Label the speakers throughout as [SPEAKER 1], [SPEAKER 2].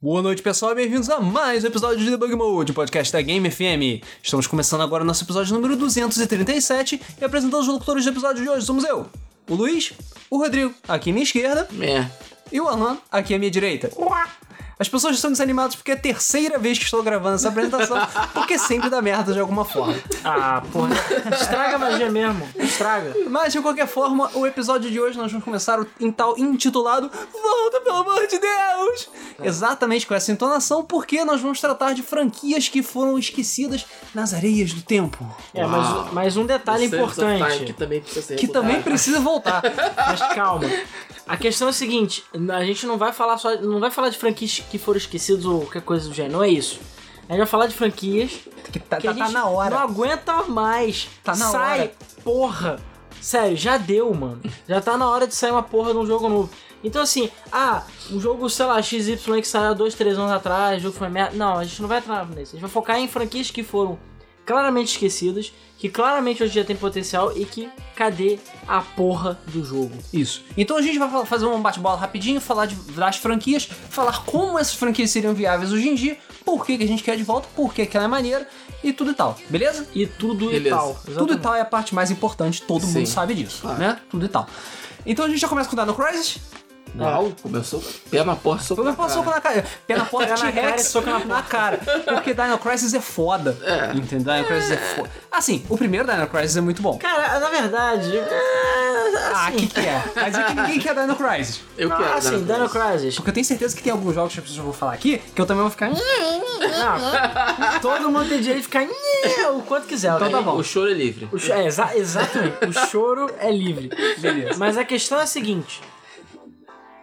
[SPEAKER 1] Boa noite, pessoal, e bem-vindos a mais um episódio de Debug Mode, o podcast da Game FM. Estamos começando agora o nosso episódio número 237 e apresentando os locutores do episódio de hoje. Somos eu, o Luiz, o Rodrigo, aqui à minha esquerda,
[SPEAKER 2] É.
[SPEAKER 1] e o Alan, aqui à minha direita. As pessoas estão desanimadas porque é a terceira vez que estou gravando essa apresentação, porque sempre dá merda de alguma forma.
[SPEAKER 3] Ah, porra. Estraga a magia mesmo. Estraga.
[SPEAKER 1] Mas, de qualquer forma, o episódio de hoje nós vamos começar o em tal intitulado Volta, pelo amor de Deus!
[SPEAKER 3] É.
[SPEAKER 1] Exatamente com essa entonação, porque nós vamos tratar de franquias que foram esquecidas nas areias do tempo.
[SPEAKER 3] É, mas, mas um detalhe
[SPEAKER 2] Você- você tá- Que
[SPEAKER 3] importante.
[SPEAKER 2] também precisa ser
[SPEAKER 1] Que também
[SPEAKER 2] rebutado.
[SPEAKER 1] precisa voltar.
[SPEAKER 3] Mas calma. A questão é a seguinte: a gente não vai falar só. Não vai falar de franquias que foram esquecidas ou qualquer coisa do gênero, não é isso. A gente vai falar de franquias
[SPEAKER 1] Que tá,
[SPEAKER 3] que
[SPEAKER 1] tá-
[SPEAKER 3] a
[SPEAKER 1] tá
[SPEAKER 3] gente
[SPEAKER 1] na
[SPEAKER 3] não
[SPEAKER 1] hora.
[SPEAKER 3] aguenta mais.
[SPEAKER 1] Tá na
[SPEAKER 3] Sai,
[SPEAKER 1] hora.
[SPEAKER 3] porra. Sério, já deu, mano. Já tá na hora de sair uma porra de um jogo novo. Então, assim, ah, um jogo, sei lá, XY que saiu há dois, três anos atrás, o jogo foi merda. Não, a gente não vai entrar nesse. A gente vai focar em franquias que foram claramente esquecidas, que claramente hoje em dia tem potencial e que cadê a porra do jogo?
[SPEAKER 1] Isso. Então a gente vai fa- fazer um bate-bola rapidinho, falar de- das franquias, falar como essas franquias seriam viáveis hoje em dia, por que, que a gente quer de volta, por que, que ela é maneira e tudo e tal. Beleza?
[SPEAKER 3] E tudo e
[SPEAKER 2] Beleza.
[SPEAKER 3] tal.
[SPEAKER 1] Tudo e
[SPEAKER 3] Exatamente.
[SPEAKER 1] tal é a parte mais importante, todo
[SPEAKER 2] Sim.
[SPEAKER 1] mundo sabe disso,
[SPEAKER 2] Claro.
[SPEAKER 1] né? Tudo e tal. Então a gente já começa com o Dino Crisis.
[SPEAKER 2] Não, começou. Pé na porta, soco na
[SPEAKER 1] Começou com
[SPEAKER 2] cara.
[SPEAKER 1] na cara. Pé na porta,
[SPEAKER 3] Pé na cara e
[SPEAKER 1] T-Rex
[SPEAKER 3] soco na
[SPEAKER 1] na cara. Porque Dino Crisis é foda.
[SPEAKER 2] É.
[SPEAKER 1] Entendeu? Dino Crisis é foda. Assim, o primeiro Dino Crisis é muito bom.
[SPEAKER 3] Cara, na verdade. é,
[SPEAKER 1] Ah,
[SPEAKER 3] assim,
[SPEAKER 1] que que é? Mas é que ninguém quer Dino Crisis.
[SPEAKER 2] Eu quero.
[SPEAKER 3] Ah, sim,
[SPEAKER 2] Dana
[SPEAKER 3] Dino
[SPEAKER 2] Cruz.
[SPEAKER 3] Crisis.
[SPEAKER 1] Porque eu tenho certeza que tem alguns jogos que as pessoas vão falar aqui que eu também vou ficar.
[SPEAKER 3] Não, todo mundo tem direito de ficar "Nhê", o quanto quiser. ok?
[SPEAKER 1] tá bom.
[SPEAKER 2] O choro é livre.
[SPEAKER 3] Então O cho- é, exa- exatamente. O choro é livre.
[SPEAKER 1] Beleza.
[SPEAKER 3] Mas a questão é a seguinte: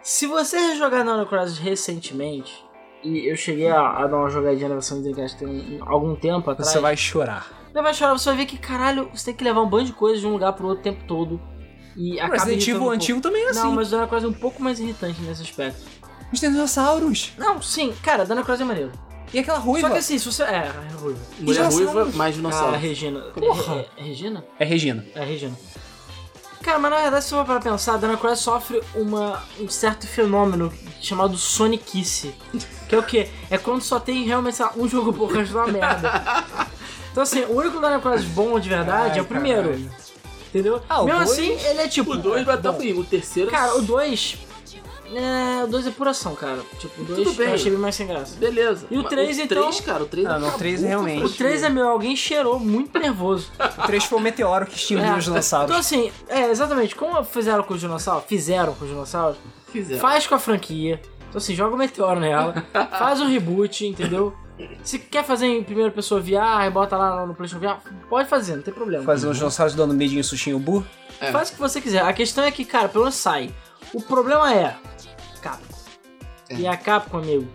[SPEAKER 3] se você jogar Dino Crisis recentemente, e eu cheguei a, a dar uma jogadinha na versão de Dreamcast tem um- algum tempo atrás,
[SPEAKER 1] Você vai chorar.
[SPEAKER 3] você vai chorar, você vai ver que caralho, você tem que levar um bando de coisas de um lugar pro outro o tempo todo. E
[SPEAKER 1] O
[SPEAKER 3] acaba
[SPEAKER 1] Resident
[SPEAKER 3] irritando
[SPEAKER 1] Evil
[SPEAKER 3] um pouco.
[SPEAKER 1] antigo também é assim.
[SPEAKER 3] Não, mas o Dino Crisis é um pouco mais irritante nesse aspecto.
[SPEAKER 1] Os dinossauros.
[SPEAKER 3] Não, sim, cara, Dino Crisis é maneiro.
[SPEAKER 1] E aquela ruiva.
[SPEAKER 3] Só que assim, se você. É, é ruivo.
[SPEAKER 2] Mulher
[SPEAKER 1] Dinossauro.
[SPEAKER 2] ruiva, mais
[SPEAKER 3] Cara,
[SPEAKER 2] dinossauro.
[SPEAKER 3] é Regina.
[SPEAKER 1] Porra.
[SPEAKER 3] É- é- é Regina?
[SPEAKER 1] É Regina.
[SPEAKER 3] É, Regina. Cara, mas na verdade, se for para pensar, Dana Cross sofre uma, um certo fenômeno chamado Sonicice. Que é o quê? É quando só tem realmente sei lá, um jogo bom, o resto é uma merda. Então, assim, o único Dana Cross bom de verdade
[SPEAKER 1] Ai,
[SPEAKER 3] é o primeiro.
[SPEAKER 1] caralho.
[SPEAKER 3] Entendeu?
[SPEAKER 1] Ah, o
[SPEAKER 3] Mesmo
[SPEAKER 1] dois-
[SPEAKER 3] assim, ele é tipo.
[SPEAKER 2] O 2 vai um- estar
[SPEAKER 3] bom.
[SPEAKER 2] ruim, o terceiro.
[SPEAKER 3] Cara, o 2. É, o 2 é puração, cara. Tipo, o
[SPEAKER 2] Tudo
[SPEAKER 3] 2
[SPEAKER 2] bem.
[SPEAKER 3] eu achei bem mais sem graça.
[SPEAKER 2] Beleza.
[SPEAKER 3] E o
[SPEAKER 2] Mas
[SPEAKER 3] três,
[SPEAKER 2] o
[SPEAKER 3] então?
[SPEAKER 2] 3, cara, o 3
[SPEAKER 1] Ah, não, o três é realmente.
[SPEAKER 3] O 3 é meu, alguém cheirou muito nervoso.
[SPEAKER 1] O 3 foi o meteoro que extinguiu
[SPEAKER 3] É.
[SPEAKER 1] os dinossauros.
[SPEAKER 3] Então, assim, é, exatamente, como fizeram com os dinossauros, fizeram com os dinossauros,
[SPEAKER 2] Fizeram.
[SPEAKER 3] faz com a franquia. Então, assim, joga o meteoro nela, faz um reboot, entendeu? Se quer fazer em primeira pessoa VR e bota lá no PlayStation VR, pode fazer, não tem problema.
[SPEAKER 1] Fazer os dinossauros dando medinho em sushinho burro.
[SPEAKER 2] É.
[SPEAKER 3] Faz o que você quiser. A questão é que, cara, pelo menos sai. O problema é Capcom.
[SPEAKER 2] É.
[SPEAKER 3] E a Capcom, amigo,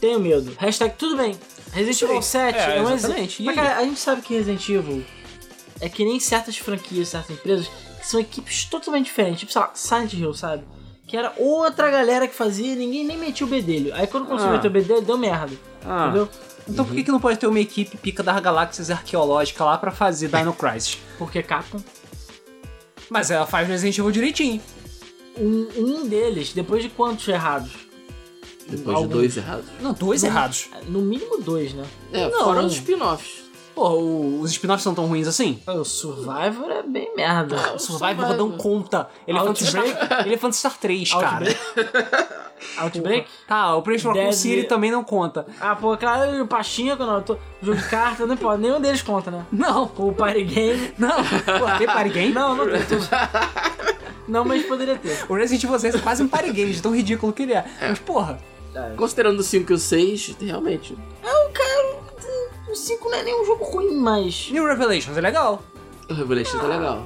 [SPEAKER 3] tenho medo. Hashtag tudo bem. Resident Evil 7
[SPEAKER 1] É,
[SPEAKER 3] é, um
[SPEAKER 1] exatamente. E
[SPEAKER 3] exemplo. Mas,
[SPEAKER 1] aí?
[SPEAKER 3] cara, a gente sabe que Resident Evil é que nem certas franquias, certas empresas, que são equipes totalmente diferentes. Tipo, sei lá, Silent Hill, sabe? Que era outra galera que fazia e ninguém nem metia o bedelho. Aí quando começou a
[SPEAKER 2] Ah.
[SPEAKER 3] meter o bedelho, deu merda.
[SPEAKER 2] Ah.
[SPEAKER 3] Entendeu?
[SPEAKER 1] Então por que, que não pode ter uma equipe pica das galáxias arqueológica lá pra fazer Dino Crisis?
[SPEAKER 3] Porque Capcom
[SPEAKER 1] Mas ela faz Resident Evil direitinho.
[SPEAKER 3] um, um deles, depois de quantos errados?
[SPEAKER 2] Depois de
[SPEAKER 3] Algum-
[SPEAKER 2] dois errados.
[SPEAKER 1] Não, dois
[SPEAKER 3] Não.
[SPEAKER 1] errados.
[SPEAKER 3] No mínimo dois, né?
[SPEAKER 2] É,
[SPEAKER 1] Não,
[SPEAKER 2] fora
[SPEAKER 1] um.
[SPEAKER 2] os spin-offs.
[SPEAKER 1] Pô, o- os spin-offs são tão ruins assim?
[SPEAKER 3] O Survivor é bem merda.
[SPEAKER 1] O Survivor não um conta. Elephant
[SPEAKER 3] Outbreak.
[SPEAKER 1] Star, Elephant Star 3, cara.
[SPEAKER 3] Outbreak?
[SPEAKER 1] Tá, o Precious Raccoon
[SPEAKER 3] Deve-
[SPEAKER 1] City também não conta.
[SPEAKER 3] Ah, pô, claro, e o Pachinko, não, tô, jogo de carta, não importa, nenhum deles conta, né?
[SPEAKER 1] Não,
[SPEAKER 3] O Party Game.
[SPEAKER 1] não. Pô, tem party game?
[SPEAKER 3] Não, não tem. Tô... Não, mas poderia ter.
[SPEAKER 1] O Resident Evil 6 é quase um party game, de tão ridículo que ele é. Mas porra,
[SPEAKER 2] Considerando o 5 e o 6, realmente.
[SPEAKER 3] Não, É um cara, o 5 não é nem um jogo ruim, mas.
[SPEAKER 1] New Revelations é legal.
[SPEAKER 2] O Revelation tá legal.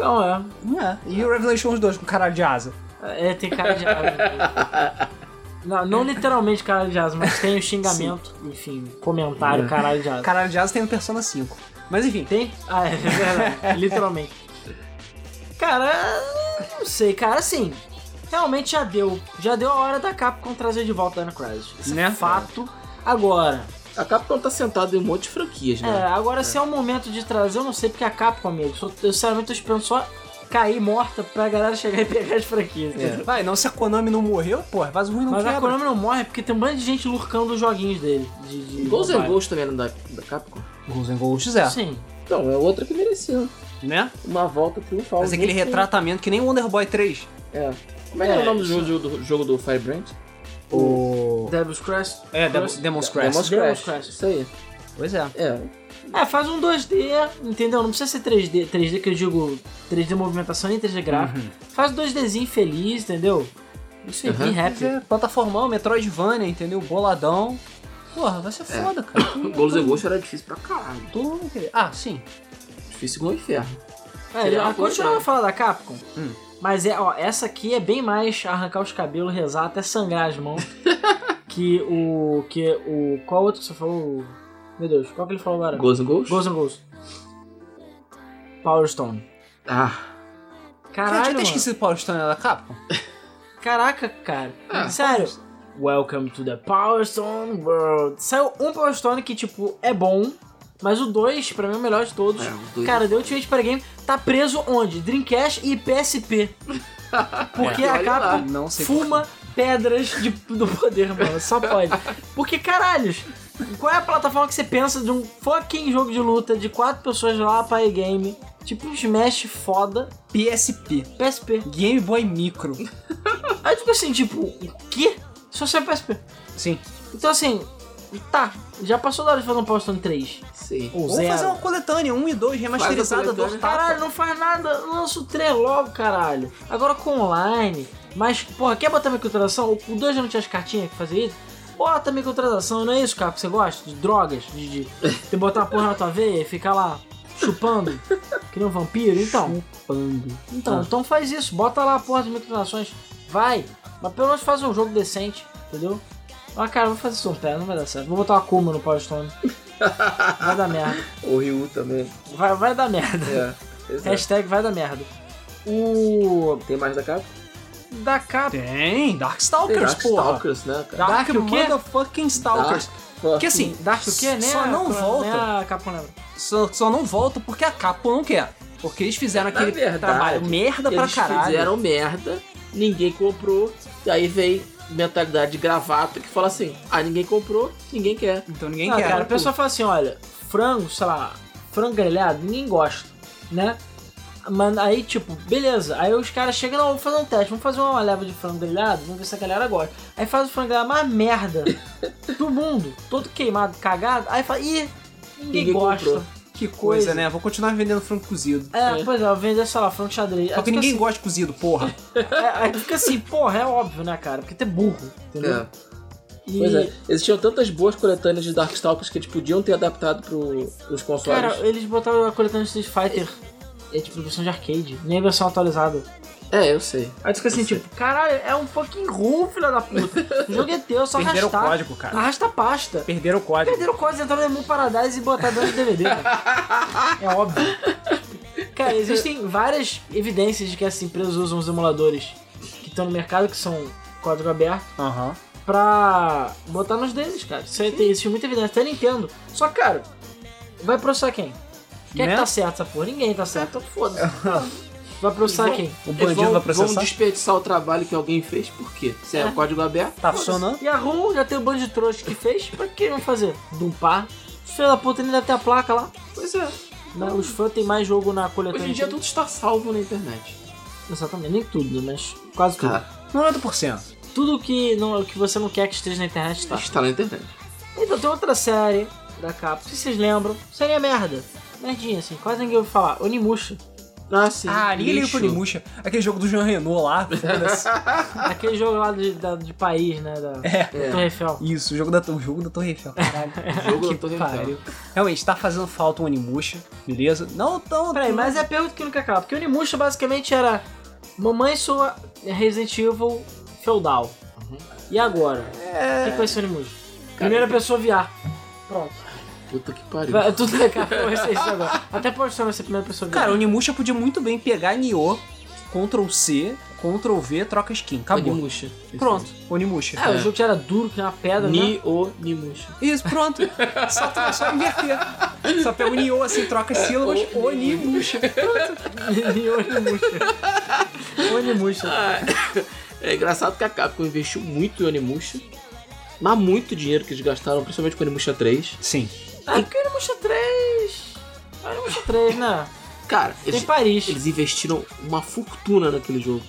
[SPEAKER 3] Não é.
[SPEAKER 1] Não é. E o Revelations 2 com caralho de asa.
[SPEAKER 3] É, tem cara de asma. Não, não literalmente cara de asma, mas tem o xingamento, enfim, comentário, caralho de asma.
[SPEAKER 1] Caralho de asa tem no Persona 5. Mas enfim,
[SPEAKER 3] Tem? Ah, é verdade. Literalmente. Cara, não sei, cara, assim. Realmente já deu. Já deu a hora da Capcom trazer de volta Dino Crisis. Isso é
[SPEAKER 1] Né?
[SPEAKER 3] fato. Agora,
[SPEAKER 2] A Capcom tá sentada em um monte de franquias,
[SPEAKER 3] é,
[SPEAKER 2] né?
[SPEAKER 3] agora se é o momento de trazer, eu não sei, porque a Capcom, amigo, só- eu sinceramente tô esperando só cair morta pra galera chegar e pegar as franquias. entendeu?
[SPEAKER 1] Vai, não, se a Konami não morreu, porra, Vaso Ruim não
[SPEAKER 3] Mas
[SPEAKER 1] quebra.
[SPEAKER 3] a Konami não morre porque tem um bando de gente lurcando os joguinhos dele. De, de
[SPEAKER 2] Ghost and
[SPEAKER 3] mobile.
[SPEAKER 2] Ghost também era da, da Capcom.
[SPEAKER 1] Guns N' Ghosts é,
[SPEAKER 3] Sim.
[SPEAKER 2] Então, é outra que mereceu.
[SPEAKER 1] né?
[SPEAKER 2] Uma volta triunfal.
[SPEAKER 1] Mas é aquele
[SPEAKER 2] Gente,
[SPEAKER 1] retratamento que nem Wonder Boy 3.
[SPEAKER 2] É. Como é que era
[SPEAKER 3] É,
[SPEAKER 2] o nome do
[SPEAKER 3] isso.
[SPEAKER 2] jogo, do jogo do Firebrand?
[SPEAKER 1] O...
[SPEAKER 3] Devil's Crest.
[SPEAKER 1] É, Dem-
[SPEAKER 3] Crest.
[SPEAKER 1] Demon's Crest.
[SPEAKER 2] Demon's
[SPEAKER 3] Demon's
[SPEAKER 2] Crash.
[SPEAKER 3] Crash.
[SPEAKER 2] Isso aí.
[SPEAKER 1] Pois é.
[SPEAKER 2] É.
[SPEAKER 3] É, faz um 2D, entendeu? Não precisa ser 3D, 3D que eu digo 3D movimentação nem 3D gráfico. Faz um 2Dzinho feliz, entendeu? Isso aí,
[SPEAKER 2] Aham.
[SPEAKER 3] bem
[SPEAKER 1] Pois
[SPEAKER 3] happy.
[SPEAKER 1] é, plataformão, Metroidvania, entendeu? Boladão. Porra, vai ser foda, cara.
[SPEAKER 2] Ghost and Ghost era difícil pra caralho.
[SPEAKER 1] Todo mundo queria. Ah, sim.
[SPEAKER 2] Difícil igual o inferno.
[SPEAKER 3] É,
[SPEAKER 2] Seria
[SPEAKER 3] já-
[SPEAKER 2] uma boa
[SPEAKER 3] continuando a
[SPEAKER 1] né?
[SPEAKER 2] ideia.
[SPEAKER 3] falar da Capcom.
[SPEAKER 1] Hum.
[SPEAKER 3] Mas é, ó, essa aqui é bem mais arrancar os cabelos, rezar até sangrar as mãos. que o. Que o. Qual outro que você falou? Meu Deus, qual que ele falou agora?
[SPEAKER 2] Ghost and Ghost?
[SPEAKER 3] Ghost and Ghost. Power Stone.
[SPEAKER 1] Cara,
[SPEAKER 2] Ah.
[SPEAKER 1] eu tinha
[SPEAKER 3] Caralho,
[SPEAKER 1] até
[SPEAKER 3] mano.
[SPEAKER 1] esquecido o Power Stone era da Capcom.
[SPEAKER 3] Caraca, cara.
[SPEAKER 2] Ah,
[SPEAKER 3] Sério. Welcome to the Power Stone World. Saiu um Power Stone que, tipo, é bom. Mas o 2, pra mim, é o melhor de todos.
[SPEAKER 2] É, o dois-
[SPEAKER 3] Cara, The Ultimate Para Game tá preso onde? Dreamcast e PSP. Porque
[SPEAKER 2] É,
[SPEAKER 3] a
[SPEAKER 2] olha lá.
[SPEAKER 3] capa
[SPEAKER 1] Ah, Não sei
[SPEAKER 3] fuma pedras de- do poder, mano. Só pode. Porque, caralhos, qual é a plataforma que você pensa de um fucking jogo de luta de quatro pessoas lá pra e-game? Tipo um Smash foda,
[SPEAKER 1] PSP.
[SPEAKER 3] PSP.
[SPEAKER 1] Game Boy Micro.
[SPEAKER 3] Aí tipo assim, tipo, o quê? Só saiu PSP.
[SPEAKER 1] Sim.
[SPEAKER 3] Então assim, tá, já passou da hora de fazer um Power Stone 3.
[SPEAKER 2] Sim.
[SPEAKER 3] Ou
[SPEAKER 1] Vamos fazer
[SPEAKER 3] zero.
[SPEAKER 1] uma coletânea, 1 e 2, remasterizada
[SPEAKER 2] Faz a
[SPEAKER 1] do
[SPEAKER 2] coletânea.
[SPEAKER 1] Caralho.
[SPEAKER 3] um- Caralho, não faz nada, lança o 3 logo, caralho. Agora com online, mas, porra, quer botar microtransação? O- O 2 já não tinha as cartinhas que fazia isso? Bota microtransação, não é isso, cara, que você gosta? De drogas, de, de, de botar uma porra na tua veia e ficar lá chupando, que nem um vampiro, então.
[SPEAKER 1] Chupando.
[SPEAKER 3] Então, então faz isso, bota lá a porra das microtransações, vai, mas pelo menos faz um jogo decente, entendeu? Ah, cara, eu vou fazer isso um pé, não vai dar certo. Vou botar uma Kuma no Power Stone. Vai dar merda.
[SPEAKER 2] O Ryu também.
[SPEAKER 3] Vai, vai dar merda.
[SPEAKER 2] É. Exato.
[SPEAKER 3] Hashtag vai dar merda. O.
[SPEAKER 2] Tem mais da Capcom?
[SPEAKER 3] Da capa.
[SPEAKER 1] Tem,
[SPEAKER 2] Tem
[SPEAKER 1] Darkstalkers, porra.
[SPEAKER 2] Darkstalkers, né, cara?
[SPEAKER 1] Dark,
[SPEAKER 3] Dark o quê?
[SPEAKER 1] motherfucking Stalkers.
[SPEAKER 2] Dark-
[SPEAKER 1] Que assim,
[SPEAKER 3] Dark o quê? Nem
[SPEAKER 1] Só
[SPEAKER 3] a-
[SPEAKER 1] não
[SPEAKER 3] nem
[SPEAKER 1] volta.
[SPEAKER 3] a Capcom lembra.
[SPEAKER 1] só, só não volta porque a Capcom não quer. Porque eles fizeram aquele
[SPEAKER 2] verdade,
[SPEAKER 1] trabalho merda pra
[SPEAKER 2] Eles
[SPEAKER 1] caralho.
[SPEAKER 2] fizeram merda, ninguém comprou, e aí veio mentalidade de gravata que fala assim, ah, ninguém comprou, ninguém quer.
[SPEAKER 1] Então ninguém
[SPEAKER 3] Ah,
[SPEAKER 1] quer.
[SPEAKER 3] cara, a pessoa fala assim, olha, frango, sei lá, frango grelhado, ninguém gosta, né? Mas aí, tipo, beleza. Aí os caras chegam, não, vamos fazer um teste, vamos fazer uma leva de frango grelhado, vamos ver se a galera gosta. Aí faz o frango grelhado mais merda do mundo, todo queimado, cagado. Aí fala, ih, ninguém,
[SPEAKER 2] Ninguém
[SPEAKER 3] gosta.
[SPEAKER 2] comprou.
[SPEAKER 1] que coisa, né? Vou continuar vendendo frango cozido.
[SPEAKER 3] É, pois é, eu vender, sei lá, frango xadrez. Aí
[SPEAKER 1] Só que
[SPEAKER 3] fica
[SPEAKER 1] ninguém
[SPEAKER 3] assim,
[SPEAKER 1] gosta de cozido, porra.
[SPEAKER 3] é, aí fica assim, porra, é óbvio, né, cara? Porque tem burro, entendeu?
[SPEAKER 2] É.
[SPEAKER 3] E-
[SPEAKER 2] Pois é, existiam tantas boas coletâneas de Darkstalkers que eles podiam ter adaptado pro, pros consoles.
[SPEAKER 3] Cara, eles botaram a coletânea de Street Fighter. É tipo versão de arcade, nem a versão atualizada.
[SPEAKER 2] É, eu sei.
[SPEAKER 3] Aí tu fica assim, tipo, caralho, é um fucking ROM, filha da puta. O jogo é teu, é só
[SPEAKER 1] Perderam o
[SPEAKER 3] arrastar.
[SPEAKER 1] código, cara.
[SPEAKER 3] Arrasta a pasta.
[SPEAKER 1] Perderam o código.
[SPEAKER 3] Perderam o código, entraram no Emu Paradise e botar dentro do DVD, cara. né? É óbvio. Cara, existem várias evidências de que essas empresas usam os emuladores que estão no mercado, que são código aberto,
[SPEAKER 1] Aham.
[SPEAKER 3] pra botar nos deles, cara. Isso aí tem, existe muita evidência, até Nintendo. Só, que, cara, vai processar quem? Quem é
[SPEAKER 1] Né?
[SPEAKER 3] que tá certo essa porra? Ninguém tá certo, então foda-se. Vai processar quem?
[SPEAKER 1] O
[SPEAKER 2] Eles
[SPEAKER 1] bandido
[SPEAKER 2] vão,
[SPEAKER 1] vai
[SPEAKER 2] vão
[SPEAKER 1] processar.
[SPEAKER 2] desperdiçar o trabalho que alguém fez, por quê? Se é,
[SPEAKER 3] É.
[SPEAKER 2] código aberto,
[SPEAKER 1] Tá funcionando?
[SPEAKER 3] E a ROM já tem o bando de trouxa que fez, pra que vão fazer? Dumpar. Filho da puta, nem deve ter a placa lá.
[SPEAKER 2] pois é.
[SPEAKER 3] Né? Os fãs têm mais jogo na coletânea.
[SPEAKER 2] Hoje em dia
[SPEAKER 3] que-
[SPEAKER 2] tudo está salvo na internet.
[SPEAKER 3] Exatamente, nem tudo, mas quase tudo.
[SPEAKER 2] Cara,
[SPEAKER 1] 90%.
[SPEAKER 3] Tudo que, não, que você não quer que esteja na internet tá.
[SPEAKER 2] está na internet.
[SPEAKER 3] Então tem outra série da Capcom, se vocês lembram, série é merda. Merdinha, assim, quase ninguém ouviu falar. Onimusha.
[SPEAKER 2] Ah, sim.
[SPEAKER 1] Ah, ninguém liga
[SPEAKER 2] Lixo.
[SPEAKER 1] pro Nimusha. Aquele jogo do Jean Renault lá. foda-se.
[SPEAKER 3] Aquele jogo lá de, da- de país, né? Da,
[SPEAKER 1] É.
[SPEAKER 3] da Torre Eiffel.
[SPEAKER 1] Isso, o jogo da, o jogo da Torre Eiffel. Caralho.
[SPEAKER 2] Jogo da
[SPEAKER 1] que
[SPEAKER 2] Torre
[SPEAKER 1] pariu.
[SPEAKER 2] Eiffel.
[SPEAKER 1] Realmente, tá fazendo falta um Onimusha, beleza? Não tão...
[SPEAKER 3] Peraí, mas é a pergunta que nunca acaba. Porque Onimusha basicamente era Mamãe sua Resident Evil feudal. E agora? O que que vai ser Onimusha? Primeira pessoa VR. Pronto.
[SPEAKER 2] Puta que pariu.
[SPEAKER 3] Vai- Tudo legal, vai ser isso agora. Até pode ser vai ser primeira pessoa VR.
[SPEAKER 1] Cara, o Onimusha podia muito bem pegar Nioh, Ctrl C, Ctrl V, troca skin. Acabou.
[SPEAKER 2] Onimusha.
[SPEAKER 1] Pronto, Onimusha.
[SPEAKER 3] É, o jogo que era duro, que era uma pedra. né?
[SPEAKER 2] Ni o Nimusha.
[SPEAKER 1] É. Isso, pronto. Só, tu- só inverter. Só pega o Nioh assim, troca as sílabas,
[SPEAKER 2] Ou-
[SPEAKER 1] Onimusha.
[SPEAKER 3] Ni Onimusha. Onimusha.
[SPEAKER 2] Ah, é engraçado que a Capcom investiu muito em Onimusha. Mas muito dinheiro que eles gastaram, principalmente com Onimusha 3.
[SPEAKER 1] Sim.
[SPEAKER 3] Ah, porque Onimusha 3. Onimusha 3, né?
[SPEAKER 2] Cara,
[SPEAKER 3] Tem
[SPEAKER 2] eles,
[SPEAKER 3] Paris.
[SPEAKER 2] eles investiram uma fortuna naquele jogo.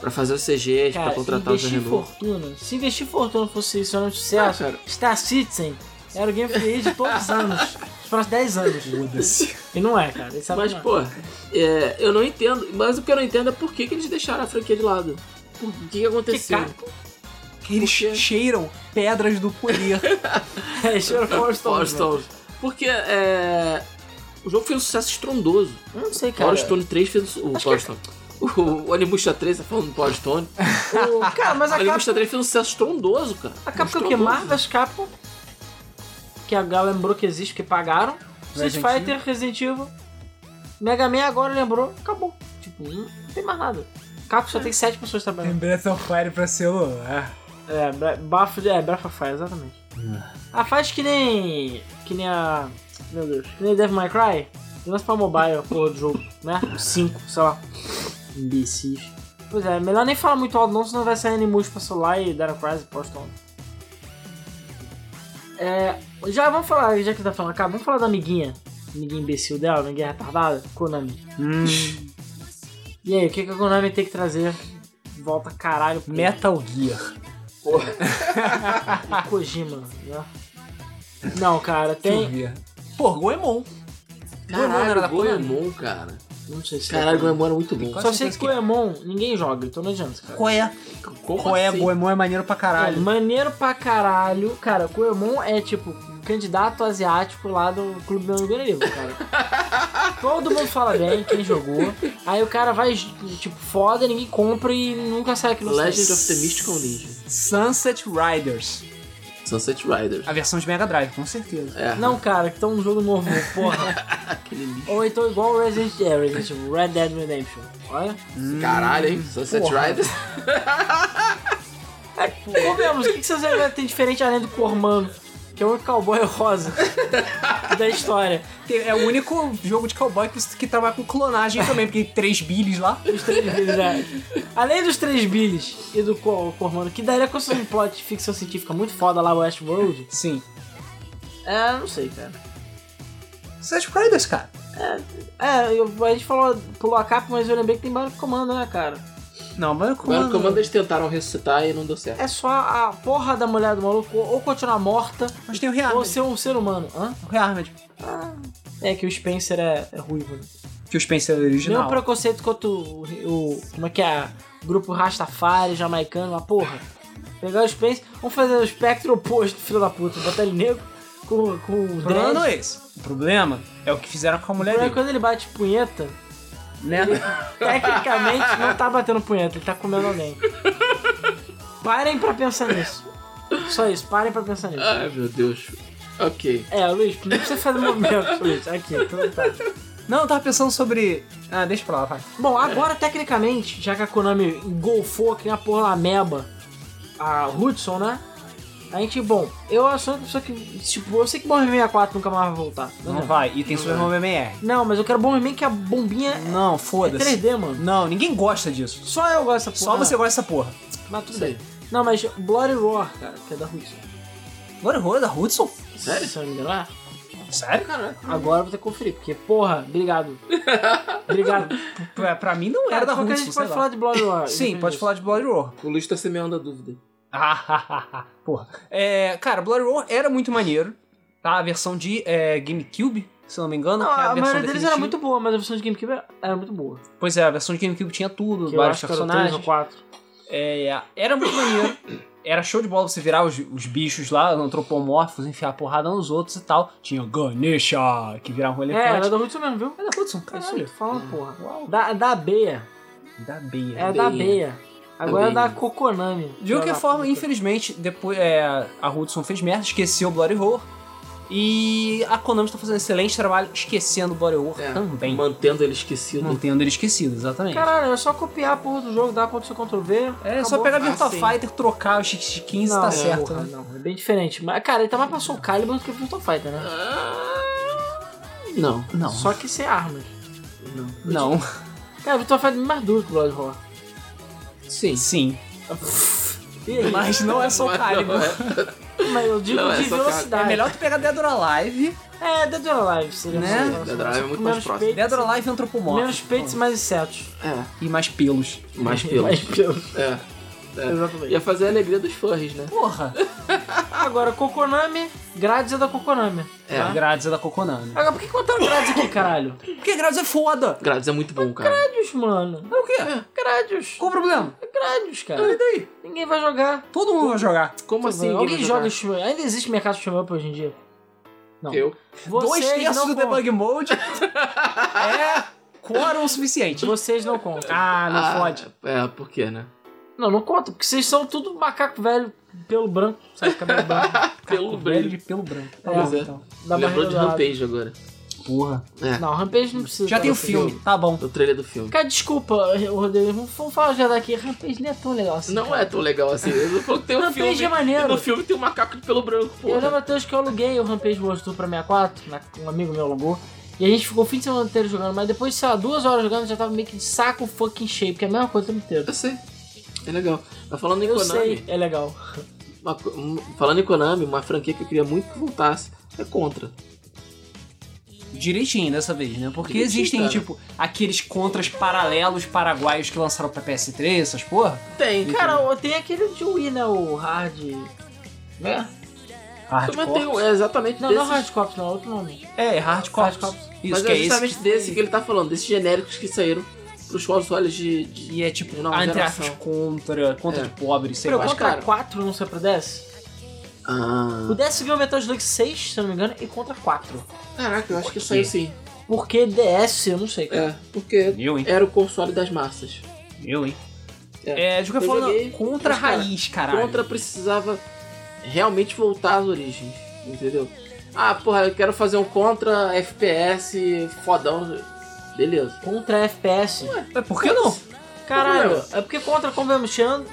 [SPEAKER 2] Pra fazer os CGs,
[SPEAKER 3] Cara,
[SPEAKER 2] pra contratar os
[SPEAKER 3] se investir
[SPEAKER 2] Renault.
[SPEAKER 3] fortuna, se investir fortuna fosse isso, era um sucesso.
[SPEAKER 2] Ah, cara.
[SPEAKER 3] Star Citizen era o Game of the Year de todos os anos. Os próximos 10 anos. E não é, cara. Ele sabe
[SPEAKER 2] Mas,
[SPEAKER 3] que não é.
[SPEAKER 2] pô, é, eu não entendo. Mas o que eu não entendo é por que, que eles deixaram a franquia de lado. Por o que, que aconteceu?
[SPEAKER 3] Que
[SPEAKER 1] Eles
[SPEAKER 2] Por quê?
[SPEAKER 1] cheiram pedras do poder.
[SPEAKER 3] É, Shadow Forest
[SPEAKER 2] Power Stones. Porque é, o jogo fez um sucesso estrondoso.
[SPEAKER 3] Eu não sei, cara.
[SPEAKER 2] Power Stone 3 fez um o Power Stone. O, o Onimusha 3, tá falando do Power Stone.
[SPEAKER 3] O- cara, mas
[SPEAKER 2] O
[SPEAKER 3] a Capcom,
[SPEAKER 2] Onimusha 3 fez um sucesso estrondoso, cara.
[SPEAKER 3] a Capcom é o que?
[SPEAKER 2] Estrondoso.
[SPEAKER 3] Marvel's Capcom, que a Gal lembrou que existe, que pagaram. Street
[SPEAKER 1] Resident Evil.
[SPEAKER 3] Fighter, Resident Evil. Mega Man agora lembrou, acabou. Tipo, não tem mais nada. Capcom
[SPEAKER 2] É.
[SPEAKER 3] só tem 7 pessoas trabalhando.
[SPEAKER 1] Breath of Fire pra celular.
[SPEAKER 3] É, Bra- Bafo de. É, Breath of Fire, exatamente. Ah, faz que nem. Que nem a. Meu Deus. Que nem Devil May Cry. Lança pra mobile, a porra do jogo, né? 5, sei lá. Imbecis. Pois é, melhor nem falar muito alto não, senão vai sair Animus pra celular e Dara Crazy posta onde. É, já vamos falar, já que tá falando, cara, vamos falar da amiguinha. Amiguinha imbecil dela, amiguinha retardada, Konami. E aí, o que, que a Konami tem que trazer? de Volta caralho pro
[SPEAKER 1] Metal Gear.
[SPEAKER 3] Ah, Kojima, né? Não, cara,
[SPEAKER 1] Deixa eu
[SPEAKER 3] tem.
[SPEAKER 1] ver. Pô, Goemon. Goemon era da
[SPEAKER 2] Caralho,
[SPEAKER 1] Konami.
[SPEAKER 2] Goemon, é cara.
[SPEAKER 3] Não sei se.
[SPEAKER 2] Caralho,
[SPEAKER 3] tem.
[SPEAKER 2] Goemon era muito bom.
[SPEAKER 3] Só sei que Goemon ninguém joga, então não adianta, cara.
[SPEAKER 1] Qual é?
[SPEAKER 2] Como
[SPEAKER 1] Qual é?
[SPEAKER 2] assim?
[SPEAKER 1] Goemon é maneiro pra
[SPEAKER 3] É,
[SPEAKER 1] caralho.
[SPEAKER 3] maneiro pra caralho. Cara, Goemon é tipo candidato asiático lá do Clube do Amigo Livre, cara. Todo mundo fala bem, quem jogou. Aí o cara vai, tipo, foda, ninguém compra e nunca sai aqui no
[SPEAKER 2] Legend of the Mystical Ninja.
[SPEAKER 1] Sunset Riders.
[SPEAKER 2] Sunset Riders.
[SPEAKER 1] A versão de Mega Drive, com certeza.
[SPEAKER 2] É.
[SPEAKER 3] Não, cara, que tá um jogo novo, porra.
[SPEAKER 2] Aquele lixo.
[SPEAKER 3] Ou então igual o Resident, é, Resident Evil, Red Dead Redemption. Olha.
[SPEAKER 2] Hum. Caralho, hein? Sunset
[SPEAKER 3] Porra.
[SPEAKER 2] Riders.
[SPEAKER 3] É, pô, mesmo, o que, que você tem diferente além do Cormano? Que é o único cowboy rosa da história.
[SPEAKER 1] É o único jogo de cowboy que, que trabalha com clonagem também, porque tem três bilhos lá.
[SPEAKER 3] Os três bilhos, né? Além dos três bilhos e do Cor- Cormano, que daria com um plot de ficção científica muito foda lá, Westworld.
[SPEAKER 1] Sim.
[SPEAKER 3] É, não sei, cara.
[SPEAKER 1] Sunset Riders, tá cara.
[SPEAKER 3] É, eu- a gente falou, pulou a capa, mas eu lembrei que tem Baron Comando, né, cara?
[SPEAKER 1] Não, mas como...
[SPEAKER 2] Agora o comando eles tentaram ressuscitar e não deu certo.
[SPEAKER 3] É só a porra da mulher do maluco ou ou continuar morta
[SPEAKER 1] Mas tem o
[SPEAKER 3] ou
[SPEAKER 1] Rearmed.
[SPEAKER 3] ser um ser humano. Hã?
[SPEAKER 1] O Rearmed.
[SPEAKER 3] É que o Spencer é, é ruivo. Né?
[SPEAKER 1] Que o Spencer é
[SPEAKER 3] Mesmo
[SPEAKER 1] original.
[SPEAKER 3] preconceito quanto o, o- Como é que é? O grupo Rastafari, jamaicano, lá, porra. Pegar o Spencer, vamos fazer o espectro oposto, filho da puta. Botar ele negro com, com o
[SPEAKER 1] O problema
[SPEAKER 3] dread.
[SPEAKER 1] não é esse. O problema é o que fizeram com a mulher
[SPEAKER 3] Porque
[SPEAKER 1] dele,
[SPEAKER 3] quando ele bate punheta,
[SPEAKER 1] né?
[SPEAKER 3] tecnicamente não tá batendo punheta, ele tá comendo alguém. Parem pra pensar nisso. Só isso, parem pra pensar nisso.
[SPEAKER 2] Ai, meu Deus. Ok.
[SPEAKER 3] É, Luiz, não precisa fazer movimento, Luiz. Aqui, então tá.
[SPEAKER 1] Não, eu tava pensando sobre... Ah, deixa pra lá, vai.
[SPEAKER 3] Bom, agora tecnicamente, já que a Konami engolfou que nem a porra da meba, a Hudson, né? A gente, bom, eu sou uma pessoa que, tipo, eu sei que Bomberman 64 nunca mais vai voltar.
[SPEAKER 1] Não,
[SPEAKER 3] Não,
[SPEAKER 1] vai. E tem Super Mario MMR.
[SPEAKER 3] não, mas eu quero Bomberman que a bombinha é
[SPEAKER 1] Não, foda-se.
[SPEAKER 3] 3D, mano.
[SPEAKER 1] Não, ninguém gosta disso.
[SPEAKER 3] Só eu gosto dessa porra.
[SPEAKER 1] Só você gosta dessa porra.
[SPEAKER 3] Mas tudo
[SPEAKER 2] Isso aí.
[SPEAKER 3] bem. Não, mas Bloody Roar, cara, que é da Hudson.
[SPEAKER 1] Agora rolou da Hudson?
[SPEAKER 2] Sério?
[SPEAKER 3] Se eu não me engano, é.
[SPEAKER 1] Sério?
[SPEAKER 2] Caraca.
[SPEAKER 3] Agora eu vou ter que conferir, porque, porra, obrigado. obrigado.
[SPEAKER 1] Pra, pra mim não era da
[SPEAKER 3] Só que a
[SPEAKER 1] Hudson,
[SPEAKER 3] gente
[SPEAKER 1] sei
[SPEAKER 3] pode
[SPEAKER 1] lá.
[SPEAKER 3] falar de Bloody Roar.
[SPEAKER 1] Sim, pode
[SPEAKER 3] independente.
[SPEAKER 1] falar de Blood Roar.
[SPEAKER 2] O Luiz tá semeando a dúvida.
[SPEAKER 1] Porra. É, cara, Blood Roar era muito maneiro, tá? A versão de é, GameCube, se não me engano.
[SPEAKER 3] Não,
[SPEAKER 1] que é
[SPEAKER 3] a,
[SPEAKER 1] versão
[SPEAKER 3] maioria deles era
[SPEAKER 1] definitiva.
[SPEAKER 3] muito boa, mas a versão de GameCube era- era muito boa.
[SPEAKER 1] Pois é, a versão de GameCube tinha tudo,
[SPEAKER 3] Que eu
[SPEAKER 1] vários
[SPEAKER 3] acho que eram três
[SPEAKER 1] personagens.
[SPEAKER 3] ou quatro.
[SPEAKER 1] É, era muito maneiro. Era show de bola você virar os, os bichos lá, antropomórficos, enfiar porrada nos outros e tal. Tinha o Ganesha, que virava um
[SPEAKER 3] É,
[SPEAKER 1] elefante.
[SPEAKER 3] era da Hudson mesmo, viu?
[SPEAKER 1] Era da Hudson,
[SPEAKER 3] Caralho,
[SPEAKER 1] caralho.
[SPEAKER 3] tô falando, porra.
[SPEAKER 1] Uau. né?
[SPEAKER 3] Da, da Beia.
[SPEAKER 1] Da Bia.
[SPEAKER 3] É
[SPEAKER 2] Beia.
[SPEAKER 3] da Beia. Agora é da
[SPEAKER 2] Beia.
[SPEAKER 3] Kokonami.
[SPEAKER 1] De qualquer
[SPEAKER 3] Filha da
[SPEAKER 1] forma,
[SPEAKER 3] puta.
[SPEAKER 1] infelizmente, depois é, a Hudson fez merda, esqueceu o Bloody Roar. E a Konami está fazendo um excelente trabalho esquecendo o War
[SPEAKER 2] É,
[SPEAKER 1] também.
[SPEAKER 2] Mantendo ele esquecido.
[SPEAKER 1] Mantendo ele esquecido, exatamente.
[SPEAKER 3] Caralho, é só copiar a porra do jogo, dar Ctrl C, Ctrl V.
[SPEAKER 1] é
[SPEAKER 3] acabou.
[SPEAKER 1] só pegar Virtua
[SPEAKER 2] Ah, sim.
[SPEAKER 1] Fighter, trocar os X15
[SPEAKER 3] não,
[SPEAKER 1] tá
[SPEAKER 3] é,
[SPEAKER 1] certo,
[SPEAKER 3] porra,
[SPEAKER 1] né?
[SPEAKER 3] Não, é bem diferente. Mas, cara, ele tá mais pra Soul Calibur do que Virtua Fighter, né?
[SPEAKER 2] Não.
[SPEAKER 1] Não.
[SPEAKER 3] Só que sem armas.
[SPEAKER 1] Não.
[SPEAKER 3] Cara, Virtua Fighter é mais duro que o Blood Roar.
[SPEAKER 2] Sim.
[SPEAKER 1] Sim.
[SPEAKER 3] E aí?
[SPEAKER 1] Mas não é só
[SPEAKER 2] Mas
[SPEAKER 1] Calibur.
[SPEAKER 2] não
[SPEAKER 3] né?
[SPEAKER 2] é.
[SPEAKER 3] Mas eu digo
[SPEAKER 2] Não, é
[SPEAKER 3] de
[SPEAKER 2] só
[SPEAKER 3] velocidade.
[SPEAKER 1] É melhor tu pegar Dead or Alive.
[SPEAKER 3] É, Dead or Alive seria
[SPEAKER 1] Né?
[SPEAKER 3] uma solução.
[SPEAKER 2] Dead or Alive é muito mais
[SPEAKER 3] Menos
[SPEAKER 2] próximo.
[SPEAKER 3] peitos-
[SPEAKER 1] Dead or Alive antropomórfico.
[SPEAKER 3] Menos peitos e mais insetos.
[SPEAKER 2] É.
[SPEAKER 1] E mais pelos.
[SPEAKER 2] Mais pelo.
[SPEAKER 3] Mais pelos.
[SPEAKER 2] É. é.
[SPEAKER 3] Exatamente.
[SPEAKER 2] Ia fazer a alegria dos furries, né?
[SPEAKER 1] Porra!
[SPEAKER 3] Agora, Kokonami, grades é da Kokonami.
[SPEAKER 2] É.
[SPEAKER 3] tá?
[SPEAKER 1] Grades é da Coconami.
[SPEAKER 3] Agora, por que contaram grades aqui, caralho?
[SPEAKER 1] Porque Grades é foda!
[SPEAKER 2] Grades é muito bom, cara.
[SPEAKER 3] Grades, mano.
[SPEAKER 1] É o quê?
[SPEAKER 3] Grades.
[SPEAKER 1] Qual o problema?
[SPEAKER 3] Grades,
[SPEAKER 1] E
[SPEAKER 3] cara.
[SPEAKER 1] daí?
[SPEAKER 3] Ninguém vai jogar.
[SPEAKER 1] Todo mundo vai jogar.
[SPEAKER 2] Como assim?
[SPEAKER 3] Alguém
[SPEAKER 2] vai jogar?
[SPEAKER 3] joga shmup? Ainda existe mercado shmup hoje em dia? Não.
[SPEAKER 2] Eu.
[SPEAKER 1] Dois
[SPEAKER 3] Vocês
[SPEAKER 1] terços
[SPEAKER 3] não
[SPEAKER 1] do
[SPEAKER 3] contam.
[SPEAKER 1] debug mode é quórum suficiente.
[SPEAKER 3] Vocês não contam.
[SPEAKER 1] Ah, não
[SPEAKER 2] Ah,
[SPEAKER 1] fode.
[SPEAKER 2] É, por quê, né?
[SPEAKER 3] Não, não conta, porque vocês são tudo macaco velho, pelo branco, sabe? Cabelo branco.
[SPEAKER 2] Pelo
[SPEAKER 1] Velho
[SPEAKER 2] brilho.
[SPEAKER 1] de pelo branco. Tá
[SPEAKER 3] Pois
[SPEAKER 1] bom,
[SPEAKER 2] é.
[SPEAKER 1] então.
[SPEAKER 3] Da
[SPEAKER 2] Lembrou
[SPEAKER 3] barriga
[SPEAKER 2] de
[SPEAKER 3] dourada.
[SPEAKER 2] Rampage agora.
[SPEAKER 1] Porra.
[SPEAKER 2] É.
[SPEAKER 3] Não, Rampage não precisa.
[SPEAKER 1] Já tem o
[SPEAKER 3] Rampage.
[SPEAKER 1] filme, tá bom.
[SPEAKER 2] Do trailer do filme.
[SPEAKER 3] Cara, desculpa, o Rodrigo, vamos falar já daqui. Rampage não é tão legal assim.
[SPEAKER 2] Não
[SPEAKER 3] cara.
[SPEAKER 2] é tão legal assim. Eu falo que tem um
[SPEAKER 3] Rampage
[SPEAKER 2] filme.
[SPEAKER 3] é maneiro.
[SPEAKER 2] e No filme tem um macaco de pelo branco, pô.
[SPEAKER 3] Eu lembro até hoje que eu aluguei o Rampage World Tour pra 64, na- um amigo meu alugou. E a gente ficou o fim de semana inteiro jogando, mas depois, sei lá, duas horas jogando, eu já tava meio que de saco fucking cheio, porque é a mesma coisa o tempo inteiro.
[SPEAKER 2] Eu sei. É legal. Mas falando em
[SPEAKER 3] Eu
[SPEAKER 2] Konami,
[SPEAKER 3] sei, é legal.
[SPEAKER 2] uma co- um- falando em Konami, uma franquia que eu queria muito que voltasse é Contra.
[SPEAKER 1] Direitinho dessa vez, né? Porque
[SPEAKER 2] Direitinho,
[SPEAKER 1] existem,
[SPEAKER 2] cara.
[SPEAKER 1] tipo, aqueles contras paralelos paraguaios que lançaram pra PS3, essas porra.
[SPEAKER 2] Tem,
[SPEAKER 3] Cara, o- tem aquele de Wii, né? O Hard.
[SPEAKER 2] É. Mas tem um,
[SPEAKER 1] Hardcore.
[SPEAKER 2] é exatamente
[SPEAKER 3] Não,
[SPEAKER 2] desses.
[SPEAKER 3] não Hard Cops, não, outro nome.
[SPEAKER 1] É, hardcore.
[SPEAKER 3] Hardcore.
[SPEAKER 1] Isso,
[SPEAKER 2] mas
[SPEAKER 1] que é
[SPEAKER 2] é justamente
[SPEAKER 1] esse.
[SPEAKER 2] desse que ele tá falando, desses genéricos que saíram pros consoles de. de-
[SPEAKER 1] E é tipo,
[SPEAKER 2] De nova
[SPEAKER 1] entre aspas,
[SPEAKER 2] geração.
[SPEAKER 1] contra, contra
[SPEAKER 2] É.
[SPEAKER 1] de pobre, sei
[SPEAKER 3] Pera,
[SPEAKER 1] lá.
[SPEAKER 3] o
[SPEAKER 2] mas,
[SPEAKER 3] Contra
[SPEAKER 2] cara-
[SPEAKER 3] 4 não saiu pra DS? O
[SPEAKER 2] Ah.
[SPEAKER 3] DS ganhou Metal Slug 6, se eu não me engano, e Contra 4.
[SPEAKER 2] Caraca, eu acho que
[SPEAKER 1] quê?
[SPEAKER 2] saiu sim.
[SPEAKER 3] Porque DS, eu não sei. cara.
[SPEAKER 2] É, porque
[SPEAKER 1] Eu, hein?
[SPEAKER 2] era o console das massas.
[SPEAKER 1] Eu, hein?
[SPEAKER 2] É.
[SPEAKER 1] É, de qualquer
[SPEAKER 2] Eu
[SPEAKER 1] forma,
[SPEAKER 2] joguei,
[SPEAKER 1] contra a
[SPEAKER 2] mas, cara,
[SPEAKER 1] raiz, caralho.
[SPEAKER 2] Contra precisava realmente voltar às origens, entendeu? Ah, porra, eu quero fazer um Contra FPS fodão. Beleza.
[SPEAKER 3] Contra FPS.
[SPEAKER 1] É, por que não?
[SPEAKER 3] Caralho,
[SPEAKER 2] Problema.
[SPEAKER 3] é porque contra convenhamos tirando,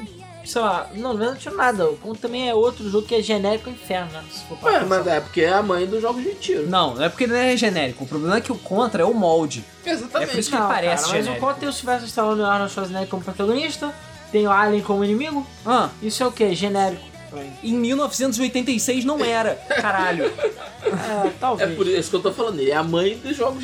[SPEAKER 3] sei lá, não, não tirando nada. O contra também é outro jogo que é genérico inferno, né? Se for pra
[SPEAKER 2] Ué,
[SPEAKER 3] pensar.
[SPEAKER 2] mas é porque é a mãe dos jogos de tiro.
[SPEAKER 1] Não, não é porque ele é genérico. O problema é que o contra é o molde.
[SPEAKER 2] Exatamente.
[SPEAKER 1] É por isso que
[SPEAKER 3] Não,
[SPEAKER 1] parece
[SPEAKER 3] cara, mas o
[SPEAKER 1] genérico.
[SPEAKER 3] contra tem o Sylvester Stallone e o Arnold Schwarzenegger como protagonista, tem o Alien como inimigo.
[SPEAKER 1] Ah,
[SPEAKER 3] Isso é o que? Genérico.
[SPEAKER 1] em 1986 não era, caralho.
[SPEAKER 3] É, talvez.
[SPEAKER 2] É por isso que eu tô falando, ele é a mãe dos jogos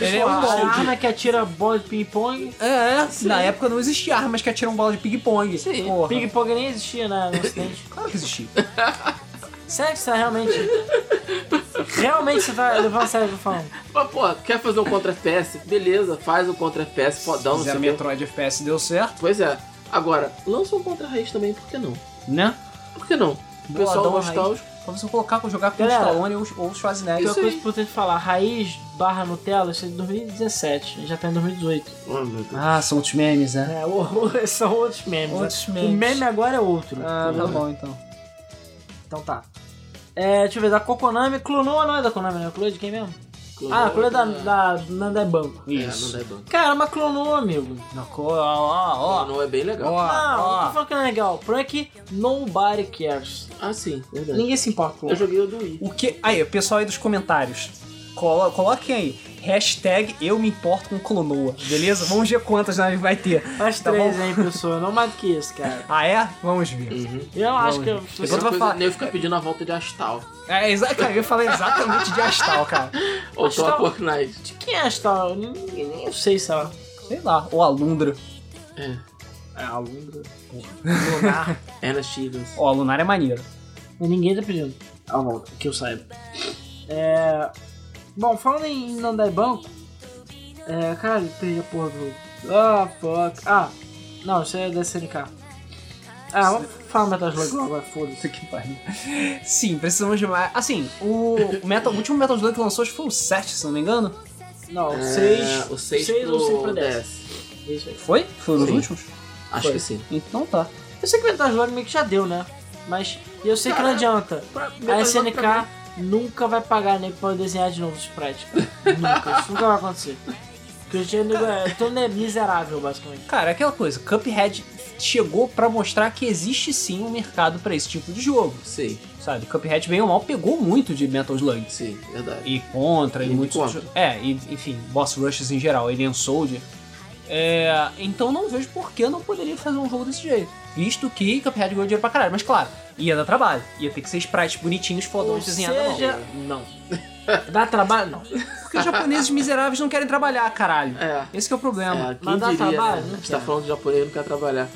[SPEAKER 1] Ele é
[SPEAKER 3] Pô,
[SPEAKER 1] um
[SPEAKER 3] a
[SPEAKER 1] molde.
[SPEAKER 3] arma que atira bola de ping-pong.
[SPEAKER 1] É, na época não existia armas que atiram bola de ping-pong.
[SPEAKER 2] Sim.
[SPEAKER 1] Porra.
[SPEAKER 3] Ping-pong nem existia na, no ocidente.
[SPEAKER 1] Claro que existia.
[SPEAKER 3] Sério que você tá realmente. realmente você tá levando a sério o que eu tô falando.
[SPEAKER 2] Mas, pô, quer fazer um contra FPS? Beleza, faz um contra FPS fodão, não sei
[SPEAKER 1] Fizeram
[SPEAKER 2] o quê.
[SPEAKER 1] Metroid FPS deu certo,
[SPEAKER 2] Pois é. Agora, lança um contra raiz também, por que não?
[SPEAKER 1] né?
[SPEAKER 2] Por que não? O pessoal
[SPEAKER 1] Boladão
[SPEAKER 2] nostálgico.
[SPEAKER 1] Pra você colocar pra jogar com o
[SPEAKER 3] Galera,
[SPEAKER 1] Stallone ou ou o Schwarzenegger.
[SPEAKER 2] É
[SPEAKER 3] Tem uma
[SPEAKER 2] Isso
[SPEAKER 3] coisa
[SPEAKER 2] aí.
[SPEAKER 3] importante falar, raiz barra Nutella, isso é de 2017, já tá em 2018.
[SPEAKER 2] Oh, meu Deus.
[SPEAKER 1] Ah, são outros memes, né?
[SPEAKER 3] É, o- são outros memes.
[SPEAKER 1] Outros
[SPEAKER 3] né?
[SPEAKER 1] memes.
[SPEAKER 3] O meme agora é outro.
[SPEAKER 1] Ah, tá bom então.
[SPEAKER 3] Então tá. É, deixa eu ver, da Kokonami, clonou ou não é da Konami, né? Clonou de quem mesmo?
[SPEAKER 2] Clonou
[SPEAKER 3] Ah,
[SPEAKER 1] é
[SPEAKER 3] clonou da,
[SPEAKER 2] da-
[SPEAKER 3] da Nandai Banco.
[SPEAKER 2] É, não
[SPEAKER 1] Isso.
[SPEAKER 2] dá banco.
[SPEAKER 3] Cara, mas clonou, amigo.
[SPEAKER 1] Na cor, ó, ó, ó.
[SPEAKER 2] Não é bem legal.
[SPEAKER 1] Ó,
[SPEAKER 3] não, não tô
[SPEAKER 1] ó.
[SPEAKER 3] falando que não é legal. O problema é que nobody cares.
[SPEAKER 2] Ah, sim, verdade.
[SPEAKER 3] Ninguém se importa com
[SPEAKER 2] Eu
[SPEAKER 3] isso.
[SPEAKER 2] joguei o do Wii.
[SPEAKER 1] O que. Aí, o pessoal aí dos comentários. Colo... Coloquem aí. Hashtag eu me importo com Clonoa, beleza? Vamos ver quantas nós vai ter.
[SPEAKER 3] As
[SPEAKER 1] Tá
[SPEAKER 3] três,
[SPEAKER 1] bom?
[SPEAKER 3] hein, pessoa. Não mais do que isso, cara.
[SPEAKER 1] Ah, é? Vamos ver.
[SPEAKER 2] Uhum.
[SPEAKER 3] Eu acho que... eu-
[SPEAKER 1] Depois eu vou
[SPEAKER 2] Coisa,
[SPEAKER 1] falar.
[SPEAKER 2] nem eu ficar pedindo a volta de Astal.
[SPEAKER 1] É, exa... cara, eu falei exatamente de Astal, cara.
[SPEAKER 2] Ou
[SPEAKER 3] Astal.
[SPEAKER 2] Top Work Night.
[SPEAKER 3] De quem é esta? Ninguém nem eu sei, sei lá.
[SPEAKER 1] Sei lá, ou Alundra.
[SPEAKER 2] É.
[SPEAKER 3] É, aluno. Lunar.
[SPEAKER 2] Ernest Stevens.
[SPEAKER 1] Ó, a Lunar é maneiro.
[SPEAKER 3] Mas ninguém tá pedindo. Ah, bom, que eu saiba. É... Bom, falando em Nandai Banco. É... Caralho, perdi a porra do jogo. Ah, fuck. Ah, não, isso é da SNK. Ah, vamos falar do Metal Slug agora, foda-se.
[SPEAKER 1] Puta que pariu. Sim, precisamos de mais. Assim, o, Metal, o último Metal Slug que lançou acho que foi o 7, se não me engano.
[SPEAKER 3] Não,
[SPEAKER 2] É,
[SPEAKER 3] seis
[SPEAKER 2] o 6
[SPEAKER 3] seis
[SPEAKER 2] pro
[SPEAKER 3] ou seis pra 10.
[SPEAKER 2] 10.
[SPEAKER 3] Isso aí.
[SPEAKER 1] Foi? Foi um dos
[SPEAKER 2] Sim.
[SPEAKER 1] últimos?
[SPEAKER 2] Acho
[SPEAKER 1] Foi.
[SPEAKER 2] que sim.
[SPEAKER 1] Então tá.
[SPEAKER 3] Eu sei que o Metal Slug meio que já deu, né? Mas e eu sei que não adianta.
[SPEAKER 2] Pra-
[SPEAKER 3] A
[SPEAKER 2] Metal Slug pra
[SPEAKER 3] SNK nunca vai pagar nem pra eu desenhar de novo os sprites. cara. Nunca, isso nunca vai acontecer. Porque hoje em dia, é, todo mundo é miserável, basicamente.
[SPEAKER 1] Cara, é aquela coisa, Cuphead chegou pra mostrar que existe sim um mercado pra esse tipo de jogo,
[SPEAKER 2] Sei,
[SPEAKER 1] sabe? Cuphead bem ou mal pegou muito de Metal Slug
[SPEAKER 2] sei, verdade.
[SPEAKER 1] e Contra e,
[SPEAKER 2] E de
[SPEAKER 1] muitos
[SPEAKER 2] Contra.
[SPEAKER 1] jo- é, e, enfim, Boss Rushes em geral, Alien Soldier. É, então não vejo por que não poderia fazer um jogo desse jeito. Visto que Cuphead ganhou dinheiro pra caralho, mas claro, ia dar trabalho, ia ter que ser sprites bonitinhos,
[SPEAKER 3] Ou
[SPEAKER 1] fodões desenhados à mão.
[SPEAKER 3] seja,
[SPEAKER 1] Não.
[SPEAKER 3] Dá trabalho? Não.
[SPEAKER 1] Porque os japoneses miseráveis não querem trabalhar, caralho.
[SPEAKER 2] É.
[SPEAKER 1] Esse que é o problema.
[SPEAKER 2] É, quem
[SPEAKER 3] Mas dá
[SPEAKER 2] diria,
[SPEAKER 3] trabalho,
[SPEAKER 2] né?
[SPEAKER 3] não
[SPEAKER 2] A gente tá
[SPEAKER 3] quero.
[SPEAKER 2] falando de japonês não quer trabalhar.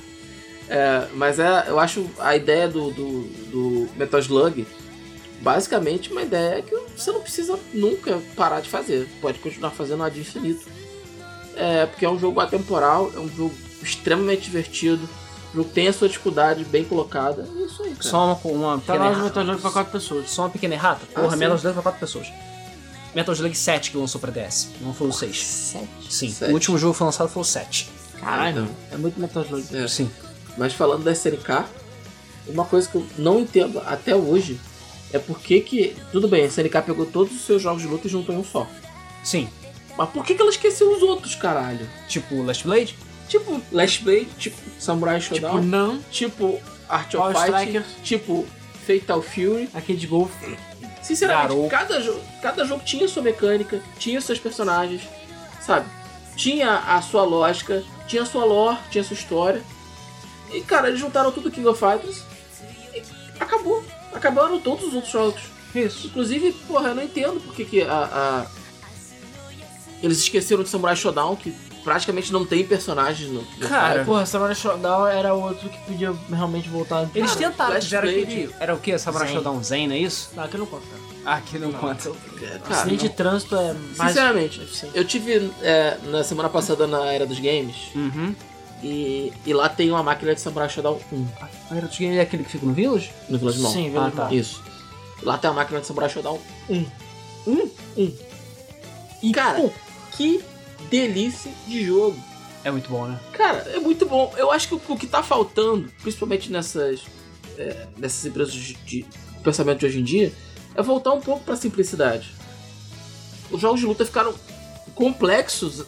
[SPEAKER 2] É, mas é, eu acho a ideia do, do, do Metal Slug basicamente uma ideia que você não precisa nunca parar de fazer. Pode continuar fazendo ad infinito. É, porque é um jogo atemporal, é um jogo extremamente divertido. O jogo tem a sua dificuldade bem colocada. É isso aí, cara.
[SPEAKER 1] Só uma, uma Ah,
[SPEAKER 3] Tá lá
[SPEAKER 1] pequena
[SPEAKER 3] no Metal Slug pra quatro
[SPEAKER 1] Metal-
[SPEAKER 3] pessoas.
[SPEAKER 1] Só uma pequena errata? Porra,
[SPEAKER 2] sim.
[SPEAKER 1] Metal Slug pra 4 pessoas. Metal Slug 7 que lançou pra DS, não foi um o 6.
[SPEAKER 3] Sete.
[SPEAKER 1] Sim,
[SPEAKER 2] Sete.
[SPEAKER 1] o último jogo que foi lançado foi o 7.
[SPEAKER 3] Caralho,
[SPEAKER 2] Então.
[SPEAKER 3] é muito Metal Slug.
[SPEAKER 2] É.
[SPEAKER 1] Sim.
[SPEAKER 2] Mas falando da SNK, uma coisa que eu não entendo até hoje é por que que... Tudo bem, a SNK pegou todos os seus jogos de luta e juntou em um só.
[SPEAKER 1] Sim.
[SPEAKER 2] Mas por que, que ela esqueceu os outros, caralho?
[SPEAKER 1] Tipo Last Blade?
[SPEAKER 2] Tipo, Last Blade, tipo, Samurai
[SPEAKER 3] Tipo,
[SPEAKER 2] Shodown,
[SPEAKER 3] não.
[SPEAKER 2] tipo, Art
[SPEAKER 3] Power
[SPEAKER 2] of Fight,
[SPEAKER 3] Strikers.
[SPEAKER 2] tipo, Fatal Fury.
[SPEAKER 3] Aqui é de golfe.
[SPEAKER 2] Sinceramente,
[SPEAKER 1] Garou.
[SPEAKER 2] cada, jo cada jogo tinha sua mecânica, tinha seus personagens, sabe? Tinha a sua lógica, tinha a sua lore, tinha a sua história. E, cara, eles juntaram tudo King of Fighters e acabou. Acabaram todos os outros jogos.
[SPEAKER 1] Isso.
[SPEAKER 2] Inclusive, porra, eu não entendo porque que a, a- Eles esqueceram de Samurai Shodown, que praticamente não tem personagens no. no
[SPEAKER 1] Cara,
[SPEAKER 3] Porra, Samurai Shodown era outro que podia realmente voltar.
[SPEAKER 1] Eles
[SPEAKER 3] Cara,
[SPEAKER 1] tentaram,
[SPEAKER 2] Last
[SPEAKER 1] fizeram
[SPEAKER 2] Blade.
[SPEAKER 1] aquele... Era o quê? Samurai
[SPEAKER 3] Zen.
[SPEAKER 1] Shodown Zen, não é isso?
[SPEAKER 3] Não, aqui não conta. cara.
[SPEAKER 1] Ah, que não, conta.
[SPEAKER 2] cara, cara,
[SPEAKER 3] Acidente de trânsito é
[SPEAKER 2] não.
[SPEAKER 3] mais.
[SPEAKER 2] Sinceramente,
[SPEAKER 3] eficiente.
[SPEAKER 2] eu tive é, na semana passada na Era dos Games
[SPEAKER 1] Uhum.
[SPEAKER 2] e, e lá tem uma máquina de Samurai Shodown 1
[SPEAKER 1] A Era dos Games é aquele que fica no Village?
[SPEAKER 2] no Village Mall.
[SPEAKER 3] Sim,
[SPEAKER 1] Ah,
[SPEAKER 3] velho.
[SPEAKER 1] tá.
[SPEAKER 2] Isso. Lá tem uma máquina de Samurai Shodown 1. 1? 1. E, Um. cara,
[SPEAKER 1] pô.
[SPEAKER 2] que delícia de jogo.
[SPEAKER 1] É muito bom, né?
[SPEAKER 2] Cara, é muito bom. Eu acho que o- o que tá faltando, principalmente nessas, é, nessas empresas de, de pensamento de hoje em dia, é voltar um pouco pra simplicidade. Os jogos de luta ficaram complexos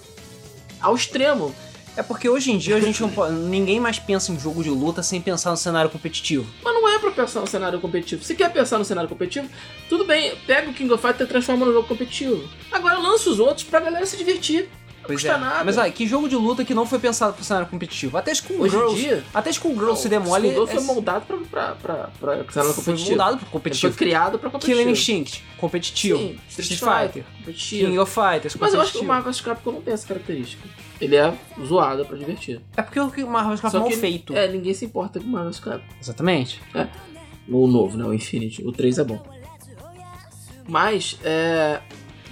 [SPEAKER 2] ao extremo.
[SPEAKER 1] É porque hoje em dia a gente não pode... Ninguém mais pensa em jogo de luta sem pensar no cenário competitivo.
[SPEAKER 2] Mas não é pra pensar no cenário competitivo. Se quer pensar no cenário competitivo, tudo bem, pega o King of Fighters e transforma no jogo competitivo. Agora lança os outros pra galera se divertir. Não
[SPEAKER 1] Pois
[SPEAKER 2] custa
[SPEAKER 1] é.
[SPEAKER 2] nada.
[SPEAKER 1] Mas olha, que jogo de luta que não foi pensado pro cenário competitivo? Até
[SPEAKER 2] hoje em
[SPEAKER 1] Skullgirls.
[SPEAKER 2] dia,
[SPEAKER 1] Até Skullgirls se demole.
[SPEAKER 2] o Skullgirls
[SPEAKER 1] é-
[SPEAKER 2] foi moldado pra, pra, pra, pra cenário
[SPEAKER 1] foi
[SPEAKER 2] competitivo.
[SPEAKER 1] moldado pro
[SPEAKER 2] Ele foi
[SPEAKER 1] competitivo.
[SPEAKER 2] criado pra competitivo.
[SPEAKER 1] Killing Instinct, competitivo.
[SPEAKER 2] Sim,
[SPEAKER 1] Street Fighter,
[SPEAKER 2] competitivo.
[SPEAKER 1] King of Fighters,
[SPEAKER 2] Mas eu acho que o
[SPEAKER 1] competitivo.
[SPEAKER 2] Marvel vs Capcom não tem essa característica. Ele é zoado pra divertir.
[SPEAKER 1] É porque o Marvel Capcom é
[SPEAKER 2] Só
[SPEAKER 1] mal
[SPEAKER 2] que
[SPEAKER 1] feito.
[SPEAKER 2] É, ninguém se importa com o Marvel vs Capcom.
[SPEAKER 1] Exatamente.
[SPEAKER 2] O novo, né? O Infinity. O 3 é bom. Mas, é...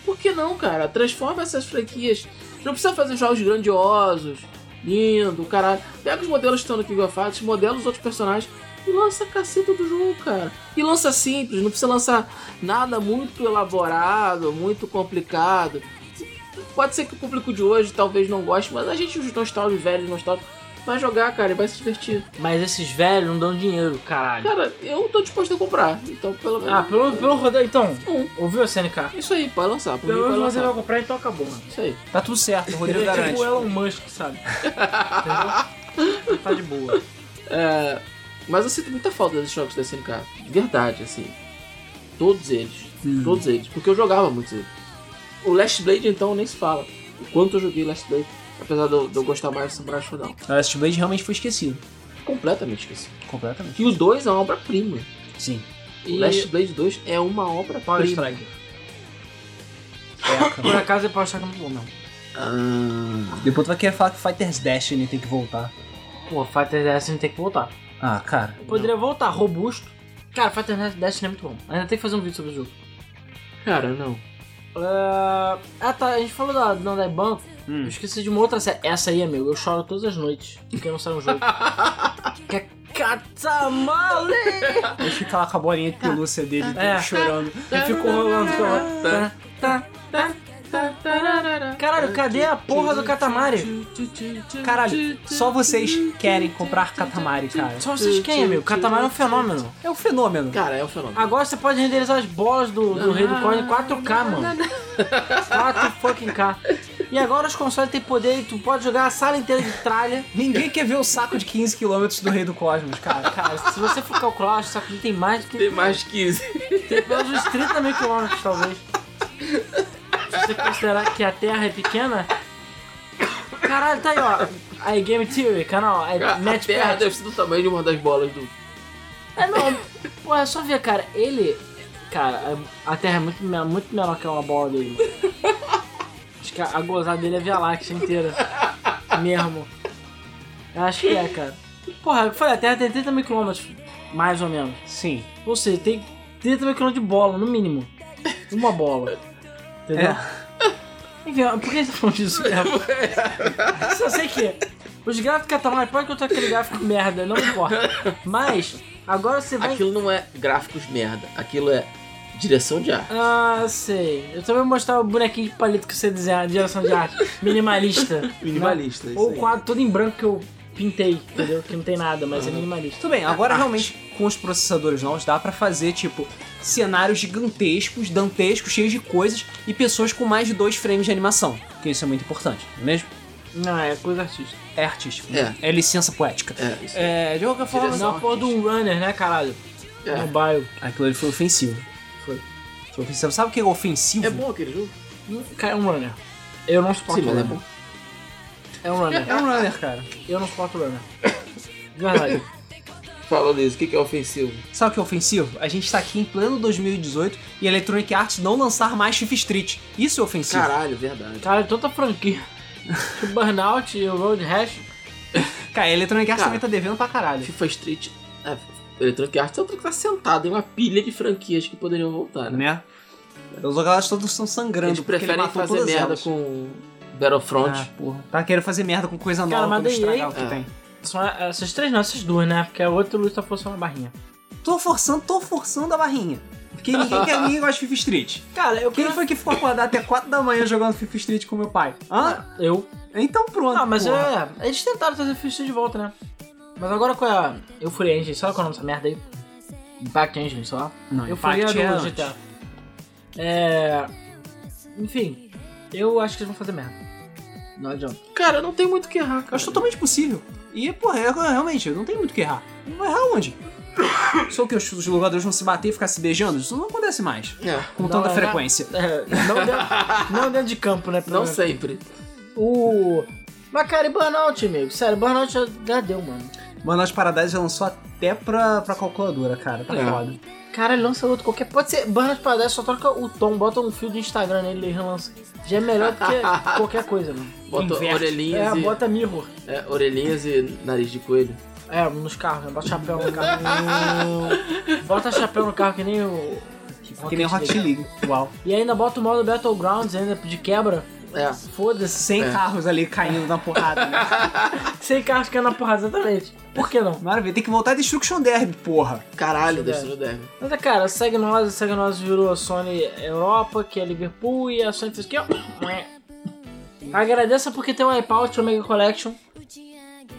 [SPEAKER 2] Por que não, cara? Transforma essas franquias. Não precisa fazer jogos grandiosos, lindo, caralho. Pega os modelos que estão no King of Fighters, modela os outros personagens e lança a caceta do jogo, cara. E lança simples, não precisa lançar nada muito elaborado, muito complicado. Pode ser que o público de hoje talvez não goste, mas a gente, os nostálgicos, velhos, nostálgicos, vai jogar, cara, e vai se divertir.
[SPEAKER 3] Mas esses velhos não dão dinheiro, caralho.
[SPEAKER 2] Cara, eu tô disposto a comprar, então pelo menos...
[SPEAKER 3] Ah, pelo, pelo rodar. Então,
[SPEAKER 2] Um.
[SPEAKER 3] ouviu a CNK?
[SPEAKER 2] Isso aí, pode lançar. Por mim,
[SPEAKER 3] Pelo
[SPEAKER 2] pode
[SPEAKER 3] menos você vai
[SPEAKER 2] lançar.
[SPEAKER 3] comprar, então acabou, mano.
[SPEAKER 2] Isso aí.
[SPEAKER 1] Tá tudo certo, o
[SPEAKER 3] Ele
[SPEAKER 1] Rodrigo
[SPEAKER 3] é
[SPEAKER 1] garante.
[SPEAKER 3] tipo o Elon Musk, sabe? Entendeu? tá de boa.
[SPEAKER 2] É, mas eu sinto muita falta desses jogos da SNK. De verdade, assim. Todos eles. Todos eles. Porque eu jogava muito eles. O Last Blade, então, nem se fala. O quanto eu joguei Last Blade. Apesar de eu, de eu gostar mais do Samurai Shodown.
[SPEAKER 1] O Last Blade realmente foi esquecido.
[SPEAKER 2] Completamente esquecido.
[SPEAKER 1] Completamente.
[SPEAKER 2] E o 2 é uma obra-prima.
[SPEAKER 1] Sim.
[SPEAKER 2] O Last Blade 2 é uma
[SPEAKER 3] Power
[SPEAKER 2] obra-prima.
[SPEAKER 3] Strike.
[SPEAKER 1] Peca.
[SPEAKER 3] Por acaso é Power Strike muito bom, não.
[SPEAKER 2] Ah,
[SPEAKER 1] Depois tu vai querer falar que Fighters Destiny tem que voltar.
[SPEAKER 3] Pô, Fighter Destiny tem que voltar.
[SPEAKER 1] Ah, cara.
[SPEAKER 3] Poderia voltar, robusto. Cara, Fighter Destiny é muito bom. Ainda tem que fazer um vídeo sobre o jogo.
[SPEAKER 2] cara, não.
[SPEAKER 3] Ah, ah, tá, a gente falou da Nandai Banco.
[SPEAKER 1] Hum.
[SPEAKER 3] Eu esqueci de uma outra série. Essa aí, amigo, eu choro todas as noites porque não sai um jogo. que é Katamale!
[SPEAKER 1] Ele fica lá com a bolinha de pelúcia dele
[SPEAKER 3] É.
[SPEAKER 1] chorando.
[SPEAKER 3] Eu fico rolando com ela. Tá, tá, tá, Caralho, cadê a porra do Katamari?
[SPEAKER 1] Caralho, só vocês querem comprar Katamari, cara.
[SPEAKER 3] Só vocês quem, amigo? Katamari é um fenômeno.
[SPEAKER 1] É um fenômeno.
[SPEAKER 2] Cara, é um fenômeno.
[SPEAKER 3] Agora você pode renderizar as bolas do, do Rei do Cone em 4K, mano. 4 fucking K. E agora os consoles têm poder e tu pode jogar a sala inteira de tralha.
[SPEAKER 1] Ninguém quer ver o saco de 15km do Rei do Cosmos, cara.
[SPEAKER 3] Cara, se você for calcular, acho que saco tem mais do que
[SPEAKER 2] Tem mais de 15.
[SPEAKER 3] Tem pelo menos uns 30 mil quilômetros, talvez. Se você considerar que a Terra é pequena. Caralho, tá aí, ó. Aí, Game Theory, canal. é Aí,
[SPEAKER 2] A, a
[SPEAKER 3] Match
[SPEAKER 2] terra
[SPEAKER 3] Patch.
[SPEAKER 2] deve ser do tamanho de uma das bolas do.
[SPEAKER 3] É, não. Pô, é só ver, cara. Ele. Cara, a Terra é muito, me- muito menor que uma bola dele. mano. Acho que a, a gozada dele é a Via Láctea inteira. Mesmo. Eu acho que é, cara. Porra, eu falei, a Terra tem 30 mil quilômetros, mais ou menos.
[SPEAKER 1] Sim.
[SPEAKER 3] Ou seja, tem 30 mil quilômetros de bola, no mínimo. Uma bola. Entendeu? Enfim, por que você tá falando disso?
[SPEAKER 2] é?
[SPEAKER 3] Eu Só sei que os gráficos Catamari, pode que tá eu tô aquele gráfico merda, não importa. Mas, agora você vai.
[SPEAKER 2] Aquilo não é gráficos merda. Aquilo é direção de arte.
[SPEAKER 3] Ah, sei. Eu também vou mostrar o bonequinho de palito que você desenha, de direção de arte. Minimalista. né?
[SPEAKER 2] Minimalista, isso
[SPEAKER 3] Ou o
[SPEAKER 2] aí.
[SPEAKER 3] quadro todo em branco que eu pintei, entendeu? Que não tem nada, mas é minimalista.
[SPEAKER 1] Tudo bem, agora
[SPEAKER 2] Arte.
[SPEAKER 1] realmente com os processadores novos dá pra fazer, tipo, cenários gigantescos, dantescos, cheios de coisas e pessoas com mais de dois frames de animação. Porque isso é muito importante, não é mesmo?
[SPEAKER 3] Não, é coisa artística.
[SPEAKER 1] É artístico.
[SPEAKER 2] É.
[SPEAKER 1] É licença poética.
[SPEAKER 2] É, isso.
[SPEAKER 1] É, de qualquer forma,
[SPEAKER 2] Direção.
[SPEAKER 3] Não, a porra do runner, né, caralho?
[SPEAKER 2] É.
[SPEAKER 3] Mobile.
[SPEAKER 1] aquilo ali foi ofensivo.
[SPEAKER 3] Foi.
[SPEAKER 1] Foi ofensivo. Sabe o que é ofensivo?
[SPEAKER 2] É bom aquele jogo?
[SPEAKER 3] Cara, é um runner. Eu não suporto
[SPEAKER 2] Sim, mas é
[SPEAKER 3] runner.
[SPEAKER 2] bom.
[SPEAKER 3] É um runner.
[SPEAKER 1] É um runner, cara.
[SPEAKER 3] Eu não suporto runner. De verdade.
[SPEAKER 2] Falando isso, o que que é ofensivo?
[SPEAKER 1] Sabe o que é ofensivo? A gente tá aqui em pleno 2018 e a Electronic Arts não lançar mais Chief Street. Isso é ofensivo.
[SPEAKER 2] Caralho, verdade.
[SPEAKER 3] Cara, é tanta franquia. O Burnout e o Road Rash.
[SPEAKER 1] Cara, a Electronic Arts
[SPEAKER 2] Cara.
[SPEAKER 1] também tá devendo pra caralho.
[SPEAKER 2] FIFA Street. É, Electronic Arts é outra que tá sentada em uma pilha de franquias que poderiam voltar, né?
[SPEAKER 1] Né? Os jogadores todos estão sangrando.
[SPEAKER 2] Eles
[SPEAKER 1] porque ele
[SPEAKER 2] preferem
[SPEAKER 1] matou
[SPEAKER 2] fazer
[SPEAKER 1] todas
[SPEAKER 2] merda
[SPEAKER 1] elas.
[SPEAKER 2] com Battlefront.
[SPEAKER 1] Ah, porra. Tá querendo fazer merda com coisa nova
[SPEAKER 3] Cara, mas
[SPEAKER 1] pra não
[SPEAKER 3] daí-
[SPEAKER 1] estragar o que
[SPEAKER 2] É.
[SPEAKER 1] tem.
[SPEAKER 3] São essas três, não, essas duas, né? Porque a outra luta fosse uma barrinha.
[SPEAKER 1] Tô forçando, tô forçando a barrinha. Porque ninguém quer ninguém gosta de FIFA Street.
[SPEAKER 3] Cara, eu
[SPEAKER 1] Quem
[SPEAKER 3] queria.
[SPEAKER 1] foi que ficou acordado até 4 da manhã jogando FIFA Street com meu pai? Hã?
[SPEAKER 3] Eu.
[SPEAKER 1] Então pronto.
[SPEAKER 3] Ah, mas
[SPEAKER 1] porra.
[SPEAKER 3] é. Eles tentaram trazer o Fist de volta, né? Mas agora com a Euphoria Engine, sabe qual é o nome dessa merda aí? Impact Engine, sei lá.
[SPEAKER 1] Não,
[SPEAKER 3] Eu fui a
[SPEAKER 1] Impact é
[SPEAKER 3] do
[SPEAKER 1] antes.
[SPEAKER 3] GTA. É. Enfim, eu acho que eles vão fazer merda. Não adianta.
[SPEAKER 2] Cara, não tem muito o que errar, cara.
[SPEAKER 1] Acho totalmente possível. E, porra, é, realmente, não tem muito o que errar. Não vai errar onde? Só que os os jogadores vão se bater e ficar se beijando? Isso não acontece mais.
[SPEAKER 2] É,
[SPEAKER 1] Com
[SPEAKER 3] Não,
[SPEAKER 1] tanta
[SPEAKER 3] é-
[SPEAKER 1] frequência.
[SPEAKER 3] É, não, dentro, não dentro de campo, né? pelo
[SPEAKER 1] É.
[SPEAKER 2] não
[SPEAKER 3] menos.
[SPEAKER 2] sempre.
[SPEAKER 3] O. Mas, cara, e Burnout, amigo? Sério, Burnout já, já deu, mano.
[SPEAKER 1] Mano, as paradas já lançou até pra, pra calculadora, cara. Tá
[SPEAKER 2] É.
[SPEAKER 1] foda.
[SPEAKER 3] Cara, ele lança outro qualquer. Pode ser Burnout Paradise, só troca o tom, bota um fio do Instagram nele e relança. Já é melhor do que qualquer coisa, mano.
[SPEAKER 2] Bota
[SPEAKER 1] Inverte.
[SPEAKER 2] orelhinhas
[SPEAKER 3] É,
[SPEAKER 2] e.
[SPEAKER 3] bota mirror.
[SPEAKER 2] é, orelhinhas e nariz de coelho.
[SPEAKER 3] É, nos carros, né? Bota chapéu no carro. bota chapéu no carro que nem o.
[SPEAKER 1] que nem Hot
[SPEAKER 3] League.
[SPEAKER 1] League. Uau.
[SPEAKER 3] E ainda bota o modo Battlegrounds ainda de quebra.
[SPEAKER 2] É.
[SPEAKER 3] Foda-se.
[SPEAKER 1] 100
[SPEAKER 2] É.
[SPEAKER 1] carros ali caindo na porrada, né?
[SPEAKER 3] Sem carros que é na porrada, exatamente. Por que não?
[SPEAKER 1] Maravilha. Tem que voltar a Destruction Derby, porra.
[SPEAKER 2] Caralho,
[SPEAKER 3] Isso é
[SPEAKER 2] Destino Derby.
[SPEAKER 3] Mas, cara, a Sega Nós, a Sega Nós virou a Sony Europa, que é Liverpool, e a Sony fez aqui, ó. Ué. Agradeça porque tem um o iPod Omega Collection,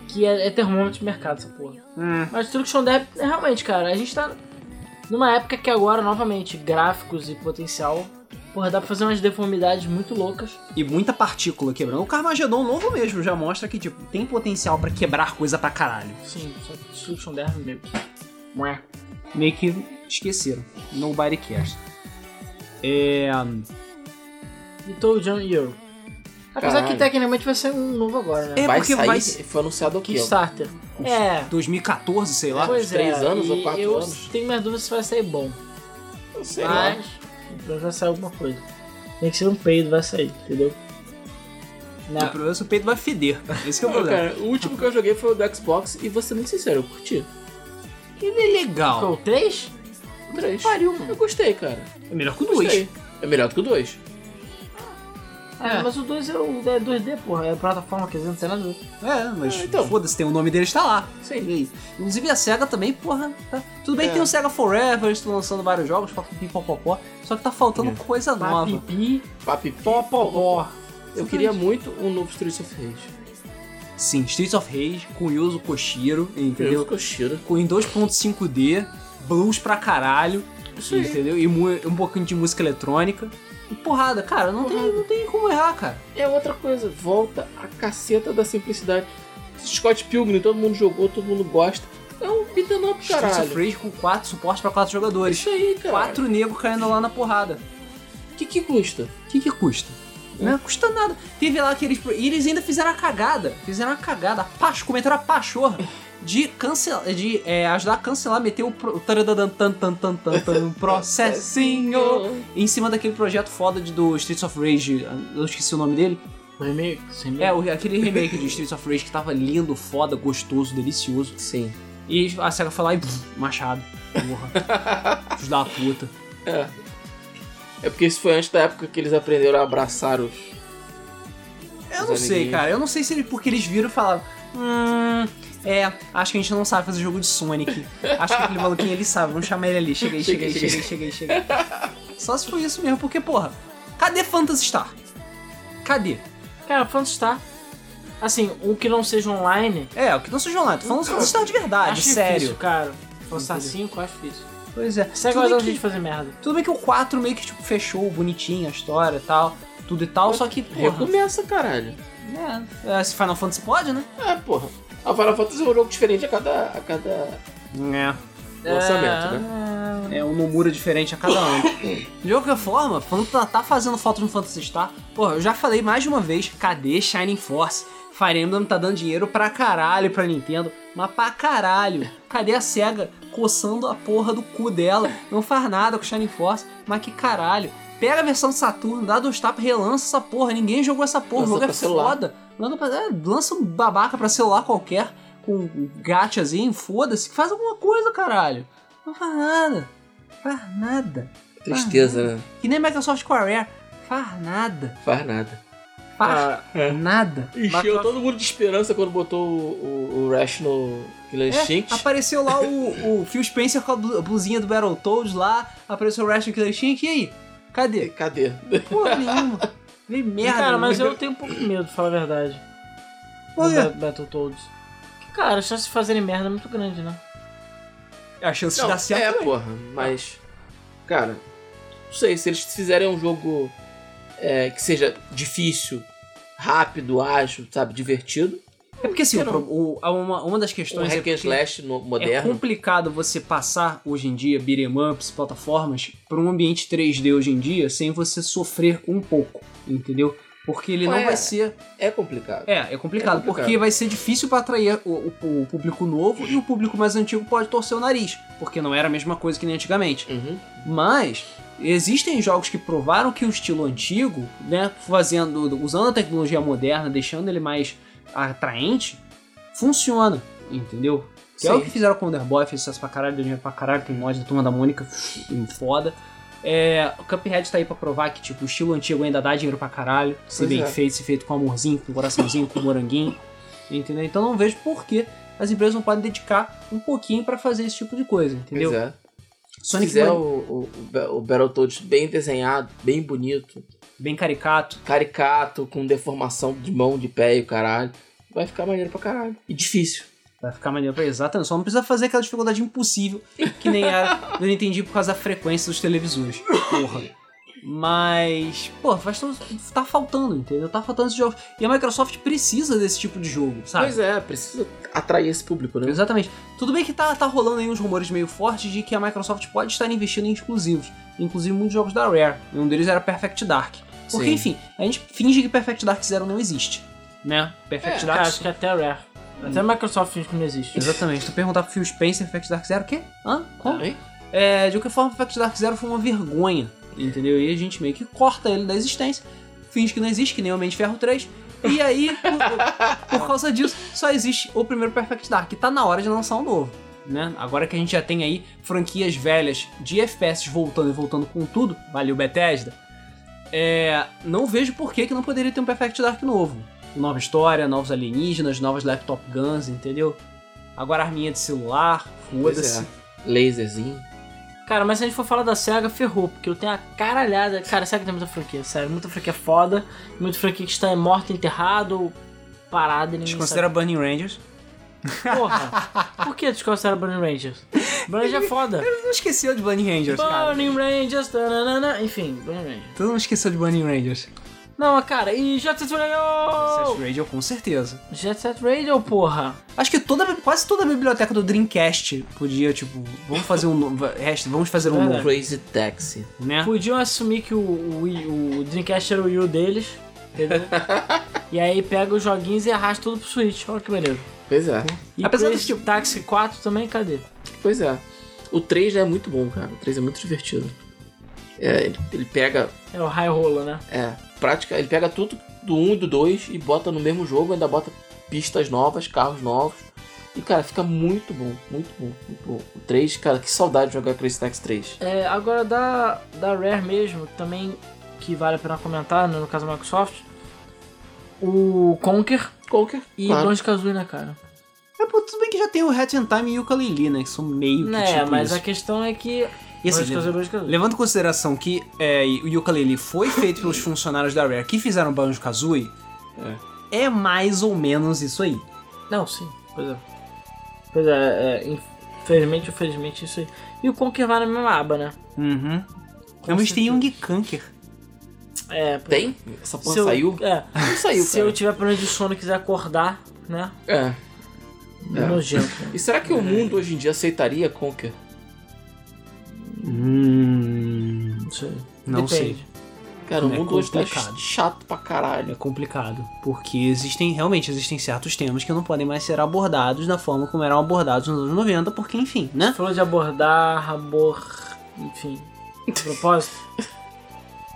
[SPEAKER 3] que é, é termômetro de mercado, essa porra.
[SPEAKER 1] Hum.
[SPEAKER 3] Mas Destruction Derby, é, realmente, cara, a gente tá numa época que agora, novamente, gráficos e potencial, porra, dá pra fazer umas deformidades muito loucas.
[SPEAKER 1] E muita partícula quebrando. O Carmageddon novo mesmo já mostra que, tipo, tem potencial pra quebrar coisa pra caralho.
[SPEAKER 3] Sim, só que é Destruction Derby meio que... Ué.
[SPEAKER 1] meio que esqueceram. Nobody cares. É.
[SPEAKER 3] E Toe Jam Euro. Apesar
[SPEAKER 2] Caralho.
[SPEAKER 3] que, tecnicamente, vai ser um novo agora, né?
[SPEAKER 1] É
[SPEAKER 2] vai
[SPEAKER 1] porque
[SPEAKER 2] sair,
[SPEAKER 1] vai-
[SPEAKER 2] foi anunciado aqui, ó.
[SPEAKER 3] Kickstarter. É...
[SPEAKER 1] 2014, sei lá.
[SPEAKER 3] Pois
[SPEAKER 2] uns três
[SPEAKER 3] é,
[SPEAKER 2] anos
[SPEAKER 3] e
[SPEAKER 2] ou quatro
[SPEAKER 3] eu
[SPEAKER 2] anos.
[SPEAKER 3] tenho minhas dúvidas se vai sair bom.
[SPEAKER 2] Eu sei lá.
[SPEAKER 3] mas pelo menos vai sair alguma coisa. Nem que seja um peido, vai sair, entendeu?
[SPEAKER 1] O
[SPEAKER 3] Na-
[SPEAKER 1] problema é que o peito vai feder. Esse que é o
[SPEAKER 2] Não,
[SPEAKER 1] problema.
[SPEAKER 2] cara, o último que eu joguei foi o do Xbox e vou ser muito sincero, eu curti.
[SPEAKER 1] Ele é legal.
[SPEAKER 2] Então,
[SPEAKER 3] Ou três?
[SPEAKER 2] O três.
[SPEAKER 3] Pariu, mano.
[SPEAKER 2] Eu gostei, cara.
[SPEAKER 1] É melhor que o
[SPEAKER 2] Gostei.
[SPEAKER 1] 2.
[SPEAKER 2] É melhor do que o 2.
[SPEAKER 3] Ah,
[SPEAKER 2] É.
[SPEAKER 3] Mas o 2 é, o- é 2D, porra. É plataforma, quer dizer, não tem nada a ver.
[SPEAKER 1] É, mas
[SPEAKER 2] Ah, então.
[SPEAKER 1] foda-se, tem o nome deles tá lá.
[SPEAKER 2] Sim.
[SPEAKER 1] E aí? Inclusive a SEGA também, porra, tá. Tudo bem
[SPEAKER 2] É.
[SPEAKER 1] que tem o SEGA Forever, eles estão lançando vários jogos, papipi, popopó, só que tá faltando
[SPEAKER 2] É.
[SPEAKER 1] coisa nova.
[SPEAKER 3] Papipi,
[SPEAKER 2] Papi
[SPEAKER 3] popopó.
[SPEAKER 2] Eu queria muito um novo Streets of Rage.
[SPEAKER 1] Sim, Streets of Rage, com Yuzo Koshiro,
[SPEAKER 2] Eu
[SPEAKER 1] entendeu?
[SPEAKER 2] cocheiro.
[SPEAKER 1] Com em 2.5D, blues pra caralho,
[SPEAKER 2] Isso aí.
[SPEAKER 1] entendeu? E mu- um pouquinho de música eletrônica. E porrada, cara, não, Tem,
[SPEAKER 2] Porrada.
[SPEAKER 1] não tem como errar, cara.
[SPEAKER 2] É outra coisa, volta a caceta da simplicidade. Scott Pilgrim, todo mundo jogou, todo mundo gosta. É um beat'em up,
[SPEAKER 1] Streets of
[SPEAKER 2] caralho.
[SPEAKER 1] Rage com quatro suporte pra quatro jogadores.
[SPEAKER 2] Isso aí, cara.
[SPEAKER 1] Quatro negros caindo lá na porrada.
[SPEAKER 2] O que que custa?
[SPEAKER 1] O que, que custa? Não custa nada. Teve lá aqueles. pro- E eles ainda fizeram a cagada. Fizeram a cagada. A pacho, comentaram a pachorra de cancelar. De é, ajudar a cancelar, meter o. Pro, taradadan, tan, tan, tan, tan, tan, um processinho. Em cima daquele projeto foda de, do Streets of Rage. Eu esqueci o nome dele.
[SPEAKER 3] Remake, sem
[SPEAKER 1] É, o- aquele remake de Streets of Rage que tava lindo, foda, gostoso, delicioso.
[SPEAKER 2] Sim.
[SPEAKER 1] E a SEGA foi lá e. pff, Machado. Porra. Filhos da puta.
[SPEAKER 2] É. É porque isso foi antes da época que eles aprenderam a abraçar os.
[SPEAKER 1] Eu
[SPEAKER 2] Os
[SPEAKER 1] não sei,
[SPEAKER 2] amiguinhos.
[SPEAKER 1] cara. Eu não sei se ele, porque eles viram e falaram. Hum, é, acho que a gente não sabe fazer jogo de Sonic. Acho que aquele maluquinho ele sabe, vamos chamar ele ali. Chega aí, chega aí,
[SPEAKER 2] Chega aí,
[SPEAKER 1] chega aí, chega aí, chega aí. Só se foi isso mesmo, porque, porra, cadê Phantasy Star? Cadê?
[SPEAKER 3] Cara, Phantasy Star. Assim, o que não seja online.
[SPEAKER 1] É, o que não seja online, tô falando Phantasy Star de verdade,
[SPEAKER 3] acho
[SPEAKER 1] sério.
[SPEAKER 3] difícil, cara. Phantasy Star
[SPEAKER 1] Entendeu?
[SPEAKER 3] 5, acho difícil.
[SPEAKER 1] Pois é.
[SPEAKER 3] Segue
[SPEAKER 1] tudo,
[SPEAKER 3] mais um
[SPEAKER 1] bem
[SPEAKER 3] jeito de
[SPEAKER 1] que,
[SPEAKER 3] fazer merda.
[SPEAKER 1] tudo bem que o 4 meio que tipo, fechou bonitinho a história e tal, tudo e tal, só que, porra,
[SPEAKER 2] Recomeça, caralho.
[SPEAKER 1] é, é, se Final Fantasy pode, né?
[SPEAKER 2] É, porra. A Final Fantasy é um jogo diferente a cada. a cada
[SPEAKER 1] É.
[SPEAKER 2] lançamento, né?
[SPEAKER 3] né?
[SPEAKER 1] É um Nomura diferente a cada um. ano. De qualquer forma, falando que ela tá fazendo foto no Phantasy Star, porra, eu já falei mais de uma vez, cadê Shining Force? Fire Emblem tá dando dinheiro pra caralho pra Nintendo, mas pra caralho. Cadê a SEGA coçando a porra do cu dela? Não faz nada com Shining Force, mas que caralho. Pega a versão do Saturno, dá dois tapas, relança essa porra. Ninguém jogou essa porra, o
[SPEAKER 2] Lança
[SPEAKER 1] jogo é
[SPEAKER 2] pra celular.
[SPEAKER 1] foda. Lança, pra- é, lança um babaca pra celular qualquer, com um gachazinho, foda-se. Faz alguma coisa, caralho. Não faz nada. Faz nada.
[SPEAKER 2] Tristeza, né?
[SPEAKER 1] Que nem Microsoft com a Rare. Faz nada.
[SPEAKER 2] Faz nada.
[SPEAKER 1] Faz
[SPEAKER 2] é.
[SPEAKER 1] nada.
[SPEAKER 2] Encheu todo mundo de esperança quando botou o, o, o Rash no Killer
[SPEAKER 1] É,
[SPEAKER 2] Instinct.
[SPEAKER 1] apareceu lá o, o Phil Spencer com a blu- a blusinha do Battletoads lá. Apareceu o Rash Killer Instinct. E aí? Cadê?
[SPEAKER 2] Cadê?
[SPEAKER 1] Porra nenhuma. Vem merda.
[SPEAKER 3] Cara, mas
[SPEAKER 1] nenhuma.
[SPEAKER 3] eu tenho um pouco de medo, falar a verdade.
[SPEAKER 1] Por quê?
[SPEAKER 3] Do Ba- Battletoads. Porque, Cara, a chance de fazerem merda é muito grande, né?
[SPEAKER 1] A chance
[SPEAKER 2] Não,
[SPEAKER 1] de dar certo. né?
[SPEAKER 2] é, porra, mas. Cara, não sei, se eles fizerem um jogo é, que seja difícil, rápido, ágil, sabe, divertido.
[SPEAKER 1] É porque assim,
[SPEAKER 2] Por
[SPEAKER 1] o,
[SPEAKER 2] que
[SPEAKER 1] pro- o- a- uma, uma das
[SPEAKER 2] Um
[SPEAKER 1] questões é,
[SPEAKER 2] hack and
[SPEAKER 1] porque
[SPEAKER 2] slash no-
[SPEAKER 1] é
[SPEAKER 2] moderno.
[SPEAKER 1] complicado você passar hoje em dia beat'em ups, plataformas, para um ambiente 3D hoje em dia sem você sofrer um pouco, entendeu? Porque ele não
[SPEAKER 2] Ué.
[SPEAKER 1] vai ser.
[SPEAKER 2] É, complicado.
[SPEAKER 1] É, é complicado,
[SPEAKER 2] É complicado.
[SPEAKER 1] porque vai ser difícil para atrair o, o- o público novo e o público mais antigo pode torcer o nariz, porque não era a mesma coisa que nem antigamente.
[SPEAKER 2] Uhum.
[SPEAKER 1] Mas existem jogos que provaram que o estilo antigo, né, fazendo, usando a tecnologia moderna, deixando ele mais atraente, funciona, entendeu? Que é o
[SPEAKER 2] Sim.
[SPEAKER 1] que fizeram com o Wonderboy, fez sucesso pra caralho, deu dinheiro pra caralho, tem mod da Turma da Mônica, foda. É, o Cuphead tá aí pra provar que, tipo, o estilo antigo ainda dá dinheiro pra caralho, se
[SPEAKER 2] Pois
[SPEAKER 1] bem
[SPEAKER 2] é.
[SPEAKER 1] feito, se feito com amorzinho, com coraçãozinho, com moranguinho, entendeu? Então não vejo por que as empresas não podem dedicar um pouquinho pra fazer esse tipo de coisa, entendeu?
[SPEAKER 2] Pois é. Se
[SPEAKER 1] Sonic
[SPEAKER 2] fizer
[SPEAKER 1] Mania-
[SPEAKER 2] o, o, o Ba- o Battletoads bem desenhado, bem bonito,
[SPEAKER 1] bem caricato.
[SPEAKER 2] caricato, com deformação de mão, de pé e o caralho, vai ficar maneiro pra caralho. E difícil.
[SPEAKER 1] Vai ficar maneiro pra exatamente. Só não precisa fazer aquela dificuldade impossível que nem era do Nintendo por causa da frequência dos televisores. Porra. Mas, pô, faz todo- tá faltando, entendeu? Tá faltando esses jogos. E a Microsoft precisa desse tipo de jogo, sabe?
[SPEAKER 2] Pois é, precisa atrair esse público, né?
[SPEAKER 1] Exatamente. Tudo bem que tá, tá rolando aí uns rumores meio fortes de que a Microsoft pode estar investindo em exclusivos, inclusive muitos jogos da Rare. E um deles era Perfect Dark. Porque,
[SPEAKER 2] Sim.
[SPEAKER 1] enfim, a gente finge que Perfect Dark Zero não existe, né? Perfect
[SPEAKER 2] É,
[SPEAKER 1] Dark
[SPEAKER 3] Cara, acho que até a Rare. Até a Microsoft finge que não existe.
[SPEAKER 1] Exatamente. Tu perguntar pro Phil Spencer, Fact Dark Zero, o quê? Hã? Como?
[SPEAKER 2] Hein?
[SPEAKER 1] É, de qualquer forma, Fact Dark Zero foi uma vergonha, entendeu? E a gente meio que corta ele da existência, finge que não existe, que nem o Homem de Ferro 3. E aí, por, por causa disso, só existe o primeiro Perfect Dark. E tá na hora de lançar um novo, né? Agora que a gente já tem aí franquias velhas de FPS voltando e voltando com tudo, valeu Bethesda. É, não vejo por que, que não poderia ter um Perfect Dark novo. Nova história, novos alienígenas, novas laptop guns, entendeu? Agora arminha de celular,
[SPEAKER 2] Pois
[SPEAKER 1] foda-se.
[SPEAKER 2] é. Laserzinho.
[SPEAKER 3] Cara, mas se a gente for falar da SEGA, ferrou, porque eu tenho a caralhada. Cara, a SEGA tem muita franquia, sério. Muita franquia foda, muita franquia que está morta, enterrada ou parada. e Ninguém
[SPEAKER 1] Desconsidera Burning Rangers.
[SPEAKER 3] sabe. Porra, por que desconsidera Burning Rangers? Burning Rangers é foda.
[SPEAKER 1] Tu não esqueceu de Burning Rangers, cara.
[SPEAKER 3] Burning Rangers, tananana, enfim, Burning Rangers.
[SPEAKER 1] Tu não esqueceu de Burning Rangers.
[SPEAKER 3] Não, mas cara, e Jet Set
[SPEAKER 1] Oh.
[SPEAKER 3] Radio!
[SPEAKER 1] Radio, com certeza.
[SPEAKER 3] Jet Set Radio, porra.
[SPEAKER 1] Acho que toda, quase toda a biblioteca do Dreamcast podia, tipo, vamos fazer um novo. resto, Vamos fazer um
[SPEAKER 3] Verdade.
[SPEAKER 1] novo,
[SPEAKER 2] Crazy Taxi.
[SPEAKER 1] né?
[SPEAKER 3] Podiam assumir que o, o, Wii- o Dreamcast era o Wii U deles, entendeu? e aí pega os joguinhos e arrasta tudo pro Switch, olha que maneiro.
[SPEAKER 2] Pois é.
[SPEAKER 3] E
[SPEAKER 1] Apesar
[SPEAKER 3] Crazy
[SPEAKER 1] desse tipo-
[SPEAKER 3] Taxi 4 também, cadê?
[SPEAKER 2] Pois é. O 3 é muito bom, cara. O 3 é muito divertido. É, ele, ele pega.
[SPEAKER 3] É o High Roller, né?
[SPEAKER 2] É, prática. Ele pega tudo do 1 e do 2 e bota no mesmo jogo, ainda bota pistas novas, carros novos. E, cara, fica muito bom, muito bom, muito bom. O 3, cara, que saudade de jogar Crazy Taxi 3.
[SPEAKER 3] É, agora da, da Rare mesmo, também que vale a pena comentar, né, no caso da Microsoft, o Conker
[SPEAKER 2] Qualquer.
[SPEAKER 3] e
[SPEAKER 2] claro.
[SPEAKER 3] Banjo Kazooie, né, cara?
[SPEAKER 1] É, pô, tudo bem que já tem o Hat in Time e o Yooka-Laylee, né? Que são meio que
[SPEAKER 3] É,
[SPEAKER 1] tipo
[SPEAKER 3] mas
[SPEAKER 1] isso.
[SPEAKER 3] a questão é que.
[SPEAKER 1] E assim,
[SPEAKER 3] Banjo Kazooie, Banjo Kazooie.
[SPEAKER 1] Levando em consideração que é, o Yooka-Laylee foi feito pelos funcionários da Rare que fizeram Banjo-Kazooie, é. mais ou menos isso aí.
[SPEAKER 3] Não, sim, pois é. Pois é, é, infelizmente, infelizmente, isso aí. E o Conker vai na mesma aba, né?
[SPEAKER 1] Uhum.
[SPEAKER 3] Com
[SPEAKER 1] Não, mas tem
[SPEAKER 3] certeza.
[SPEAKER 1] Young Kanker.
[SPEAKER 3] É, pois-
[SPEAKER 2] Tem? Essa porra
[SPEAKER 3] se eu-
[SPEAKER 2] saiu?
[SPEAKER 3] É,
[SPEAKER 2] Não saiu,
[SPEAKER 3] se
[SPEAKER 2] cara.
[SPEAKER 3] eu tiver problema de sono e quiser acordar, né?
[SPEAKER 2] É.
[SPEAKER 3] É.
[SPEAKER 2] É.
[SPEAKER 3] Nojento.
[SPEAKER 2] E será que o mundo hoje em dia aceitaria Conker?
[SPEAKER 1] Hum.
[SPEAKER 3] Não sei.
[SPEAKER 1] Não
[SPEAKER 3] Depende.
[SPEAKER 1] sei.
[SPEAKER 2] Cara, o
[SPEAKER 1] É
[SPEAKER 2] mundo hoje tá
[SPEAKER 1] complicado.
[SPEAKER 2] ch- chato pra
[SPEAKER 1] É
[SPEAKER 2] caralho.
[SPEAKER 1] complicado. Porque existem, realmente, existem certos temas que não podem mais ser abordados da forma como eram abordados nos anos 90, porque, enfim, né?
[SPEAKER 3] Falou de abordar, abor... Enfim. Propósito.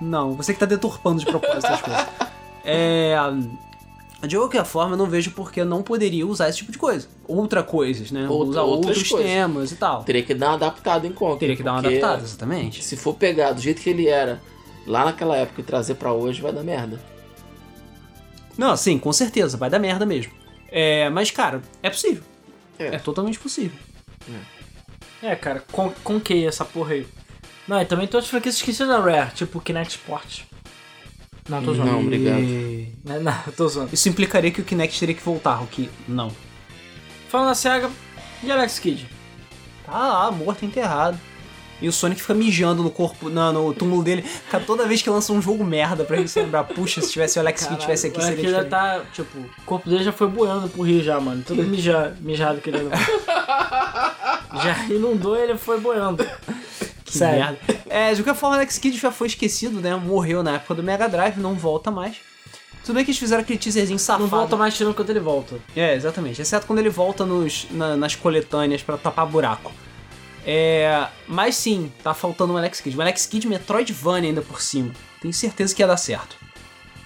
[SPEAKER 1] Não, você que tá deturpando de propósito as coisas. É. De qualquer forma, eu não vejo por que não poderia usar esse tipo de coisa. Outra coisas, né?
[SPEAKER 2] Outra-
[SPEAKER 1] usar
[SPEAKER 2] outras
[SPEAKER 1] outros
[SPEAKER 2] coisas.
[SPEAKER 1] temas e tal.
[SPEAKER 2] Teria que dar uma adaptada em Conker.
[SPEAKER 1] Teria que dar uma
[SPEAKER 2] porque
[SPEAKER 1] adaptada, exatamente.
[SPEAKER 2] Se for pegar do jeito que ele era lá naquela época e trazer pra hoje, vai dar merda.
[SPEAKER 1] Não, sim, com certeza, vai dar merda mesmo. É, mas, cara, é possível.
[SPEAKER 2] É.
[SPEAKER 1] É, totalmente possível.
[SPEAKER 3] É, cara, con conquei essa porra aí. Não, e também todas as franquias esquecidas da Rare, tipo Kinect Sport. Não, tô zoando.
[SPEAKER 2] Não, obrigado.
[SPEAKER 1] E-
[SPEAKER 3] Não, não tô zoando.
[SPEAKER 1] Isso implicaria que o Kinect teria que voltar, o que não.
[SPEAKER 3] Falando da SEGA, e Alex Kidd?
[SPEAKER 1] Tá lá, morto, enterrado. E o Sonic fica mijando no corpo, na- no túmulo dele. Cara, toda vez que lança um jogo merda pra ele se lembrar, puxa, se tivesse o Alex Kidd tivesse aqui,
[SPEAKER 3] Caralho,
[SPEAKER 1] seria
[SPEAKER 3] o Alex Kidd já
[SPEAKER 1] diferente.
[SPEAKER 3] tá, tipo, o corpo dele já foi boiando pro rio já, mano. Todo mijar, mijado que ele levou. Já inundou ele foi boiando.
[SPEAKER 1] Que merda. É, de qualquer forma, o Alex Kidd já foi esquecido, né? Morreu na época do Mega Drive, não volta mais. Tudo bem que eles fizeram aquele teaserzinho safado.
[SPEAKER 3] Não volta mais tirando quando ele volta.
[SPEAKER 1] É, exatamente. Exceto quando ele volta nos- na- nas coletâneas pra tapar buraco. É, mas sim, tá faltando um Alex Kidd. Um Alex Kidd Metroidvania ainda por cima. Tenho certeza que ia dar certo.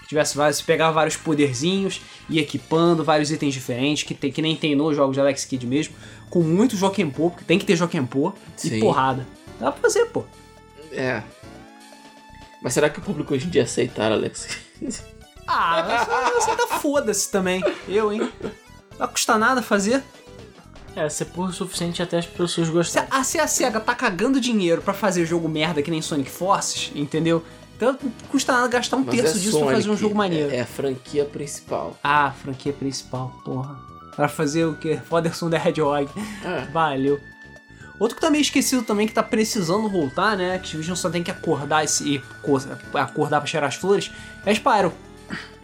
[SPEAKER 1] Que Tivesse vários, se pegar vários poderzinhos, ir equipando vários itens diferentes, que, tem, que nem tem nos jogos de Alex Kidd mesmo, com muito Jokenpô, porque tem que ter Jokenpô
[SPEAKER 2] Sim.
[SPEAKER 1] e porrada. Dá pra fazer, pô.
[SPEAKER 2] É. Mas será que o público hoje em dia aceitar, Alex?
[SPEAKER 1] Ah, mas você tá foda-se também. Eu, hein? Não vai custar nada fazer.
[SPEAKER 3] É, ser porra o suficiente até as pessoas
[SPEAKER 1] Se
[SPEAKER 3] gostarem.
[SPEAKER 1] a, se a SEGA tá cagando dinheiro pra fazer jogo merda que nem Sonic Forces, entendeu? Então custa nada gastar um
[SPEAKER 2] Mas
[SPEAKER 1] terço
[SPEAKER 2] é
[SPEAKER 1] disso
[SPEAKER 2] Sonic,
[SPEAKER 1] pra fazer um jogo maneiro.
[SPEAKER 2] É, é a franquia principal.
[SPEAKER 1] Ah, franquia principal, porra. Pra fazer o quê? Foderson da Red Hedgehog. Ah.
[SPEAKER 2] É.
[SPEAKER 1] Valeu. Outro que tá meio esquecido também, que tá precisando voltar, né? Que Activision só tem que acordar esse, e co- acordar pra cheirar as flores, é Spyro.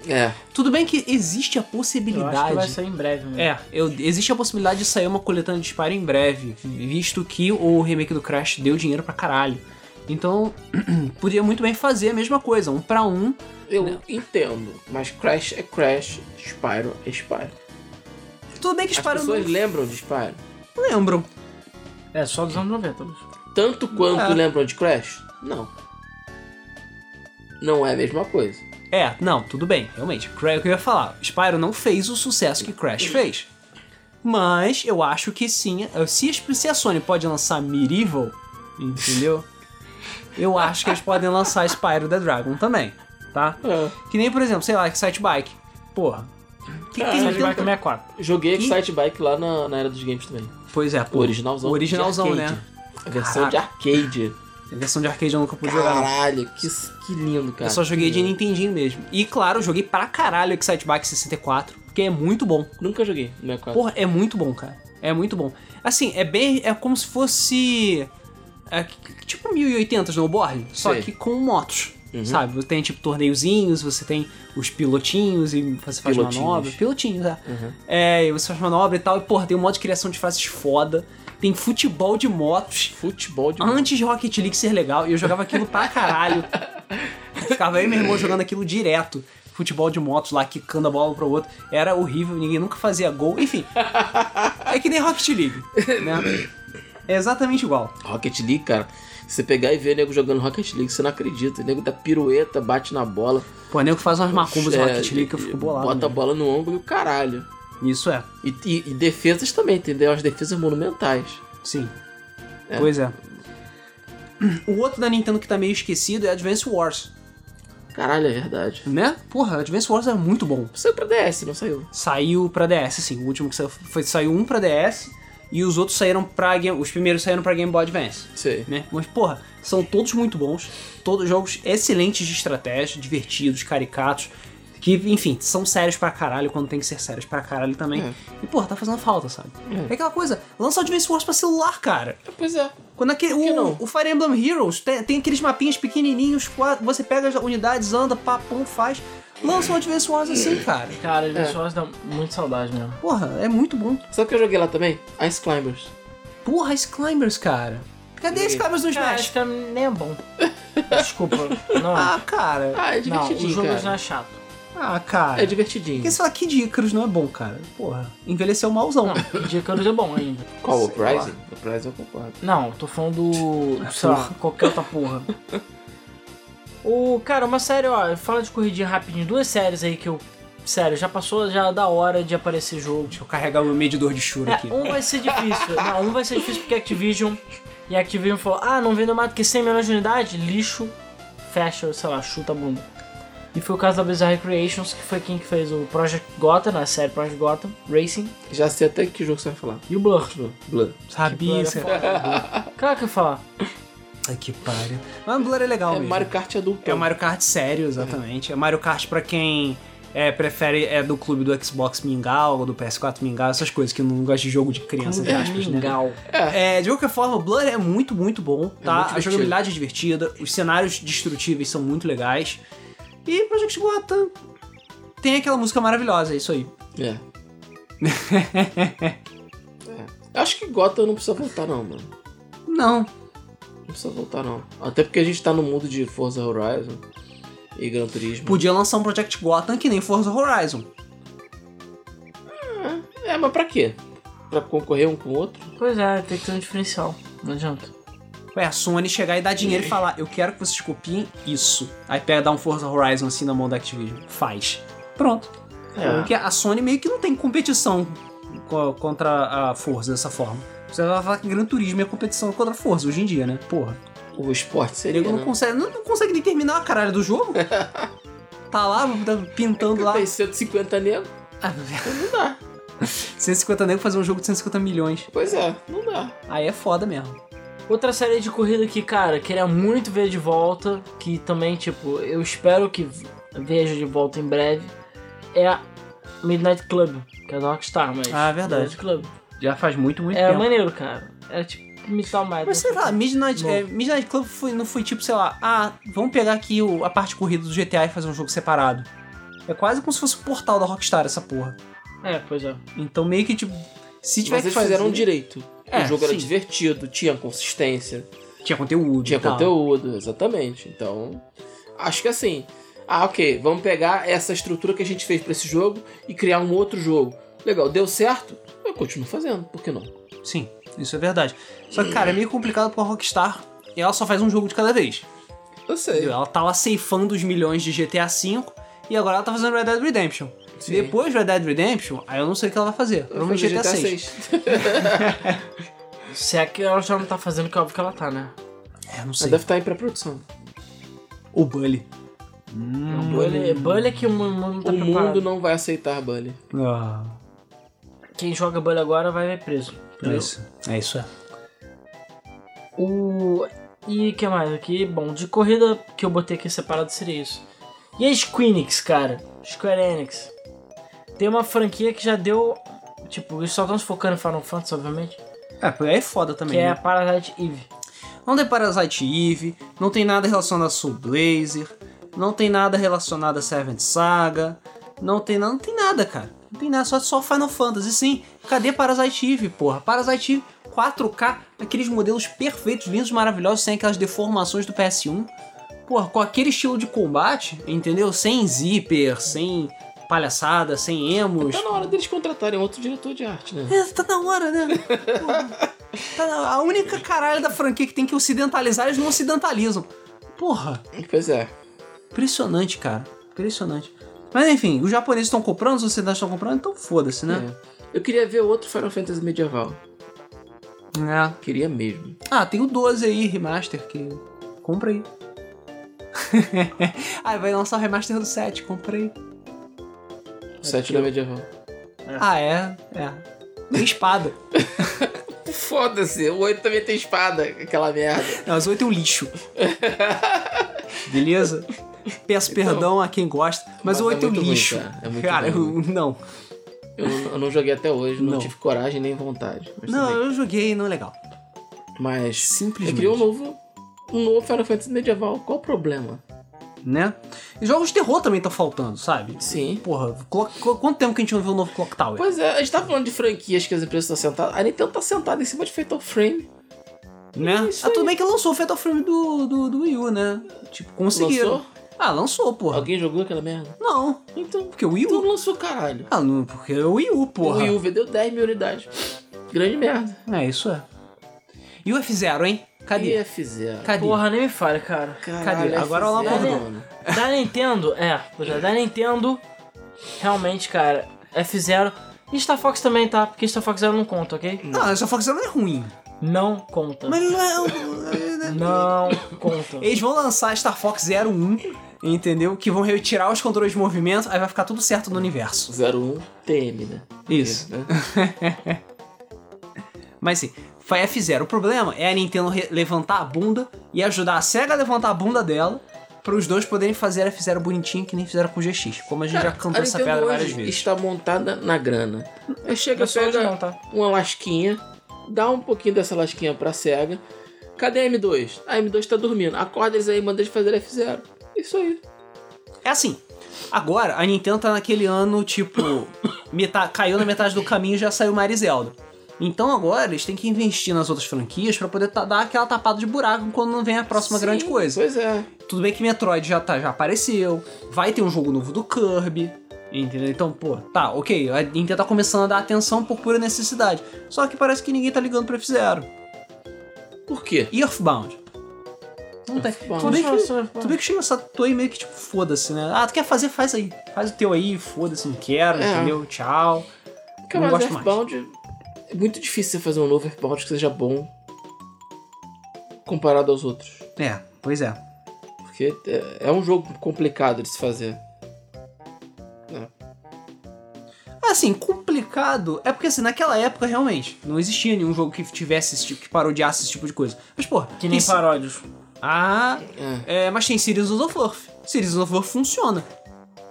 [SPEAKER 2] É.
[SPEAKER 1] Tudo bem que existe a
[SPEAKER 3] Eu acho que vai
[SPEAKER 1] possibilidade.
[SPEAKER 3] sair em breve, mano.
[SPEAKER 1] É, eu- existe a possibilidade de sair uma coletânea de Spyro em breve, visto que o remake do Crash deu dinheiro pra caralho. Então, podia muito bem fazer a mesma coisa, um pra um.
[SPEAKER 2] Eu entendo, mas Crash é Crash, Spyro é Spyro.
[SPEAKER 1] Tudo bem que
[SPEAKER 2] As
[SPEAKER 1] Spyro
[SPEAKER 2] pessoas
[SPEAKER 1] não
[SPEAKER 2] lembram de Spyro.
[SPEAKER 1] lembram.
[SPEAKER 3] É, só dos anos 90, Luiz.
[SPEAKER 2] Tanto quanto
[SPEAKER 1] É.
[SPEAKER 2] lembram de Crash? Não. Não é a mesma coisa.
[SPEAKER 1] É, não, tudo bem, realmente. Cra- É o que eu ia falar. Spyro não fez o sucesso que Crash fez. Mas eu acho que sim. Se a- se a Sony pode lançar Medieval, entendeu? Eu acho que eles podem lançar Spyro the Dragon também. tá?
[SPEAKER 2] É.
[SPEAKER 1] Que nem, por exemplo, sei lá, Excite Bike.
[SPEAKER 3] Porra.
[SPEAKER 1] Que
[SPEAKER 2] É,
[SPEAKER 1] tem
[SPEAKER 3] Side Bike
[SPEAKER 1] tanto-
[SPEAKER 3] 64.
[SPEAKER 2] Joguei Excite Bike lá na, na era dos games também.
[SPEAKER 1] Pois é,
[SPEAKER 2] O
[SPEAKER 1] pô.
[SPEAKER 2] originalzão.
[SPEAKER 1] O originalzão,
[SPEAKER 2] de
[SPEAKER 1] né?
[SPEAKER 2] arcade. A versão de
[SPEAKER 1] Caraca.
[SPEAKER 2] arcade.
[SPEAKER 1] A versão de arcade eu nunca pude jogar, não.
[SPEAKER 2] Caralho, que, que lindo, cara.
[SPEAKER 1] Eu só joguei de Nintendinho mesmo. E claro, eu joguei pra caralho Excite Bike 64, porque é muito bom.
[SPEAKER 2] Nunca joguei né, no 64.
[SPEAKER 1] Porra, é muito bom, cara. É muito bom. Assim, é bem. É como se fosse. é, tipo 1080 snowboard, só
[SPEAKER 2] Sei.
[SPEAKER 1] que com motos.
[SPEAKER 2] Uhum.
[SPEAKER 1] Sabe? Você tem tipo torneiozinhos, você tem os pilotinhos e você faz
[SPEAKER 2] Pilotinhos.
[SPEAKER 1] manobra. Pilotinhos, é.
[SPEAKER 2] Uhum.
[SPEAKER 1] É, e você faz manobra e tal. E, porra, tem um modo de criação de frases foda. Tem futebol de motos.
[SPEAKER 2] Futebol de
[SPEAKER 1] Antes de Rocket League ser legal, eu jogava aquilo pra caralho. Ficava aí meu irmão jogando aquilo direto. Futebol de motos lá, quicando a bola um pro outro. Era horrível, ninguém nunca fazia gol. Enfim, é que nem Rocket League, né? É exatamente igual.
[SPEAKER 2] Rocket League, cara. Você pegar e ver nego jogando Rocket League, você não acredita. O nego dá pirueta, bate na bola.
[SPEAKER 1] Pô, nego faz umas macumbas no
[SPEAKER 2] É,
[SPEAKER 1] Rocket League que eu fico bolado.
[SPEAKER 2] Bota a
[SPEAKER 1] né?
[SPEAKER 2] bola no ombro e o caralho.
[SPEAKER 1] Isso é,
[SPEAKER 2] E, e- e defesas também, entendeu? As defesas monumentais.
[SPEAKER 1] sim.
[SPEAKER 2] É.
[SPEAKER 1] Pois é. O outro da Nintendo que tá meio esquecido é Advance Wars,
[SPEAKER 2] Caralho, é verdade.
[SPEAKER 1] né? Porra, Advance Wars é muito bom.
[SPEAKER 2] Saiu pra DS, não saiu?
[SPEAKER 1] saiu pra DS, sim. O último que saiu foi saiu um pra DS e os outros saíram pra Game, os primeiros saíram pra Game Boy Advance,
[SPEAKER 2] Sei.
[SPEAKER 1] né? Mas porra, são todos muito bons, todos jogos excelentes de estratégia, divertidos, caricatos, que enfim, são sérios pra caralho quando tem que ser sérios pra caralho também.
[SPEAKER 2] É.
[SPEAKER 1] E porra, tá fazendo falta, sabe?
[SPEAKER 2] É.
[SPEAKER 1] É, aquela coisa, lança o Advance Wars pra celular, cara.
[SPEAKER 2] Pois é.
[SPEAKER 1] Quando aquele,
[SPEAKER 2] que
[SPEAKER 1] o,
[SPEAKER 2] não?
[SPEAKER 1] o Fire Emblem Heroes tem, tem aqueles mapinhas pequenininhos, quadro- você pega as unidades, anda, papum, faz. Lança um Advance Wars
[SPEAKER 2] É.
[SPEAKER 1] assim, cara.
[SPEAKER 3] Cara, Advance Wars dá muito saudade mesmo.
[SPEAKER 1] Porra, é muito bom.
[SPEAKER 2] Sabe o que eu joguei lá também? Ice Climbers.
[SPEAKER 1] Porra, Ice Climbers, cara. Cadê Ice Climbers no
[SPEAKER 3] Cara, acho
[SPEAKER 1] Smash?
[SPEAKER 3] que nem é bom. Desculpa. Não,
[SPEAKER 1] Ah, cara.
[SPEAKER 2] Ah, é
[SPEAKER 3] não o
[SPEAKER 2] divertidinho,
[SPEAKER 3] jogo
[SPEAKER 2] cara.
[SPEAKER 3] já é chato.
[SPEAKER 1] Ah, cara.
[SPEAKER 2] É divertidinho.
[SPEAKER 1] Porque sei lá, que de Icarus não é bom, cara. Porra, envelheceu malzão.
[SPEAKER 3] Não, Idicanos é bom ainda.
[SPEAKER 2] Qual? O
[SPEAKER 1] Sei lá.
[SPEAKER 2] Uprising? O Uprising eu concordo.
[SPEAKER 3] Não, tô falando do. sei lá, qualquer outra Tá porra. O, cara, uma série, ó, fala de corridinha rapidinho, duas séries aí que eu. Sério, já passou já da hora de aparecer jogo. tipo,
[SPEAKER 1] Deixa eu carregar o meu medidor de choro
[SPEAKER 3] É,
[SPEAKER 1] aqui.
[SPEAKER 3] um vai ser difícil. Não, um vai ser difícil porque Activision. E Activision falou: ah, não vendo mais do que 100 milhões de unidades? Lixo, fecha, sei lá, chuta a bunda. E foi o caso da Bizarre Recreations, que foi quem que fez o Project Gotham, na série Project Gotham Racing,
[SPEAKER 2] Já sei até que jogo você vai falar.
[SPEAKER 3] e o Blur.
[SPEAKER 2] Blur. Blur.
[SPEAKER 1] Sabia,
[SPEAKER 3] que
[SPEAKER 1] que
[SPEAKER 3] Blur Cara, que eu ia falar?
[SPEAKER 1] que pariu. Mas Blur é legal
[SPEAKER 2] É
[SPEAKER 1] mesmo.
[SPEAKER 2] Mario Kart adulto.
[SPEAKER 1] É o Mario Kart sério, exatamente. É Mario Kart pra quem é, prefere é do clube do Xbox Mingau, ou do PS4 Mingau, essas coisas que não gosta de jogo de criança, entre aspas, né?
[SPEAKER 3] Mingau.
[SPEAKER 1] É, de qualquer forma, Blur é muito, muito bom, tá?
[SPEAKER 2] muito
[SPEAKER 1] a
[SPEAKER 2] divertido.
[SPEAKER 1] jogabilidade é divertida, os cenários destrutíveis são muito legais. E Project Gotham tem aquela música maravilhosa, é isso aí.
[SPEAKER 2] É. É. Eu Acho que Gotham não precisa voltar, não, mano.
[SPEAKER 1] Não,
[SPEAKER 2] Não precisa voltar, não. Até porque a gente tá no mundo de Forza Horizon e Gran Turismo.
[SPEAKER 1] podia lançar um Project Gotham que nem Forza Horizon.
[SPEAKER 2] É, mas pra quê? Pra concorrer um com o outro?
[SPEAKER 3] Pois é, tem que ter um diferencial. Não adianta.
[SPEAKER 1] Ué, a Sony chegar e dar dinheiro e falar, eu quero que vocês copiem isso. Aí pega dar um Forza Horizon assim na mão da Activision. Faz. Pronto.
[SPEAKER 2] É.
[SPEAKER 1] Porque a Sony meio que não tem competição co- contra a Forza dessa forma. Você vai falar que Gran Turismo é competição contra a Forza hoje em dia, né? Porra.
[SPEAKER 2] O esporte seria,
[SPEAKER 1] Nego não
[SPEAKER 2] né?
[SPEAKER 1] consegue, não, não consegue nem terminar a caralho do jogo. tá lá tá pintando lá. Ah, é.
[SPEAKER 2] Tem 150 negros, não dá.
[SPEAKER 1] 150 nego fazer um jogo de 150 milhões.
[SPEAKER 2] Pois é, não dá.
[SPEAKER 1] Aí é foda mesmo.
[SPEAKER 3] Outra série de corrida que, cara, queria muito ver de volta, que também, tipo, eu espero que veja de volta em breve, é a Midnight Club, que é da Rockstar, mas...
[SPEAKER 1] Ah, verdade.
[SPEAKER 3] Midnight Club.
[SPEAKER 1] Já faz muito, muito
[SPEAKER 2] É,
[SPEAKER 3] Era maneiro, cara. Era tipo imitar o Madden.
[SPEAKER 1] Mas sei lá, Midnight,
[SPEAKER 3] Bom.
[SPEAKER 1] é, Midnight Club foi- não foi tipo, sei lá, ah, vamos pegar aqui o- a parte corrida do GTA e fazer um jogo separado. É quase como se fosse o portal da Rockstar essa porra.
[SPEAKER 3] É, pois é.
[SPEAKER 1] Então meio que tipo, se tiver
[SPEAKER 2] Mas
[SPEAKER 1] que
[SPEAKER 2] eles
[SPEAKER 1] fazer,
[SPEAKER 2] fizeram um direito.
[SPEAKER 1] É,
[SPEAKER 2] o jogo era
[SPEAKER 1] sim.
[SPEAKER 2] divertido, tinha consistência.
[SPEAKER 1] tinha conteúdo,
[SPEAKER 2] Tinha
[SPEAKER 1] e tal.
[SPEAKER 2] conteúdo, exatamente. Então, acho que assim. Ah, ok, vamos pegar essa estrutura que a gente fez pra esse jogo e criar um outro jogo. Legal, deu certo? Eu continuo fazendo, por que não?
[SPEAKER 1] Sim, isso é verdade. Só
[SPEAKER 2] Hum.
[SPEAKER 1] que cara, é meio complicado com a Rockstar. E ela só faz um jogo de cada vez.
[SPEAKER 2] Eu sei.
[SPEAKER 1] Entendeu? Ela tá lá ceifando os milhões de GTA V e agora ela tá fazendo Red Dead Redemption.
[SPEAKER 2] Sim.
[SPEAKER 1] Depois do Red Dead Redemption, aí eu não sei o que ela vai fazer. Provavelmente GTA,
[SPEAKER 2] GTA
[SPEAKER 1] 6.
[SPEAKER 2] VI.
[SPEAKER 3] Se é que ela já não tá fazendo, que é óbvio que ela tá, né?
[SPEAKER 1] É, não
[SPEAKER 2] Mas
[SPEAKER 1] sei.
[SPEAKER 2] deve estar em pré-produção.
[SPEAKER 1] O Bully. Hum.
[SPEAKER 3] Bully, Bully é que o mundo não tá
[SPEAKER 2] Então, O
[SPEAKER 3] preparado.
[SPEAKER 2] mundo não vai aceitar Bully.
[SPEAKER 1] Ah,
[SPEAKER 3] Quem joga Bully agora vai preso.
[SPEAKER 1] é isso. É isso, é.
[SPEAKER 3] O. E o que mais aqui? Bom, de corrida que eu botei aqui separado seria isso. E a Squinix, cara? Square Enix. Tem uma franquia que já deu. Tipo, eles só estão se focando em Final Fantasy, obviamente.
[SPEAKER 1] É, porque aí é foda também.
[SPEAKER 3] Que é
[SPEAKER 1] né?
[SPEAKER 3] a Parasite Eve.
[SPEAKER 1] Não tem Parasite Eve, não tem nada relacionado a Soul Blazer, não tem nada relacionado a Servant Saga, não tem, não tem nada, cara. Não tem nada, só, só Final Fantasy. Sim, cadê Parasite Eve, porra? Parasite Eve 4K, aqueles modelos perfeitos, lindos, maravilhosos, sem aquelas deformações do PS1. Porra, com aquele estilo de combate, entendeu? Sem zíper, sem palhaçada, sem emos.
[SPEAKER 2] Tá na hora deles contratarem outro diretor de arte, né?
[SPEAKER 1] É, tá na hora, né? Porra. Tá na- A única caralho da franquia que tem que ocidentalizar, eles não ocidentalizam. Porra,
[SPEAKER 2] Pois é.
[SPEAKER 1] impressionante, cara. Impressionante. Mas enfim, os japoneses estão comprando, os ocidentais estão comprando, então foda-se, né?
[SPEAKER 2] É. Eu queria ver outro Final Fantasy medieval.
[SPEAKER 1] É.
[SPEAKER 2] Queria mesmo.
[SPEAKER 1] Ah, tem o 12 aí, remaster, que... Compra aí. ah, vai lançar o remaster do 7, compra aí.
[SPEAKER 2] O set da medieval.
[SPEAKER 1] Ah, é? É. Tem espada.
[SPEAKER 2] Foda-se, o 8 também tem espada, aquela merda.
[SPEAKER 1] Não, as 8 é um lixo. Beleza? Peço perdão a quem gosta, mas,
[SPEAKER 2] Então,
[SPEAKER 1] o 8 é
[SPEAKER 2] Mas é
[SPEAKER 1] um
[SPEAKER 2] muito ruim,
[SPEAKER 1] lixo.
[SPEAKER 2] cara. É muito
[SPEAKER 1] cara,
[SPEAKER 2] ruim.
[SPEAKER 1] eu- não.
[SPEAKER 2] Eu, não- eu não joguei até hoje, não,
[SPEAKER 1] Não.
[SPEAKER 2] tive coragem nem vontade. Mas,
[SPEAKER 1] Não,
[SPEAKER 2] tudo bem.
[SPEAKER 1] eu joguei, não é legal.
[SPEAKER 2] mas eu
[SPEAKER 1] Simplesmente.
[SPEAKER 2] queria um novo, um novo Final Fantasy medieval. Qual o problema?
[SPEAKER 1] Né? E jogos de terror também estão faltando, sabe?
[SPEAKER 2] Sim.
[SPEAKER 1] Porra, Clock- Clock- quanto tempo que a gente não viu o novo Clock Tower?
[SPEAKER 2] Pois é, a gente tá falando de franquias que as empresas estão sentadas. A Nintendo tá sentada em cima de Fatal Frame.
[SPEAKER 1] né?
[SPEAKER 2] é, isso
[SPEAKER 1] Ah, tudo bem que lançou o Fatal Frame do, do, do Wii U, né? Tipo, conseguiram.
[SPEAKER 2] Lançou?
[SPEAKER 1] Ah, lançou, porra.
[SPEAKER 2] Alguém jogou aquela merda?
[SPEAKER 1] Não,
[SPEAKER 2] Então,
[SPEAKER 1] porque o Wii
[SPEAKER 2] então
[SPEAKER 1] U.
[SPEAKER 2] lançou caralho.
[SPEAKER 1] Ah, não, porque é o Wii U, porra.
[SPEAKER 2] O Wii U vendeu 10 mil unidades. Grande merda.
[SPEAKER 1] É, isso é. E o F0, hein? Cadê?
[SPEAKER 2] E F0.
[SPEAKER 1] Cadê?
[SPEAKER 3] Porra, nem me fale, cara.
[SPEAKER 1] cadê? Agora o Alan
[SPEAKER 2] F0,
[SPEAKER 1] acordou.
[SPEAKER 2] mano.
[SPEAKER 3] Da Nintendo, é, pois é, da Nintendo, realmente, cara, F0. E Star Fox também tá, porque Star Fox Zero não conta, ok?
[SPEAKER 1] Não, essa Fox Zero não é ruim.
[SPEAKER 3] Não conta.
[SPEAKER 1] Mas não é.
[SPEAKER 3] Não conta.
[SPEAKER 1] Eles vão lançar Star Fox 01, entendeu? Que vão retirar os controles de movimento, aí vai ficar tudo certo no universo.
[SPEAKER 2] 01 TM, né?
[SPEAKER 1] Isso.
[SPEAKER 2] Né?
[SPEAKER 1] Mas sim, foi F0. O problema é a Nintendo re- levantar a bunda e ajudar a SEGA a levantar a bunda dela para os dois poderem fazer F0 bonitinho que nem fizeram com o GX. Como a gente já cantou
[SPEAKER 2] A
[SPEAKER 1] essa
[SPEAKER 2] Nintendo
[SPEAKER 1] pedra
[SPEAKER 2] hoje
[SPEAKER 1] várias vezes.
[SPEAKER 2] está montada na grana. Aí chega,
[SPEAKER 3] Não sou hoje
[SPEAKER 2] pega
[SPEAKER 3] não, tá?
[SPEAKER 2] uma lasquinha, dá um pouquinho dessa lasquinha pra SEGA. Cadê a M2? A M2 tá dormindo. Acorda eles aí, manda eles fazer F0. Isso aí.
[SPEAKER 1] É assim, agora a Nintendo tá naquele ano, tipo, meta- caiu na metade do caminho e já saiu Mario e Zelda. Então agora eles têm que investir nas outras franquias pra poder ta- dar aquela tapada de buraco quando não vem a próxima
[SPEAKER 2] Sim,
[SPEAKER 1] grande coisa.
[SPEAKER 2] Pois é.
[SPEAKER 1] Tudo bem que Metroid já, tá, já apareceu, vai ter um jogo novo do Kirby, entendeu? Então, pô, tá, ok, a Nintendo tá começando a dar atenção por pura necessidade. Só que parece que ninguém tá ligando pra F-Zero.
[SPEAKER 2] Por quê?
[SPEAKER 1] E Earthbound? Não tem.
[SPEAKER 2] Earthbound.
[SPEAKER 1] Tudo bem
[SPEAKER 3] Não,
[SPEAKER 1] que,
[SPEAKER 3] só Earthbound.
[SPEAKER 1] tudo bem que chega essa toa e meio que tipo, foda-se, né? Ah, tu quer fazer? Faz aí. Faz o teu aí, foda-se, não quero,
[SPEAKER 2] É.
[SPEAKER 1] entendeu? Tchau.
[SPEAKER 2] Cara, mas
[SPEAKER 1] gosto mais.
[SPEAKER 2] Earthbound é muito difícil você fazer um novo Earthbound que seja bom comparado aos outros.
[SPEAKER 1] É, pois é.
[SPEAKER 2] Porque é- é um jogo complicado de se fazer.
[SPEAKER 1] Assim, complicado é porque assim, naquela época realmente não existia nenhum jogo que tivesse esse tipo, que parodiasse esse tipo de coisa. Mas, porra,
[SPEAKER 3] Que nem
[SPEAKER 1] isso-
[SPEAKER 3] paródios.
[SPEAKER 1] Ah,
[SPEAKER 2] É.
[SPEAKER 1] É, mas tem Series of Earth. Series of Earth funciona.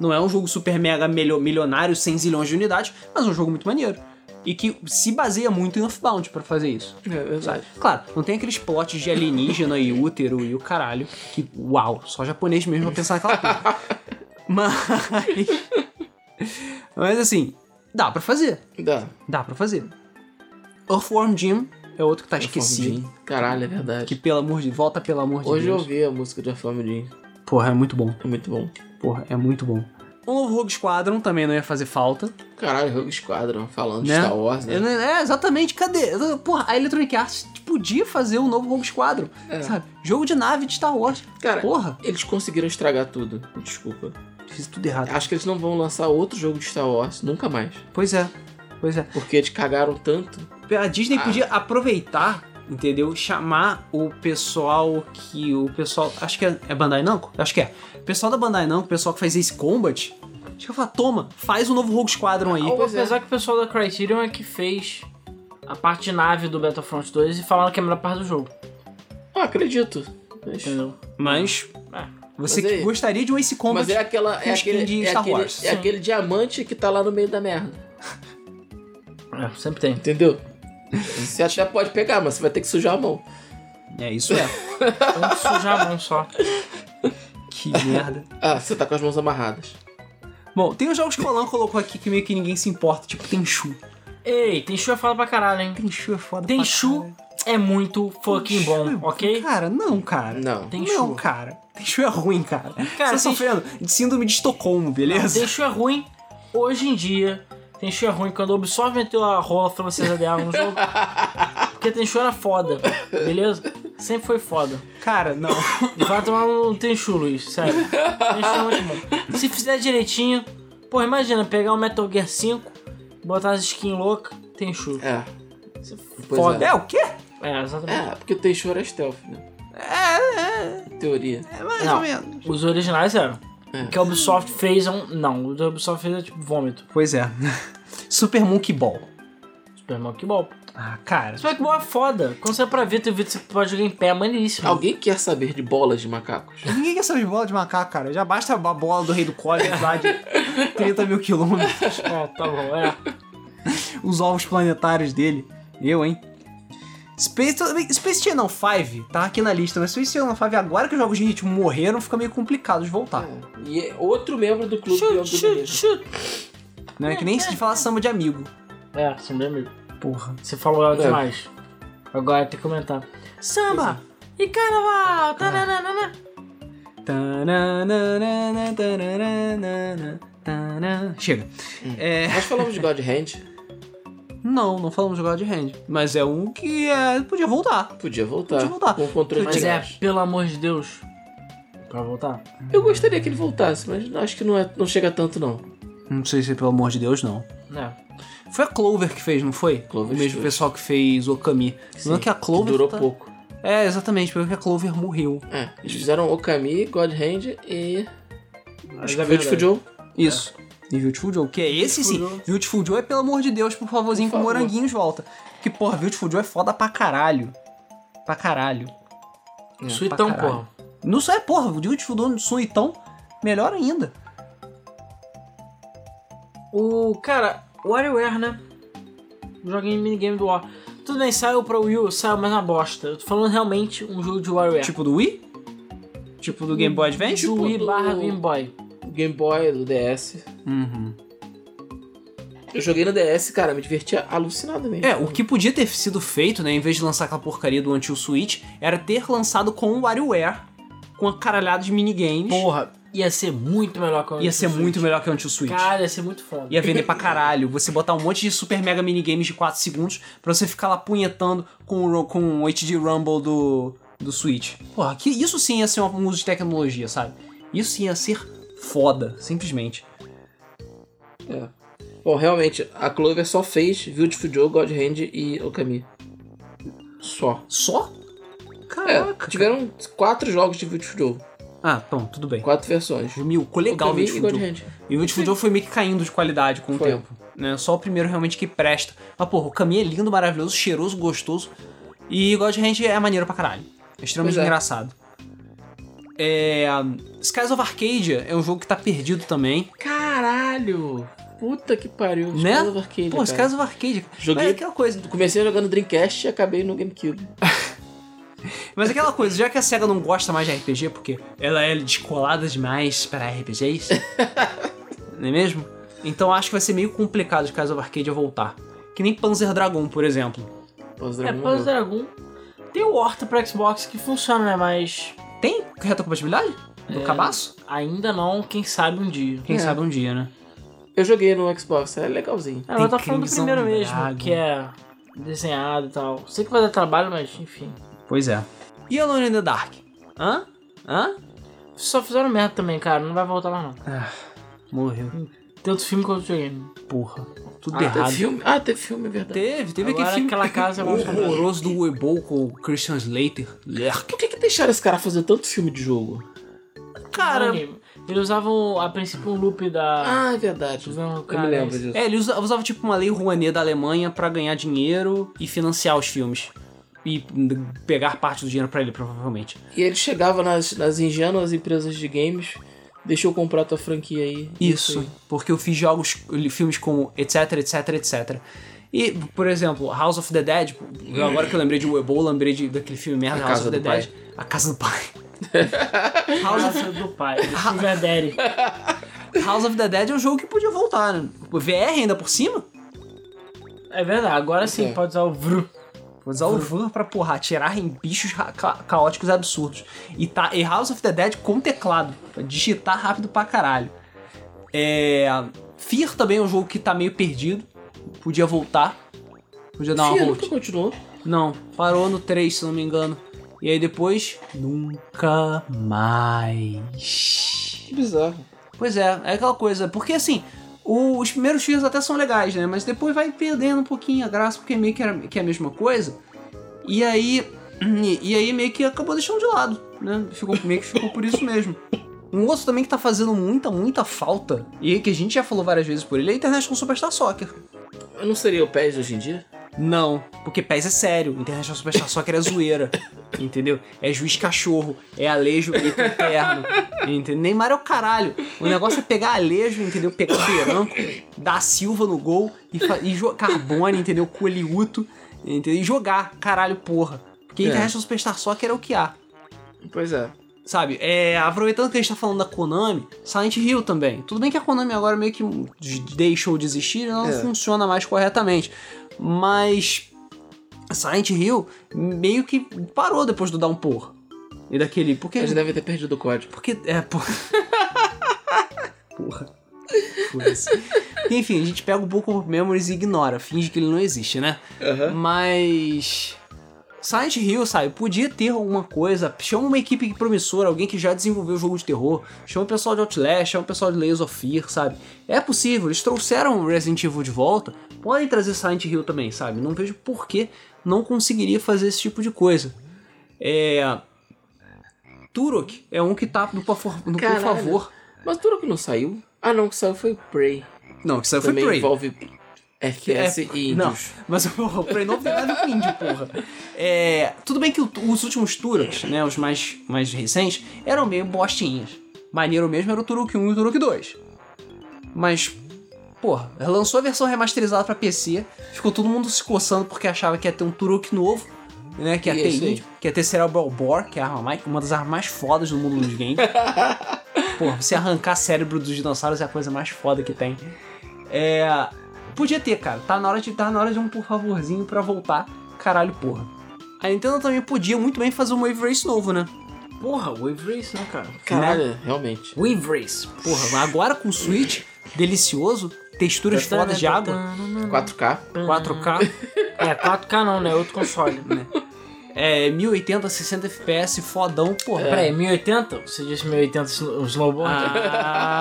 [SPEAKER 1] Não é um jogo super mega milho- milionário, 100 zilhões de unidades, mas é um jogo muito maneiro. E que se baseia muito em Earthbound pra fazer isso.
[SPEAKER 2] É verdade.
[SPEAKER 1] Claro, não tem aqueles plots de alienígena e útero e o caralho, que uau, só japonês mesmo pra pensar naquela coisa. Mas. Mas assim, dá pra fazer.
[SPEAKER 2] Dá.
[SPEAKER 1] Dá pra fazer. Earthworm Jim é outro que tá esquecido.
[SPEAKER 2] Esqueci. Caralho, é verdade.
[SPEAKER 1] Que pelo amor de. Volta pelo amor de
[SPEAKER 2] Hoje eu
[SPEAKER 1] Deus.
[SPEAKER 2] ouvi a música de Aflame Jean.
[SPEAKER 1] Porra, é muito bom.
[SPEAKER 2] É muito bom.
[SPEAKER 1] Porra, é muito bom. Um novo Rogue Squadron também não ia fazer falta,
[SPEAKER 2] Caralho, Rogue Squadron, falando
[SPEAKER 1] né?
[SPEAKER 2] de Star Wars, né?
[SPEAKER 1] Eu não- É, exatamente, cadê? Eu- Porra, a Electronic Arts podia fazer um novo Rogue Squadron,
[SPEAKER 2] É.
[SPEAKER 1] sabe? Jogo de nave de Star Wars.
[SPEAKER 2] Cara,
[SPEAKER 1] Porra,
[SPEAKER 2] eles conseguiram estragar tudo. Desculpa.
[SPEAKER 1] fiz tudo errado.
[SPEAKER 2] Acho que eles não vão lançar outro jogo de Star Wars nunca mais.
[SPEAKER 1] Pois é, pois é.
[SPEAKER 2] Porque eles cagaram tanto.
[SPEAKER 1] A Disney
[SPEAKER 2] Ah.
[SPEAKER 1] podia aproveitar entendeu? Chamar o pessoal que o pessoal, acho que é, é Bandai Namco, acho que é. O pessoal da Bandai Namco, o pessoal que faz Ace Combat, acho que eu falar, toma, faz o novo Rogue Squadron aí.
[SPEAKER 3] Ou,
[SPEAKER 2] pois é.
[SPEAKER 3] apesar que o pessoal da Criterion é que fez a parte nave do Battlefront 2 e falaram que é a melhor parte do jogo.
[SPEAKER 2] Ah, acredito. Mas,
[SPEAKER 3] Entendeu?
[SPEAKER 1] Mas
[SPEAKER 3] É.
[SPEAKER 1] você
[SPEAKER 2] Mas
[SPEAKER 1] que
[SPEAKER 2] aí-
[SPEAKER 1] gostaria de um Ace Combat?
[SPEAKER 2] mas é aquela.
[SPEAKER 1] com
[SPEAKER 2] É
[SPEAKER 1] skin
[SPEAKER 2] aquele,
[SPEAKER 1] de
[SPEAKER 2] é,
[SPEAKER 1] Star
[SPEAKER 2] aquele,
[SPEAKER 1] Wars.
[SPEAKER 2] é aquele diamante que tá lá no meio da merda.
[SPEAKER 3] É, sempre tem.
[SPEAKER 2] Entendeu? Você até pode pegar, mas você vai ter que sujar a mão.
[SPEAKER 1] É, isso é.
[SPEAKER 3] Tem que sujar a mão é só.
[SPEAKER 1] que merda.
[SPEAKER 2] Ah, você tá com as mãos amarradas.
[SPEAKER 1] Bom, tem os jogos que o Alan colocou aqui que meio que ninguém se importa, tipo Tenchu.
[SPEAKER 3] Ei, Tenchu é foda pra caralho, hein?
[SPEAKER 1] Tenchu é foda. pra
[SPEAKER 3] Tenchu
[SPEAKER 1] caralho.
[SPEAKER 3] é muito fucking
[SPEAKER 1] Tenchu
[SPEAKER 3] bom,
[SPEAKER 1] é-
[SPEAKER 3] ok?
[SPEAKER 1] Cara, não, cara.
[SPEAKER 2] Não.
[SPEAKER 3] Tenchu.
[SPEAKER 1] Não, cara. Tenchu é ruim, cara.
[SPEAKER 3] Cara,
[SPEAKER 1] Você tá
[SPEAKER 3] Tenchu-
[SPEAKER 1] sofrendo de síndrome de Estocolmo, beleza?
[SPEAKER 3] Tenchu é ruim hoje em dia. Tenchu é ruim quando a Ubisoft meteu a rola francesa dela no um jogo. Porque Tenchu era foda, beleza? Sempre foi foda.
[SPEAKER 1] Cara, não.
[SPEAKER 3] Vai tomar um Tenchu, Luiz, sério. Tenchu é muito bom. Se fizer direitinho, pô, imagina pegar um Metal Gear 5, botar as skins loucas, Tenchu.
[SPEAKER 2] É.
[SPEAKER 3] Isso é
[SPEAKER 2] Pois
[SPEAKER 3] foda.
[SPEAKER 1] é o quê?
[SPEAKER 3] É, exatamente.
[SPEAKER 2] É, porque o Teixu era stealth, né?
[SPEAKER 1] É, é,
[SPEAKER 2] Em teoria.
[SPEAKER 1] é mais
[SPEAKER 3] Não.
[SPEAKER 1] ou menos.
[SPEAKER 3] Os originais eram.
[SPEAKER 2] É.
[SPEAKER 3] Que a Ubisoft fez é um. Não, o da Ubisoft fez é tipo vômito.
[SPEAKER 1] Pois é. Super Monkey Ball.
[SPEAKER 3] Super Monkey Ball.
[SPEAKER 1] Ah, cara.
[SPEAKER 3] Super Monkey Ball é foda. Quando você é pra Vita, o Vita você pode jogar em pé, é maneiríssimo.
[SPEAKER 2] Alguém quer saber de bolas de macacos?
[SPEAKER 1] Ninguém quer saber de bola de macaco, cara. Já basta a bola do rei do código lá de 30 mil quilômetros.
[SPEAKER 3] É, tá bom, é.
[SPEAKER 1] os ovos planetários dele. Eu, hein? Space, Space Channel 5 tá aqui na lista, mas Space Channel 5, agora que os jogos de ritmo morreram, fica meio complicado de voltar.
[SPEAKER 2] É. E é outro membro do clube
[SPEAKER 3] Chute,
[SPEAKER 2] do
[SPEAKER 3] chute,
[SPEAKER 2] Beleza.
[SPEAKER 3] chute.
[SPEAKER 1] Não é que nem se falar samba de amigo.
[SPEAKER 3] É, são bem amigos.
[SPEAKER 1] Porra.
[SPEAKER 3] Você falou algo
[SPEAKER 2] É.
[SPEAKER 3] demais. Agora tem que comentar. Samba e carnaval. Tananana.
[SPEAKER 1] Tananana, tananana, tanana. Chega. É,
[SPEAKER 2] Nós falamos de God Hand,
[SPEAKER 1] não, não falamos de God Hand, mas é um que é, podia voltar.
[SPEAKER 2] podia voltar.
[SPEAKER 1] Podia voltar.
[SPEAKER 2] Com o controle
[SPEAKER 3] Mas
[SPEAKER 2] de
[SPEAKER 3] é,
[SPEAKER 2] gás.
[SPEAKER 3] pelo amor de Deus. Pra voltar?
[SPEAKER 2] Eu gostaria que ele voltasse, mas acho que não, é, não chega tanto, não.
[SPEAKER 1] Não sei se é pelo amor de Deus, não.
[SPEAKER 3] É.
[SPEAKER 1] Foi a Clover que fez, não foi?
[SPEAKER 2] Clover
[SPEAKER 1] o mesmo
[SPEAKER 2] Studios.
[SPEAKER 1] pessoal que fez Okami. Não é que a Clover
[SPEAKER 2] durou
[SPEAKER 1] tá-
[SPEAKER 2] pouco.
[SPEAKER 1] É, exatamente, porque a Clover morreu.
[SPEAKER 2] É, eles fizeram Okami, God Hand e.
[SPEAKER 3] Mas é
[SPEAKER 2] Beautiful
[SPEAKER 3] verdade.
[SPEAKER 2] Joe.
[SPEAKER 1] Isso. E Beautiful Joe, que é esse sim.
[SPEAKER 3] Beautiful Joe.
[SPEAKER 1] Beautiful Joe é, pelo amor de Deus, por favorzinho,
[SPEAKER 2] Por
[SPEAKER 1] que o
[SPEAKER 2] favor.
[SPEAKER 1] Moranguinhos volta. Porque, porra, Beautiful Joe é foda pra caralho. Pra caralho. É,
[SPEAKER 3] Suitão,
[SPEAKER 1] pra caralho.
[SPEAKER 3] porra.
[SPEAKER 1] Não só é, porra, o Beautiful Joe no suitão, melhor ainda.
[SPEAKER 3] O cara, o WarioWare, né? Um joguinho de minigame do War. Tudo bem, saiu pra Wii U, saiu, mas é uma bosta. Eu tô falando realmente um jogo de WarioWare.
[SPEAKER 1] Tipo do Wii? Tipo do Game Boy Advance?
[SPEAKER 3] do Wii
[SPEAKER 2] do-
[SPEAKER 3] barra Game Boy.
[SPEAKER 2] Game Boy, do DS.
[SPEAKER 1] Uhum.
[SPEAKER 2] Eu joguei no DS, cara, me divertia alucinadamente.
[SPEAKER 1] É, o que podia ter sido feito, né, em vez de lançar aquela porcaria do Until Switch, era ter lançado com o WarioWare, com a caralhada de minigames.
[SPEAKER 3] Porra, ia ser muito melhor que o
[SPEAKER 1] Ia ser
[SPEAKER 3] Switch.
[SPEAKER 1] muito melhor que o Until Switch.
[SPEAKER 3] Cara, ia ser muito foda.
[SPEAKER 1] Ia vender pra caralho. Você botar um monte de super mega minigames de 4 segundos pra você ficar lá punhetando com o, ro- com o HD Rumble do, do Switch. Porra, que isso sim ia ser uma- um uso de tecnologia, sabe? Isso sim ia ser foda, simplesmente.
[SPEAKER 2] É. Bom, realmente, a Clover só fez Beautiful Joe, God Hand e Okami. Só.
[SPEAKER 1] Só?
[SPEAKER 2] É,
[SPEAKER 1] Caraca.
[SPEAKER 2] tiveram quatro jogos de Beautiful Joe,
[SPEAKER 1] Ah, pronto, tudo bem.
[SPEAKER 2] quatro versões.
[SPEAKER 1] Mil, ficou legal o
[SPEAKER 2] Okami e
[SPEAKER 1] Beautiful
[SPEAKER 2] God
[SPEAKER 1] Joe.
[SPEAKER 2] Hand.
[SPEAKER 1] E o Beautiful Joe foi meio que caindo de qualidade com o
[SPEAKER 2] Foi.
[SPEAKER 1] tempo. Né? Só o primeiro realmente que presta. Mas, porra, o caminho é lindo, maravilhoso, cheiroso, gostoso. E God Hand é maneiro pra caralho. É extremamente
[SPEAKER 2] Pois é.
[SPEAKER 1] engraçado. É, Skies of Arcadia é um jogo que tá perdido também.
[SPEAKER 2] Caralho! Puta que pariu.
[SPEAKER 1] Né?
[SPEAKER 2] Skies of Arcadia,
[SPEAKER 1] Pô,
[SPEAKER 2] cara.
[SPEAKER 1] Skies of Arcadia.
[SPEAKER 2] Joguei-
[SPEAKER 1] Mas é aquela coisa.
[SPEAKER 2] Comecei jogando Dreamcast e acabei no GameCube.
[SPEAKER 1] Mas é aquela coisa, já que a SEGA não gosta mais de RPG, porque ela é descolada demais para RPGs, não é mesmo? Então acho que vai ser meio complicado o Skies of Arcadia voltar. Que nem Panzer Dragon, por exemplo.
[SPEAKER 2] Panzer
[SPEAKER 3] É,
[SPEAKER 2] Dragon
[SPEAKER 3] Panzer
[SPEAKER 2] morreu.
[SPEAKER 3] Dragon. Tem o Horta pra Xbox que funciona, né? Mas
[SPEAKER 1] Tem retrocompatibilidade? Do
[SPEAKER 3] É.
[SPEAKER 1] cabaço?
[SPEAKER 3] ainda não, quem sabe um dia.
[SPEAKER 1] Quem
[SPEAKER 2] É.
[SPEAKER 1] sabe um dia, né?
[SPEAKER 2] Eu joguei no Xbox, é legalzinho.
[SPEAKER 3] É, eu tô
[SPEAKER 1] Tem
[SPEAKER 3] falando do
[SPEAKER 1] Crimson
[SPEAKER 3] primeiro mesmo,
[SPEAKER 1] Dragon.
[SPEAKER 3] que é desenhado e tal. Sei que vai dar trabalho, mas enfim.
[SPEAKER 1] Pois é. E Alone in the Dark? Hã? Hã?
[SPEAKER 3] Só fizeram merda também, cara. Não vai voltar mais não.
[SPEAKER 1] Ah, morreu.
[SPEAKER 3] Tem outro filme com outro videogame. Porra. Tudo
[SPEAKER 2] Ah, teve
[SPEAKER 3] errado.
[SPEAKER 2] filme? Ah, teve filme, é verdade.
[SPEAKER 1] Teve, teve
[SPEAKER 3] Agora
[SPEAKER 1] aquele filme
[SPEAKER 3] aquela casa é lá
[SPEAKER 1] horroroso do Weibo com o Christian Slater. Lerk.
[SPEAKER 2] Por que, que deixaram esse cara fazer tanto filme de jogo?
[SPEAKER 1] Cara,
[SPEAKER 3] Anime. Eles usavam a princípio um loop da.
[SPEAKER 2] Ah, é verdade.
[SPEAKER 3] Não,
[SPEAKER 2] Eu
[SPEAKER 3] cara,
[SPEAKER 2] me lembro
[SPEAKER 3] esse-
[SPEAKER 2] disso.
[SPEAKER 1] é, ele usa- usava, tipo uma lei Rouanet da Alemanha pra ganhar dinheiro e financiar os filmes. E hum, pegar parte do dinheiro pra ele, provavelmente.
[SPEAKER 2] E ele chegava nas, nas ingênuas empresas de games, deixa eu comprar tua franquia aí.
[SPEAKER 1] Isso, porque eu fiz jogos, filmes como etc, etc, etc. E, por exemplo, House of the Dead, agora que eu lembrei de Weibo, lembrei de, daquele filme merda,
[SPEAKER 2] A
[SPEAKER 1] House
[SPEAKER 2] Casa
[SPEAKER 1] of the
[SPEAKER 2] do
[SPEAKER 1] Dead. A Casa do Pai. House of
[SPEAKER 3] Casa do pai. do Sugar Daddy.
[SPEAKER 1] House of the Dead é um jogo que podia voltar, né? O VR ainda por cima?
[SPEAKER 3] É verdade, agora sim
[SPEAKER 2] É.
[SPEAKER 3] pode usar o VRU.
[SPEAKER 1] Vou usar o VAR pra porra, atirar em bichos ra- ca- caóticos absurdos. E, tá, e House of the Dead com teclado, pra digitar rápido pra caralho. É, Fear também é um jogo que tá meio perdido, podia voltar, podia dar uma
[SPEAKER 2] Fia,
[SPEAKER 1] volta.
[SPEAKER 2] nunca continuou.
[SPEAKER 1] Não, parou no 3, se não me engano. E aí depois, nunca mais.
[SPEAKER 2] Que bizarro.
[SPEAKER 1] Pois é, é aquela coisa. Porque assim, o- os primeiros filmes até são legais, né? Mas depois vai perdendo um pouquinho a graça, porque meio que, era, que é a mesma coisa. E aí. E aí meio que acabou deixando de lado, né? Ficou, meio que ficou por isso mesmo. Um outro também que tá fazendo muita, muita falta, e que a gente já falou várias vezes por ele, é International Superstar Soccer.
[SPEAKER 2] Eu não seria o PES hoje em dia?
[SPEAKER 1] Não, porque PES é sério. International Superstar Soccer é zoeira. Entendeu? É juiz cachorro, é alejo e eterno. Entendeu? Neymar é o caralho. O negócio é pegar alejo, entendeu? Pegar peranco, dar a silva no gol e, fa- e jo- carbone, entendeu? Coliuto, entendeu? E jogar, caralho, porra. Porque
[SPEAKER 2] É.
[SPEAKER 1] International Superstar Soccer é o que há.
[SPEAKER 2] Pois é.
[SPEAKER 1] Sabe, é, aproveitando que a gente tá falando da Konami, Silent Hill também. Tudo bem que a Konami agora meio que de- deixou de existir, ela não
[SPEAKER 2] É.
[SPEAKER 1] funciona mais corretamente. Mas Silent Hill meio que parou depois do downpour. E daquele. Porque.
[SPEAKER 2] Eles devem ter perdido o código.
[SPEAKER 1] Porque. É, por... porra. Foda-se. Enfim, a gente pega o Book of Memories e ignora, finge que ele não existe, né?
[SPEAKER 2] Aham.
[SPEAKER 1] Mas. Silent Hill, sabe? Podia ter alguma coisa. Chama uma equipe promissora, alguém que já desenvolveu o jogo de terror. Chama o pessoal de Outlast, chama o pessoal de Layers of Fear, sabe? É possível, eles trouxeram Resident Evil de volta. Podem trazer Silent Hill também, sabe? Não vejo por que não conseguiria fazer esse tipo de coisa. É. Turok é um que tá no, por for- no por
[SPEAKER 2] Caralho.
[SPEAKER 1] favor.
[SPEAKER 2] Mas tudo que não saiu. Ah, não, o que saiu foi o Prey.
[SPEAKER 1] Não, que saiu foi
[SPEAKER 2] Também
[SPEAKER 1] Prey. É
[SPEAKER 2] envolve FPS e
[SPEAKER 1] Não,
[SPEAKER 2] índios.
[SPEAKER 1] mas o Prey não tem nada com índio, porra. É, tudo bem que o- os últimos Turok, né, os mais, mais recentes, eram meio bostinhas. Maneiro mesmo era o Turok 1 e o Turok 2. Mas, porra, lançou a versão remasterizada pra PC, ficou todo mundo se coçando porque achava que ia ter um Turok novo, né, que ia
[SPEAKER 2] E
[SPEAKER 1] ter
[SPEAKER 2] esse aí?
[SPEAKER 1] índio, que ia ter Cerebral Bore, que é a arma mais, uma das armas mais fodas do mundo dos games. Porra, você arrancar cérebro dos dinossauros é a coisa mais foda que tem. É. Podia ter, cara. Tá na hora de, tá na hora de um por favorzinho pra voltar. Caralho, porra. A Nintendo também podia muito bem fazer um Wave Race novo, né?
[SPEAKER 3] Porra, Wave Race, né, cara?
[SPEAKER 2] Caralho, realmente.
[SPEAKER 3] Wave Race.
[SPEAKER 1] Porra, agora com o Switch, delicioso, texturas fodas
[SPEAKER 2] né?
[SPEAKER 1] de água,
[SPEAKER 2] 4K.
[SPEAKER 1] 4K,
[SPEAKER 3] É, 4K não, né? Outro console.
[SPEAKER 1] é, 1080, 60 FPS, fodão,
[SPEAKER 2] É.
[SPEAKER 1] porra.
[SPEAKER 3] Peraí, 1080? Você disse 1080 sno- um snowboard?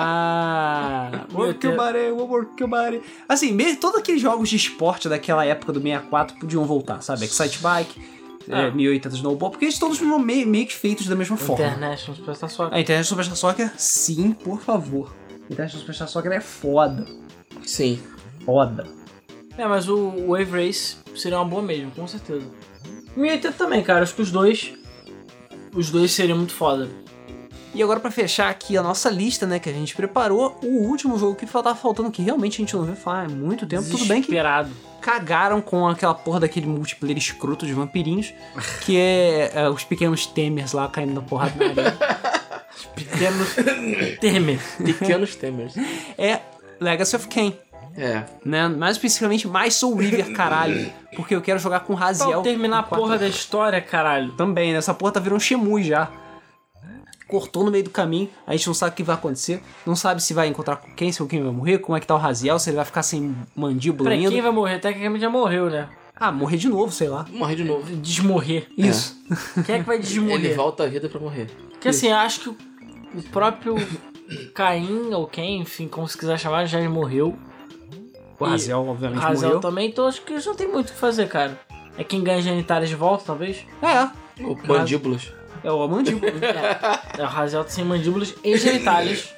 [SPEAKER 1] Ah, work your body, work your body. Assim, mesmo, todos aqueles jogos de esporte daquela época do 64 podiam voltar, sabe? Excite Bike, é,
[SPEAKER 3] Ah.
[SPEAKER 1] 1080 Snowball, porque eles todos meio, meio que feitos da mesma forma.
[SPEAKER 3] International Superstar Soccer.
[SPEAKER 1] A internet do Superstar Soccer, sim, por favor. A internet do Superstar Soccer é foda.
[SPEAKER 2] Sim.
[SPEAKER 1] Foda.
[SPEAKER 3] É, mas o o Wave Race seria uma boa mesmo, com certeza. 1080 também, cara. Acho que os dois... Os dois seriam muito foda.
[SPEAKER 1] E agora pra fechar aqui a nossa lista, né, que a gente preparou, o último jogo que tava faltando, que realmente a gente não viu falar há muito tempo, tudo bem que
[SPEAKER 3] Desesperado.
[SPEAKER 1] cagaram com aquela porra daquele multiplayer escroto de vampirinhos, que é, é, os pequenos temers lá caindo na porrada na areia.
[SPEAKER 3] Pequenos Temer.
[SPEAKER 2] Pequenos Temers.
[SPEAKER 1] É Legacy of Kain,
[SPEAKER 2] É.
[SPEAKER 1] né? Mais especificamente mais Soul River, caralho, porque eu quero jogar com Raziel.
[SPEAKER 3] Pra terminar a
[SPEAKER 1] Quatro-
[SPEAKER 3] porra da história, caralho.
[SPEAKER 1] Também, né? Essa porra tá virando Shemui já. Cortou no meio do caminho, a gente não sabe o que vai acontecer, não sabe se vai encontrar com quem, se alguém vai morrer, como é que tá o Raziel, se ele vai ficar sem mandíbula
[SPEAKER 3] Pra quem
[SPEAKER 1] ainda.
[SPEAKER 3] vai morrer? Tecnicamente já morreu, né?
[SPEAKER 1] Ah, morrer de novo, sei lá.
[SPEAKER 2] Morre de novo.
[SPEAKER 3] Desmorrer.
[SPEAKER 1] Isso.
[SPEAKER 3] Quem é que vai
[SPEAKER 2] Ele
[SPEAKER 3] desmorrer?
[SPEAKER 2] volta à vida pra morrer.
[SPEAKER 3] Porque assim, eu acho que o próprio Caim, ou quem, enfim, como se quiser chamar, já morreu.
[SPEAKER 1] É. O Raziel, obviamente,
[SPEAKER 3] Razel
[SPEAKER 1] morreu.
[SPEAKER 3] também, então acho que eles não tem muito o que fazer, cara. É quem ganha genitárias de volta, talvez.
[SPEAKER 1] É,
[SPEAKER 2] O Mandíbulas.
[SPEAKER 1] é o Mandíbula.
[SPEAKER 3] É, é o Razel tá sem mandíbulas e genitálias.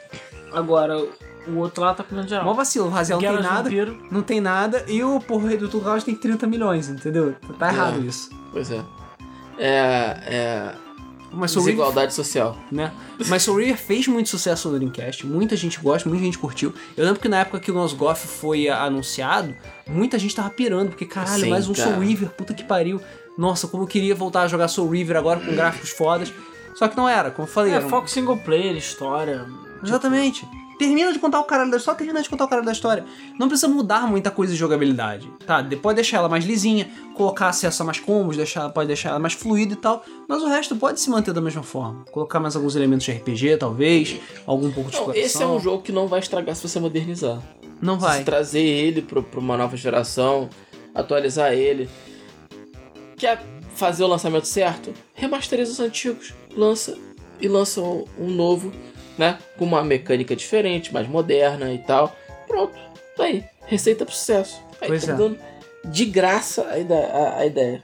[SPEAKER 3] Agora, o outro lá tá com medo
[SPEAKER 1] Mó
[SPEAKER 3] geral.
[SPEAKER 1] vacilo, o Raziel não tem
[SPEAKER 3] Guerra de
[SPEAKER 1] nada.
[SPEAKER 3] vampiro.
[SPEAKER 1] Não tem nada. E o porra do Tudo tem 30 milhões, entendeu? Tá errado
[SPEAKER 2] É.
[SPEAKER 1] isso.
[SPEAKER 2] Pois é. É. é
[SPEAKER 1] Mas o Reeve
[SPEAKER 2] desigualdade social.
[SPEAKER 1] né? Mas Soul Reaver fez muito sucesso no Dreamcast, muita gente gosta, muita gente curtiu. Eu lembro que na época que o Nosgoth foi a- anunciado, muita gente tava pirando, porque caralho,
[SPEAKER 2] Sim,
[SPEAKER 1] mais um
[SPEAKER 2] cara.
[SPEAKER 1] Soul Reaver, puta que pariu. Nossa, como eu queria voltar a jogar Soul Reaver agora com gráficos fodas. Só que não era, como eu falei.
[SPEAKER 3] É,
[SPEAKER 1] era um-
[SPEAKER 3] foco single player, história.
[SPEAKER 2] Tipo,
[SPEAKER 1] Exatamente. Termina de contar o caralho da história, só termina de contar o caralho da história. Não precisa mudar muita coisa de jogabilidade, tá? De- Pode deixar ela mais lisinha, colocar acesso a mais combos, deixar, pode deixar ela mais fluida e tal, mas o resto pode se manter da mesma forma. Colocar mais alguns elementos de RPG, talvez, algum pouco de
[SPEAKER 2] Não,
[SPEAKER 1] exploração.
[SPEAKER 2] esse é um jogo que não vai estragar se você modernizar.
[SPEAKER 1] Não
[SPEAKER 2] Se
[SPEAKER 1] vai.
[SPEAKER 2] trazer ele pro- pra uma nova geração, atualizar ele. Quer fazer o lançamento certo? Remasteriza os antigos, lança e lança um, um novo, né? Com uma mecânica diferente, mais moderna e tal. Pronto, tá aí. Receita pro sucesso. Aí,
[SPEAKER 1] Pois
[SPEAKER 2] tá
[SPEAKER 1] é.
[SPEAKER 2] dando de graça a ide- a- a ideia.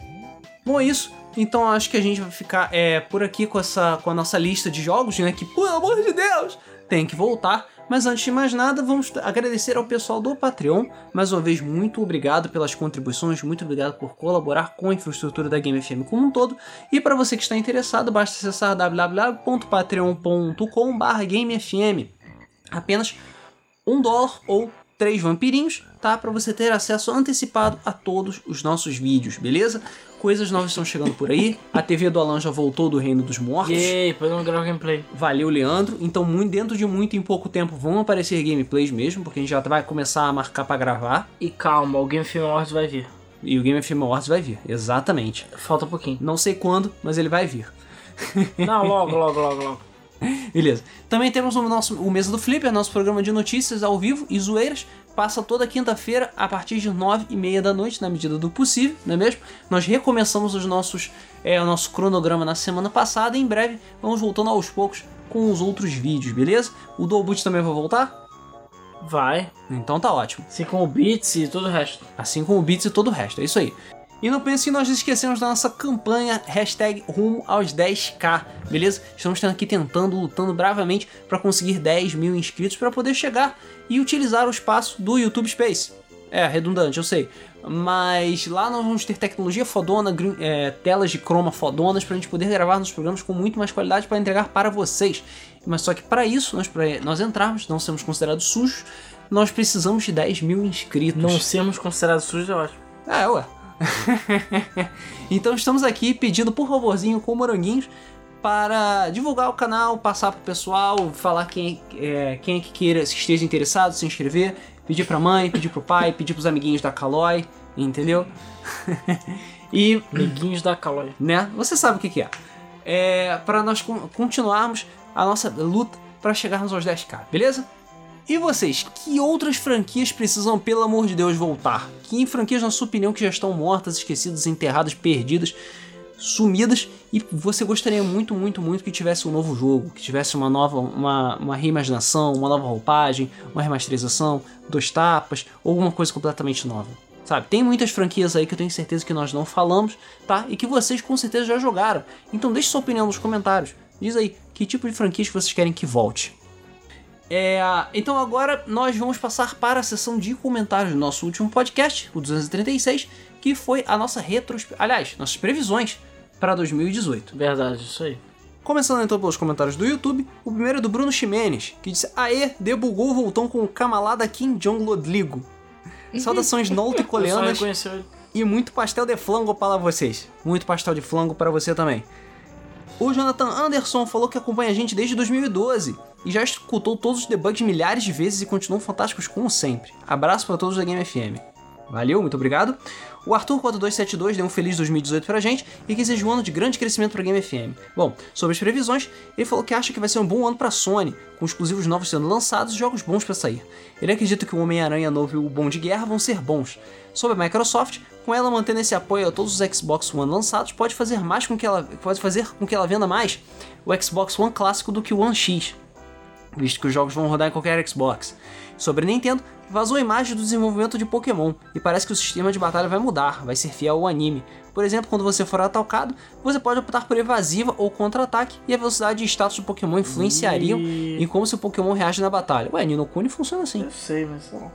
[SPEAKER 1] Bom, é isso. Então acho que a gente vai ficar é, por aqui com, essa, com a nossa lista de jogos, né? Que, pelo amor de Deus, tem que voltar. Mas antes de mais nada, vamos agradecer ao pessoal do Patreon. Mais uma vez, muito obrigado pelas contribuições, muito obrigado por colaborar com a infraestrutura da Game FM como um todo. E para você que está interessado, basta acessar www.patreon.com.br GameFM. Apenas um dólar ou três vampirinhos, tá? Para você ter acesso antecipado a todos os nossos vídeos, beleza? Coisas novas estão chegando por aí. A TV do Alan já voltou do Reino dos Mortos.
[SPEAKER 3] Yay, podemos gravar gameplay.
[SPEAKER 1] Valeu, Leandro. Então, muito, dentro de muito em pouco tempo vão aparecer gameplays mesmo, porque a gente já vai começar a marcar pra gravar.
[SPEAKER 3] E calma, o Game Film Awards vai vir.
[SPEAKER 1] E o Game FM Awards vai vir, exatamente.
[SPEAKER 3] Falta um pouquinho.
[SPEAKER 1] Não sei quando, mas ele vai vir.
[SPEAKER 3] Não, logo, logo, logo, logo.
[SPEAKER 1] Beleza. Também temos o nosso o Mesa do Flipper, nosso programa de notícias ao vivo e zoeiras. Passa toda quinta-feira a partir de 9h30 da noite, na medida do possível, não é mesmo? Nós recomeçamos os nossos, é, o nosso cronograma na semana passada e em breve vamos voltando aos poucos com os outros vídeos, beleza? O Dolbut também vai voltar?
[SPEAKER 3] Vai.
[SPEAKER 1] Então tá ótimo.
[SPEAKER 3] Assim como o Beats e todo o resto.
[SPEAKER 1] Assim como o Beats e todo o resto, é isso aí. E não pense que nós esquecemos da nossa campanha hashtag rumo aos 10k, beleza? Estamos tendo aqui tentando, lutando bravamente para conseguir 10 mil inscritos para poder chegar e utilizar o espaço do YouTube Space. É, redundante, eu sei. Mas lá nós vamos ter tecnologia fodona, green- é, telas de croma fodonas pra gente poder gravar nos programas com muito mais qualidade para entregar para vocês. Mas só que para isso, nós, pra nós entrarmos, não sermos considerados sujos, nós precisamos de 10 mil inscritos.
[SPEAKER 3] Não sermos considerados sujos, eu acho.
[SPEAKER 1] Ah, ué. então estamos aqui pedindo por favorzinho com moranguinhos para divulgar o canal, passar pro pessoal, falar quem é, quem é que queira, se esteja interessado, se inscrever, pedir pra mãe, pedir pro pai, pedir pros amiguinhos da Calói, entendeu? e
[SPEAKER 3] Amiguinhos da Calói.
[SPEAKER 1] né? Você sabe o que, que é. É para nós con- continuarmos a nossa luta para chegarmos aos 10k, beleza? E vocês, que outras franquias precisam, pelo amor de Deus, voltar? Que franquias, na sua opinião, que já estão mortas, esquecidas, enterradas, perdidas, sumidas, e você gostaria muito, muito, muito que tivesse um novo jogo, que tivesse uma nova, uma, uma reimaginação, uma nova roupagem, uma remasterização, dois tapas, ou alguma coisa completamente nova. Sabe, tem muitas franquias aí que eu tenho certeza que nós não falamos, tá? E que vocês com certeza já jogaram. Então deixe sua opinião nos comentários. Diz aí, que tipo de franquias que vocês querem que volte? É, então agora nós vamos passar para a sessão de comentários do nosso último podcast, o 236, que foi a nossa retrospectiva. Aliás, nossas previsões para 2018.
[SPEAKER 3] Verdade, isso aí.
[SPEAKER 1] Começando então pelos comentários do YouTube, o primeiro é do Bruno Ximenes, que disse: Aê, debugou o voltão com o camalada Kim Jong Rodrigo. Saudações
[SPEAKER 3] Eu só
[SPEAKER 1] norte-coreanas
[SPEAKER 3] reconheceu ele.
[SPEAKER 1] e muito pastel de flango para vocês. Muito pastel de flango para você também. O Jonathan Anderson falou que acompanha a gente desde 2012 e já escutou todos os debugs milhares de vezes e continuam fantásticos como sempre. Abraço para todos da Game FM. Valeu, muito obrigado. O Arthur4272 deu um feliz 2018 pra gente e que seja um ano de grande crescimento pra Game FM. Bom, sobre as previsões, ele falou que acha que vai ser um bom ano pra Sony, com exclusivos novos sendo lançados e jogos bons pra sair. Ele acredita que o Homem-Aranha novo e o Bom de Guerra vão ser bons. Sobre a Microsoft, com ela mantendo esse apoio a todos os Xbox One lançados, pode fazer mais com que ela pode fazer com que ela venda mais o Xbox One clássico do que o One X. visto que os jogos vão rodar em qualquer Xbox. Sobre Nintendo, vazou a imagem do desenvolvimento de Pokémon e parece que o sistema de batalha vai mudar, vai ser fiel ao anime. Por exemplo, quando você for atacado, você pode optar por evasiva ou contra-ataque e a velocidade e status do Pokémon influenciariam
[SPEAKER 2] Ih.
[SPEAKER 1] em como seu Pokémon reage na batalha. Ué, Nino Kuni funciona assim.
[SPEAKER 2] Eu sei, mas sei lá.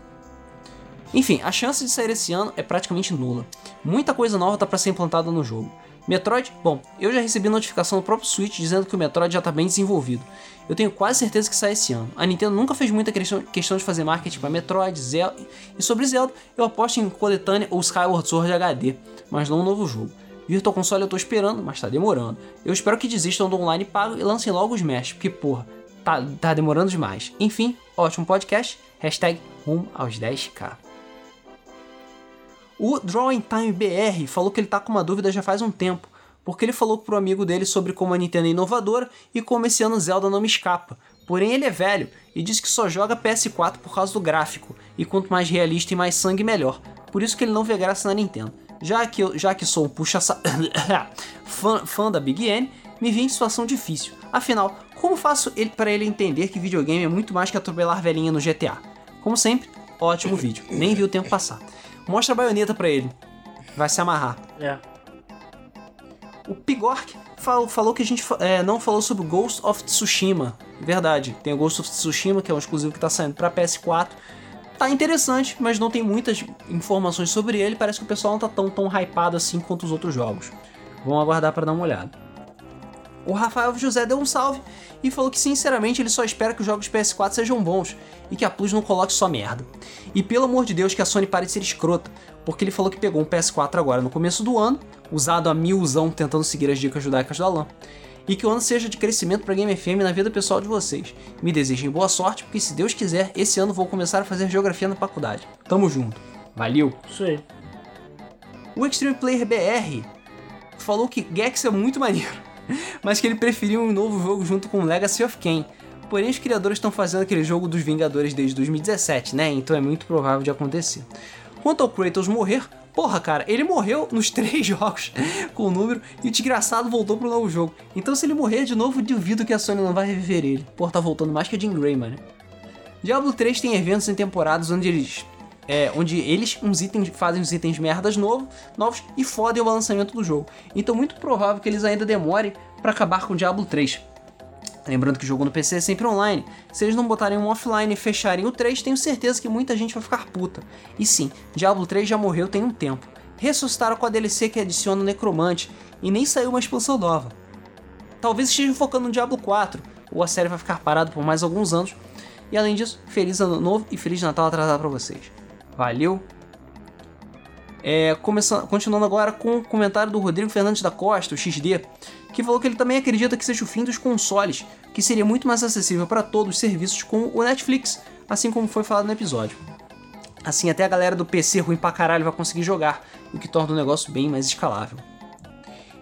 [SPEAKER 1] Enfim, a chance de sair esse ano é praticamente nula. Muita coisa nova tá pra ser implantada no jogo. Metroid, bom, eu já recebi notificação do próprio Switch dizendo que o Metroid já tá bem desenvolvido. Eu tenho quase certeza que sai esse ano. A Nintendo nunca fez muita questão, questão de fazer marketing pra Metroid, Zelda. E sobre Zelda, eu aposto em coletânea ou Skyward Sword HD, mas não um novo jogo. Virtual Console eu tô esperando, mas tá demorando. Eu espero que desistam do online pago e lancem logo os Smash, porque porra, tá, tá demorando demais. Enfim, ótimo podcast. Hashtag rumo aos 10k. O Drawing Time BR falou que ele tá com uma dúvida já faz um tempo, porque ele falou pro amigo dele sobre como a Nintendo é inovadora e como esse ano Zelda não me escapa. Porém, ele é velho e diz que só joga PS4 por causa do gráfico, e quanto mais realista e mais sangue, melhor. Por isso que ele não vê graça na Nintendo. Já que, eu, já que sou um puxa sa- fã, fã da Big N, me vi em situação difícil. Afinal, como faço ele para ele entender que videogame é muito mais que atropelar velhinha no GTA? Como sempre, ótimo vídeo. Nem vi o tempo passar. Mostra a baioneta pra ele. Vai se amarrar.
[SPEAKER 2] É.
[SPEAKER 1] O Pigork falou, falou que a gente fa- é, não falou sobre o Ghost of Tsushima. Verdade, tem o Ghost of Tsushima, que é um exclusivo que tá saindo pra PS4. Tá interessante, mas não tem muitas informações sobre ele. Parece que o pessoal não tá tão, tão hypado assim quanto os outros jogos. Vamos aguardar pra dar uma olhada. O Rafael José deu um salve e falou que sinceramente ele só espera que os jogos PS4 sejam bons e que a Plus não coloque só merda. E pelo amor de Deus que a Sony pare de ser escrota, porque ele falou que pegou um PS4 agora no começo do ano, usado a milzão tentando seguir as dicas judaicas do Alan. E que o ano seja de crescimento pra Game FM e na vida pessoal de vocês. Me desejem boa sorte, porque se Deus quiser, esse ano vou começar a fazer geografia na faculdade. Tamo junto. Valeu!
[SPEAKER 2] Isso aí.
[SPEAKER 1] O Extreme Player BR falou que Gex é muito maneiro, mas que ele preferiu um novo jogo junto com Legacy of Kain. Porém, os criadores estão fazendo aquele jogo dos Vingadores desde 2017, né? Então é muito provável de acontecer. Quanto ao Kratos morrer, porra, cara, ele morreu nos três jogos com o número e o desgraçado voltou pro novo jogo. Então, se ele morrer de novo, duvido que a Sony não vai reviver ele. Porra, tá voltando mais que a Jim Gray, mano. Diablo 3 tem eventos em temporadas onde eles. é, onde eles uns itens, fazem os itens merdas novo, novos e fodem o balanceamento do jogo. Então, muito provável que eles ainda demorem pra acabar com Diablo 3. Lembrando que o jogo no PC é sempre online. Se eles não botarem um offline e fecharem o 3, tenho certeza que muita gente vai ficar puta. E sim, Diablo 3 já morreu tem um tempo. Ressuscitaram com a DLC que adiciona o Necromante, e nem saiu uma expansão nova. Talvez estejam focando no Diablo 4, ou a série vai ficar parada por mais alguns anos. E além disso, feliz ano novo e feliz Natal atrasado pra vocês. Valeu! É, começando, continuando agora com o comentário do Rodrigo Fernandes da Costa, o XD, que falou que ele também acredita que seja o fim dos consoles, que seria muito mais acessível para todos os serviços com o Netflix, assim como foi falado no episódio. Assim, até a galera do PC ruim pra caralho vai conseguir jogar, o que torna o negócio bem mais escalável.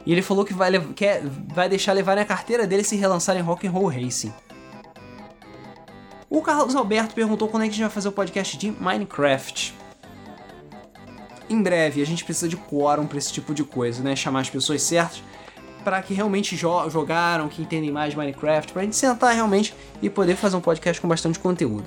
[SPEAKER 1] E ele falou que vai, lev- quer, vai deixar levar na carteira dele se relançar em Rock'n'Roll Racing. O Carlos Alberto perguntou quando é que a gente vai fazer o podcast de Minecraft. Em breve, a gente precisa de quórum pra esse tipo de coisa, né? Chamar as pessoas certas pra que realmente jo- jogaram, que entendem mais de Minecraft, pra gente sentar realmente e poder fazer um podcast com bastante conteúdo.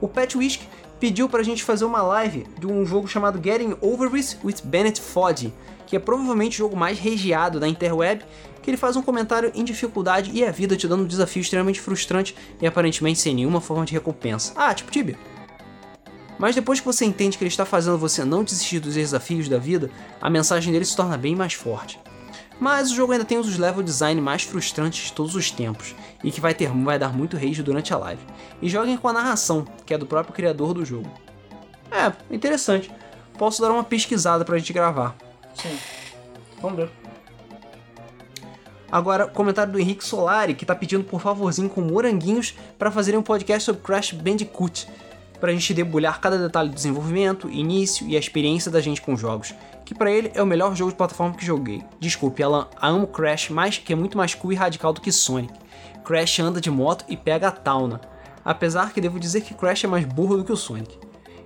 [SPEAKER 1] O Pat Whisk pediu pra gente fazer uma live de um jogo chamado Getting Over It with Bennett Foddy, que é provavelmente o jogo mais regiado da interweb, que ele faz um comentário em dificuldade e a vida te dando um desafio extremamente frustrante e aparentemente sem nenhuma forma de recompensa. Ah, tipo Tibia. Mas depois que você entende que ele está fazendo você não desistir dos desafios da vida, a mensagem dele se torna bem mais forte. Mas o jogo ainda tem um dos level design mais frustrantes de todos os tempos, e que vai, ter, vai dar muito rage durante a live. E joguem com a narração, que é do próprio criador do jogo. É, interessante. Posso dar uma pesquisada pra gente gravar.
[SPEAKER 2] Sim. Vamos ver.
[SPEAKER 1] Agora, comentário do Henrique Solari, que tá pedindo por favorzinho com moranguinhos pra fazerem um podcast sobre Crash Bandicoot, pra gente debulhar cada detalhe do desenvolvimento, início e a experiência da gente com os jogos, que pra ele é o melhor jogo de plataforma que joguei. Desculpe, Alan, amo Crash, mas que é muito mais cool e radical do que Sonic. Crash anda de moto e pega a tauna. Apesar que devo dizer que Crash é mais burro do que o Sonic.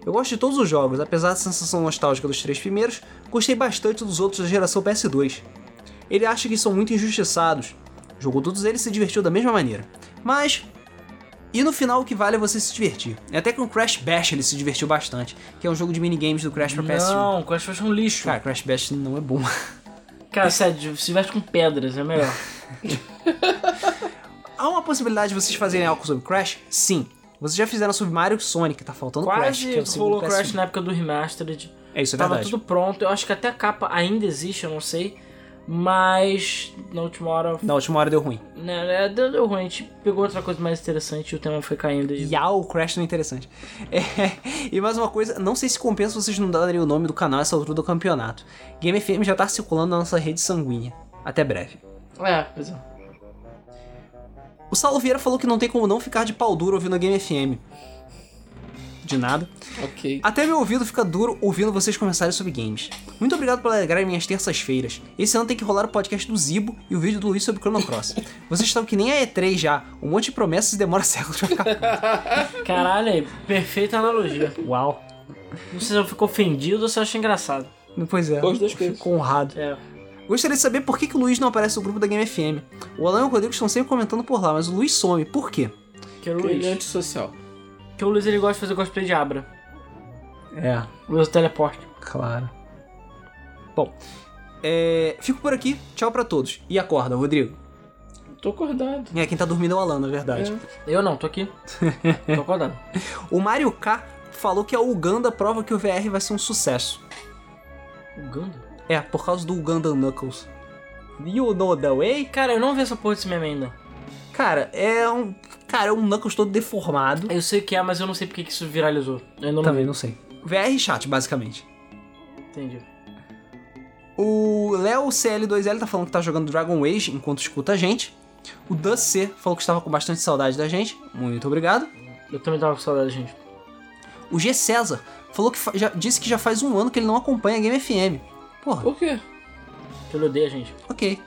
[SPEAKER 1] Eu gosto de todos os jogos, apesar da sensação nostálgica dos três primeiros, gostei bastante dos outros da geração PS2. Ele acha que são muito injustiçados. Jogou todos eles e se divertiu da mesma maneira. Mas, E no final o que vale é você se divertir. Até com Crash Bash ele se divertiu bastante, que é um jogo de minigames do Crash pra PS1.
[SPEAKER 3] Não, Crash Bash é um lixo.
[SPEAKER 1] Cara, Crash Bash não é bom.
[SPEAKER 3] Cara, sério, se veste com pedras, é melhor.
[SPEAKER 1] Há uma possibilidade de vocês fazerem algo sobre Crash? Sim. Vocês já fizeram sobre Mario e Sonic, tá faltando Crash,
[SPEAKER 3] Quase
[SPEAKER 1] que é o segundo
[SPEAKER 3] rolou
[SPEAKER 1] PS1.
[SPEAKER 3] Crash na época do Remastered.
[SPEAKER 1] É isso, é
[SPEAKER 3] Tava
[SPEAKER 1] verdade.
[SPEAKER 3] tudo pronto. Eu acho que até a capa ainda existe, eu não sei. Mas na última hora.
[SPEAKER 1] Na última hora deu ruim.
[SPEAKER 3] Né, né, deu, deu ruim. A gente pegou outra coisa mais interessante e o tema foi caindo. E...
[SPEAKER 1] Yau, o Crash não é interessante. É, e mais uma coisa, não sei se compensa vocês não darem o nome do canal a essa altura do campeonato. Game FM já tá circulando na nossa rede sanguínea. Até breve.
[SPEAKER 3] É, pois é.
[SPEAKER 1] O Saulo Vieira falou que não tem como não ficar de pau duro ouvindo a Game FM. De nada.
[SPEAKER 2] Ok.
[SPEAKER 1] Até meu ouvido fica duro ouvindo vocês conversarem sobre games. Muito obrigado por alegrarem minhas terças-feiras. Esse ano tem que rolar o podcast do Zibo e o vídeo do Luiz sobre Chrono Cross. Vocês estão que nem a E3 já. Um monte de promessas e demora séculos pra ficar pronto.
[SPEAKER 3] Caralho, aí, perfeita analogia.
[SPEAKER 1] Uau.
[SPEAKER 3] Não sei se eu fico ofendido ou se eu acho engraçado.
[SPEAKER 1] Pois é.
[SPEAKER 2] As duas coisas.
[SPEAKER 1] Fico honrado.
[SPEAKER 3] É.
[SPEAKER 1] Gostaria de saber por que, que o Luiz não aparece no grupo da Game FM. O Alan e o Rodrigo estão sempre comentando por lá, mas o Luiz some. Por quê?
[SPEAKER 3] Que o
[SPEAKER 2] Ele é
[SPEAKER 3] Luiz.
[SPEAKER 2] antissocial.
[SPEAKER 3] Que o Luiz ele gosta de fazer cosplay de Abra.
[SPEAKER 1] É,
[SPEAKER 3] Luiz do teleporte.
[SPEAKER 1] claro. Bom, é, fico por aqui. Tchau pra todos. E acorda, Rodrigo.
[SPEAKER 2] Tô acordado.
[SPEAKER 1] É, quem tá dormindo é o Alan, na verdade.
[SPEAKER 2] É.
[SPEAKER 3] Eu não, tô aqui. tô acordado.
[SPEAKER 1] O Mario K falou que a Uganda prova que o VR vai ser um sucesso.
[SPEAKER 3] Uganda?
[SPEAKER 1] É, por causa do Uganda Knuckles. You know the way?
[SPEAKER 3] Cara, eu não vi essa porra desse meme ainda.
[SPEAKER 1] Cara, é um. Cara, é um Knuckles todo deformado.
[SPEAKER 3] Eu sei o que é, mas eu não sei porque que isso viralizou. Eu ainda não
[SPEAKER 1] Também não sei. VR chat, basicamente.
[SPEAKER 3] entendi.
[SPEAKER 1] O Léo CL2L tá falando que tá jogando Dragon Age enquanto escuta a gente. O Dan C falou que estava com bastante saudade da gente. Muito obrigado.
[SPEAKER 3] Eu também tava com saudade, gente.
[SPEAKER 1] O G César falou que fa- já, disse que já faz um ano que ele não acompanha a Game FM. Porra,
[SPEAKER 2] É. Por quê?
[SPEAKER 3] Que ele odeia, gente.
[SPEAKER 1] ok.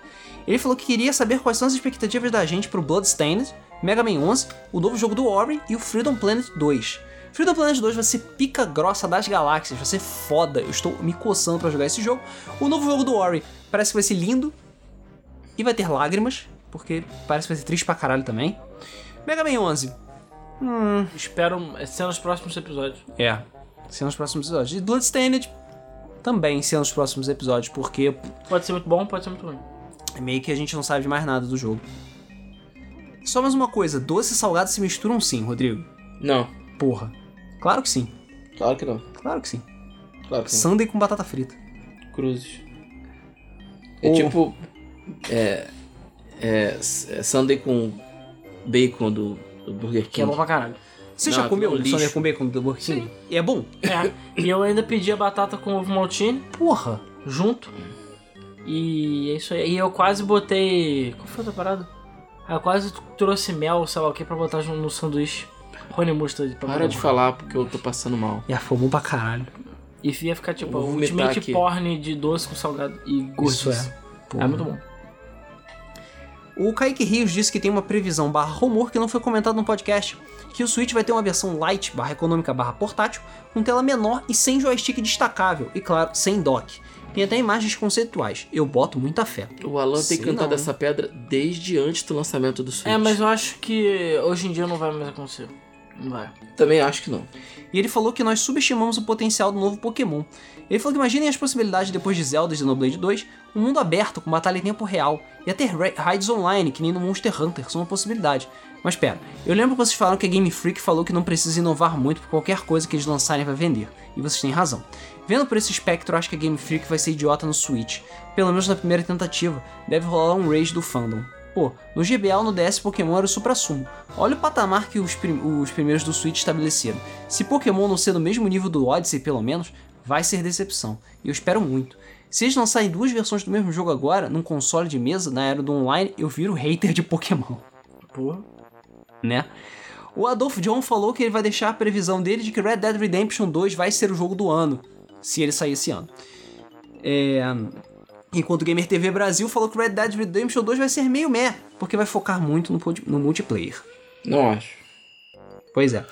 [SPEAKER 1] Ele falou que queria saber quais são as expectativas da gente pro Bloodstained, Mega Man 11, o novo jogo do Ori e o Freedom Planet 2. Freedom Planet 2 vai ser pica grossa das galáxias, vai ser foda. Eu estou me coçando pra jogar esse jogo. O novo jogo do Ori parece que vai ser lindo e vai ter lágrimas, porque parece que vai ser triste pra caralho também. Mega Man 11. Hum,
[SPEAKER 3] Espero é, ser nos próximos episódios.
[SPEAKER 1] é. Sendo nos próximos episódios. E Bloodstained também sendo nos próximos episódios, porque
[SPEAKER 3] Pode ser muito bom, pode ser muito ruim.
[SPEAKER 1] meio que a gente não sabe de mais nada do jogo. Só mais uma coisa, doce e salgado se misturam sim, Rodrigo.
[SPEAKER 2] Não.
[SPEAKER 1] Porra. Claro que sim.
[SPEAKER 2] Claro que não.
[SPEAKER 1] Claro que sim.
[SPEAKER 2] Claro que não.
[SPEAKER 1] Sunday com batata frita.
[SPEAKER 2] Cruzes. É
[SPEAKER 1] Ou-
[SPEAKER 2] tipo. É, é. s- é Sunday com bacon do, do Burger
[SPEAKER 3] Que é
[SPEAKER 2] King.
[SPEAKER 3] bom pra caralho.
[SPEAKER 1] Você
[SPEAKER 2] Não,
[SPEAKER 1] já comeu
[SPEAKER 2] aquilo é um
[SPEAKER 1] Sunday
[SPEAKER 2] lixo.
[SPEAKER 1] com bacon do Burger King? E é bom?
[SPEAKER 3] É. e eu ainda pedi a batata com ovo maltine
[SPEAKER 1] Porra.
[SPEAKER 3] junto. E é isso aí. E eu quase botei. Qual foi a parada? Ah, eu quase trouxe mel, sei lá o que, pra botar no sanduíche. Rony Mustard pra
[SPEAKER 2] Para
[SPEAKER 3] botar.
[SPEAKER 2] de falar porque eu tô passando mal.
[SPEAKER 1] E é bom pra caralho.
[SPEAKER 3] E ia ficar tipo
[SPEAKER 2] Vou
[SPEAKER 3] o
[SPEAKER 2] vomitar
[SPEAKER 3] ultimate
[SPEAKER 2] aqui.
[SPEAKER 3] porn de doce com salgado e
[SPEAKER 1] Isso
[SPEAKER 3] gordo.
[SPEAKER 1] é.
[SPEAKER 3] É muito bom.
[SPEAKER 1] O Kaique Rios disse que tem uma previsão barra rumor que não foi comentado no podcast, que o Switch vai ter uma versão light barra econômica barra portátil, com tela menor e sem joystick destacável, e claro, sem dock. Tem até imagens conceituais. Eu boto muita fé.
[SPEAKER 2] O Alan
[SPEAKER 1] Sei
[SPEAKER 2] tem cantado
[SPEAKER 1] não,
[SPEAKER 2] essa pedra desde antes do lançamento do Switch.
[SPEAKER 3] É, mas eu acho que hoje em dia não vai mais acontecer. Não vai.
[SPEAKER 2] Também acho que não.
[SPEAKER 1] E ele falou que nós subestimamos o potencial do novo Pokémon. Ele falou que imaginem as possibilidades depois de Zelda e Xenoblade 2, um mundo aberto com batalha em tempo real, e até ra- raids online, que nem no Monster Hunter, são uma possibilidade. Mas pera, eu lembro que vocês falaram que a Game Freak falou que não precisa inovar muito por qualquer coisa que eles lançarem vai vender. E vocês têm razão. Vendo por esse espectro, acho que a Game Freak vai ser idiota no Switch. Pelo menos na primeira tentativa, deve rolar um rage do fandom. Pô, no GBA ou no DS Pokémon era o supra-sumo. Olha o patamar que os, prim- os primeiros do Switch estabeleceram. Se Pokémon não ser do mesmo nível do Odyssey, pelo menos, vai ser decepção. E eu espero muito. Se eles lançarem duas versões do mesmo jogo agora, num console de mesa, na era do online, eu viro hater de Pokémon,
[SPEAKER 3] Porra.
[SPEAKER 1] né? O Adolf John falou que ele vai deixar a previsão dele de que Red Dead Redemption 2 vai ser o jogo do ano, se ele sair esse ano. É, Enquanto o Gamer TV Brasil falou que Red Dead Redemption 2 vai ser meio meh, porque vai focar muito no, pod- no multiplayer.
[SPEAKER 2] Não acho.
[SPEAKER 1] Pois é.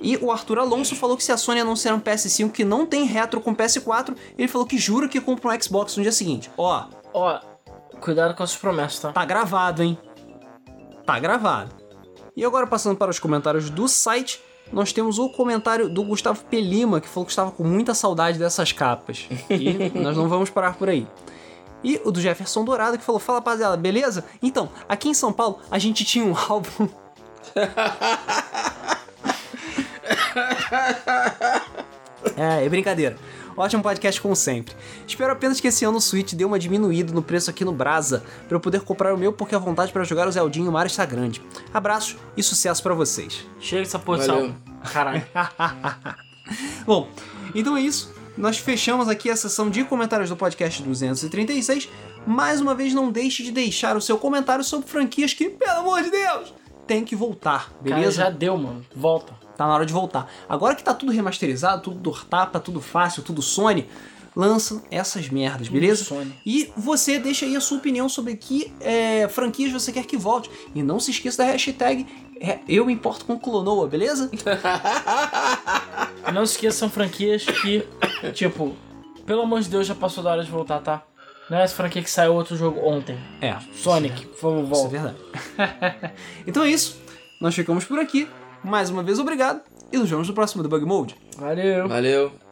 [SPEAKER 1] E o Arthur Alonso falou que se a Sony anunciar um PS5 que não tem retro com PS4, ele falou que jura que compra um Xbox no dia seguinte. Ó,
[SPEAKER 3] Ó, cuidado com as promessas, tá?
[SPEAKER 1] tá gravado, hein? Tá gravado. E agora, passando para os comentários do site, nós temos o comentário do Gustavo Pelima, que falou que estava com muita saudade dessas capas. E nós não vamos parar por aí. E o do Jefferson Dourado, que falou: Fala rapaziada, beleza? Então, aqui em São Paulo, a gente tinha um álbum. É, é brincadeira. Ótimo podcast como sempre. Espero apenas que esse ano o Switch dê uma diminuída no preço aqui no Brasa, pra eu poder comprar o meu, porque a vontade pra jogar o Zeldinho e o mar está grande. Abraço e sucesso pra vocês.
[SPEAKER 3] Chega dessa posição.
[SPEAKER 2] Valeu.
[SPEAKER 3] Caralho.
[SPEAKER 1] É. Bom, então é isso. Nós fechamos aqui a sessão de comentários do podcast 236. Mais uma vez, não deixe de deixar o seu comentário sobre franquias que, pelo amor de Deus, tem que voltar,
[SPEAKER 3] Cara,
[SPEAKER 1] beleza?
[SPEAKER 3] já deu, mano. Volta.
[SPEAKER 1] Tá na hora de voltar. Agora que tá tudo remasterizado, tudo dor tapa, tudo fácil, tudo Sony, lançam essas merdas, beleza?
[SPEAKER 3] Sony.
[SPEAKER 1] E você deixa aí a sua opinião sobre que é, franquias você quer que volte. E não se esqueça da hashtag é, Eu Me Importo com Clonoa, beleza?
[SPEAKER 3] E não se esqueçam franquias que, tipo, pelo amor de Deus, já passou da hora de voltar, tá? Não é essa franquia que saiu outro jogo ontem.
[SPEAKER 1] É.
[SPEAKER 3] Sonic, por favor,
[SPEAKER 1] Isso é
[SPEAKER 3] volta.
[SPEAKER 1] verdade. então é isso. Nós ficamos por aqui. Mais uma vez, obrigado. E nos vemos no próximo Debug Mode.
[SPEAKER 3] Valeu.
[SPEAKER 2] Valeu.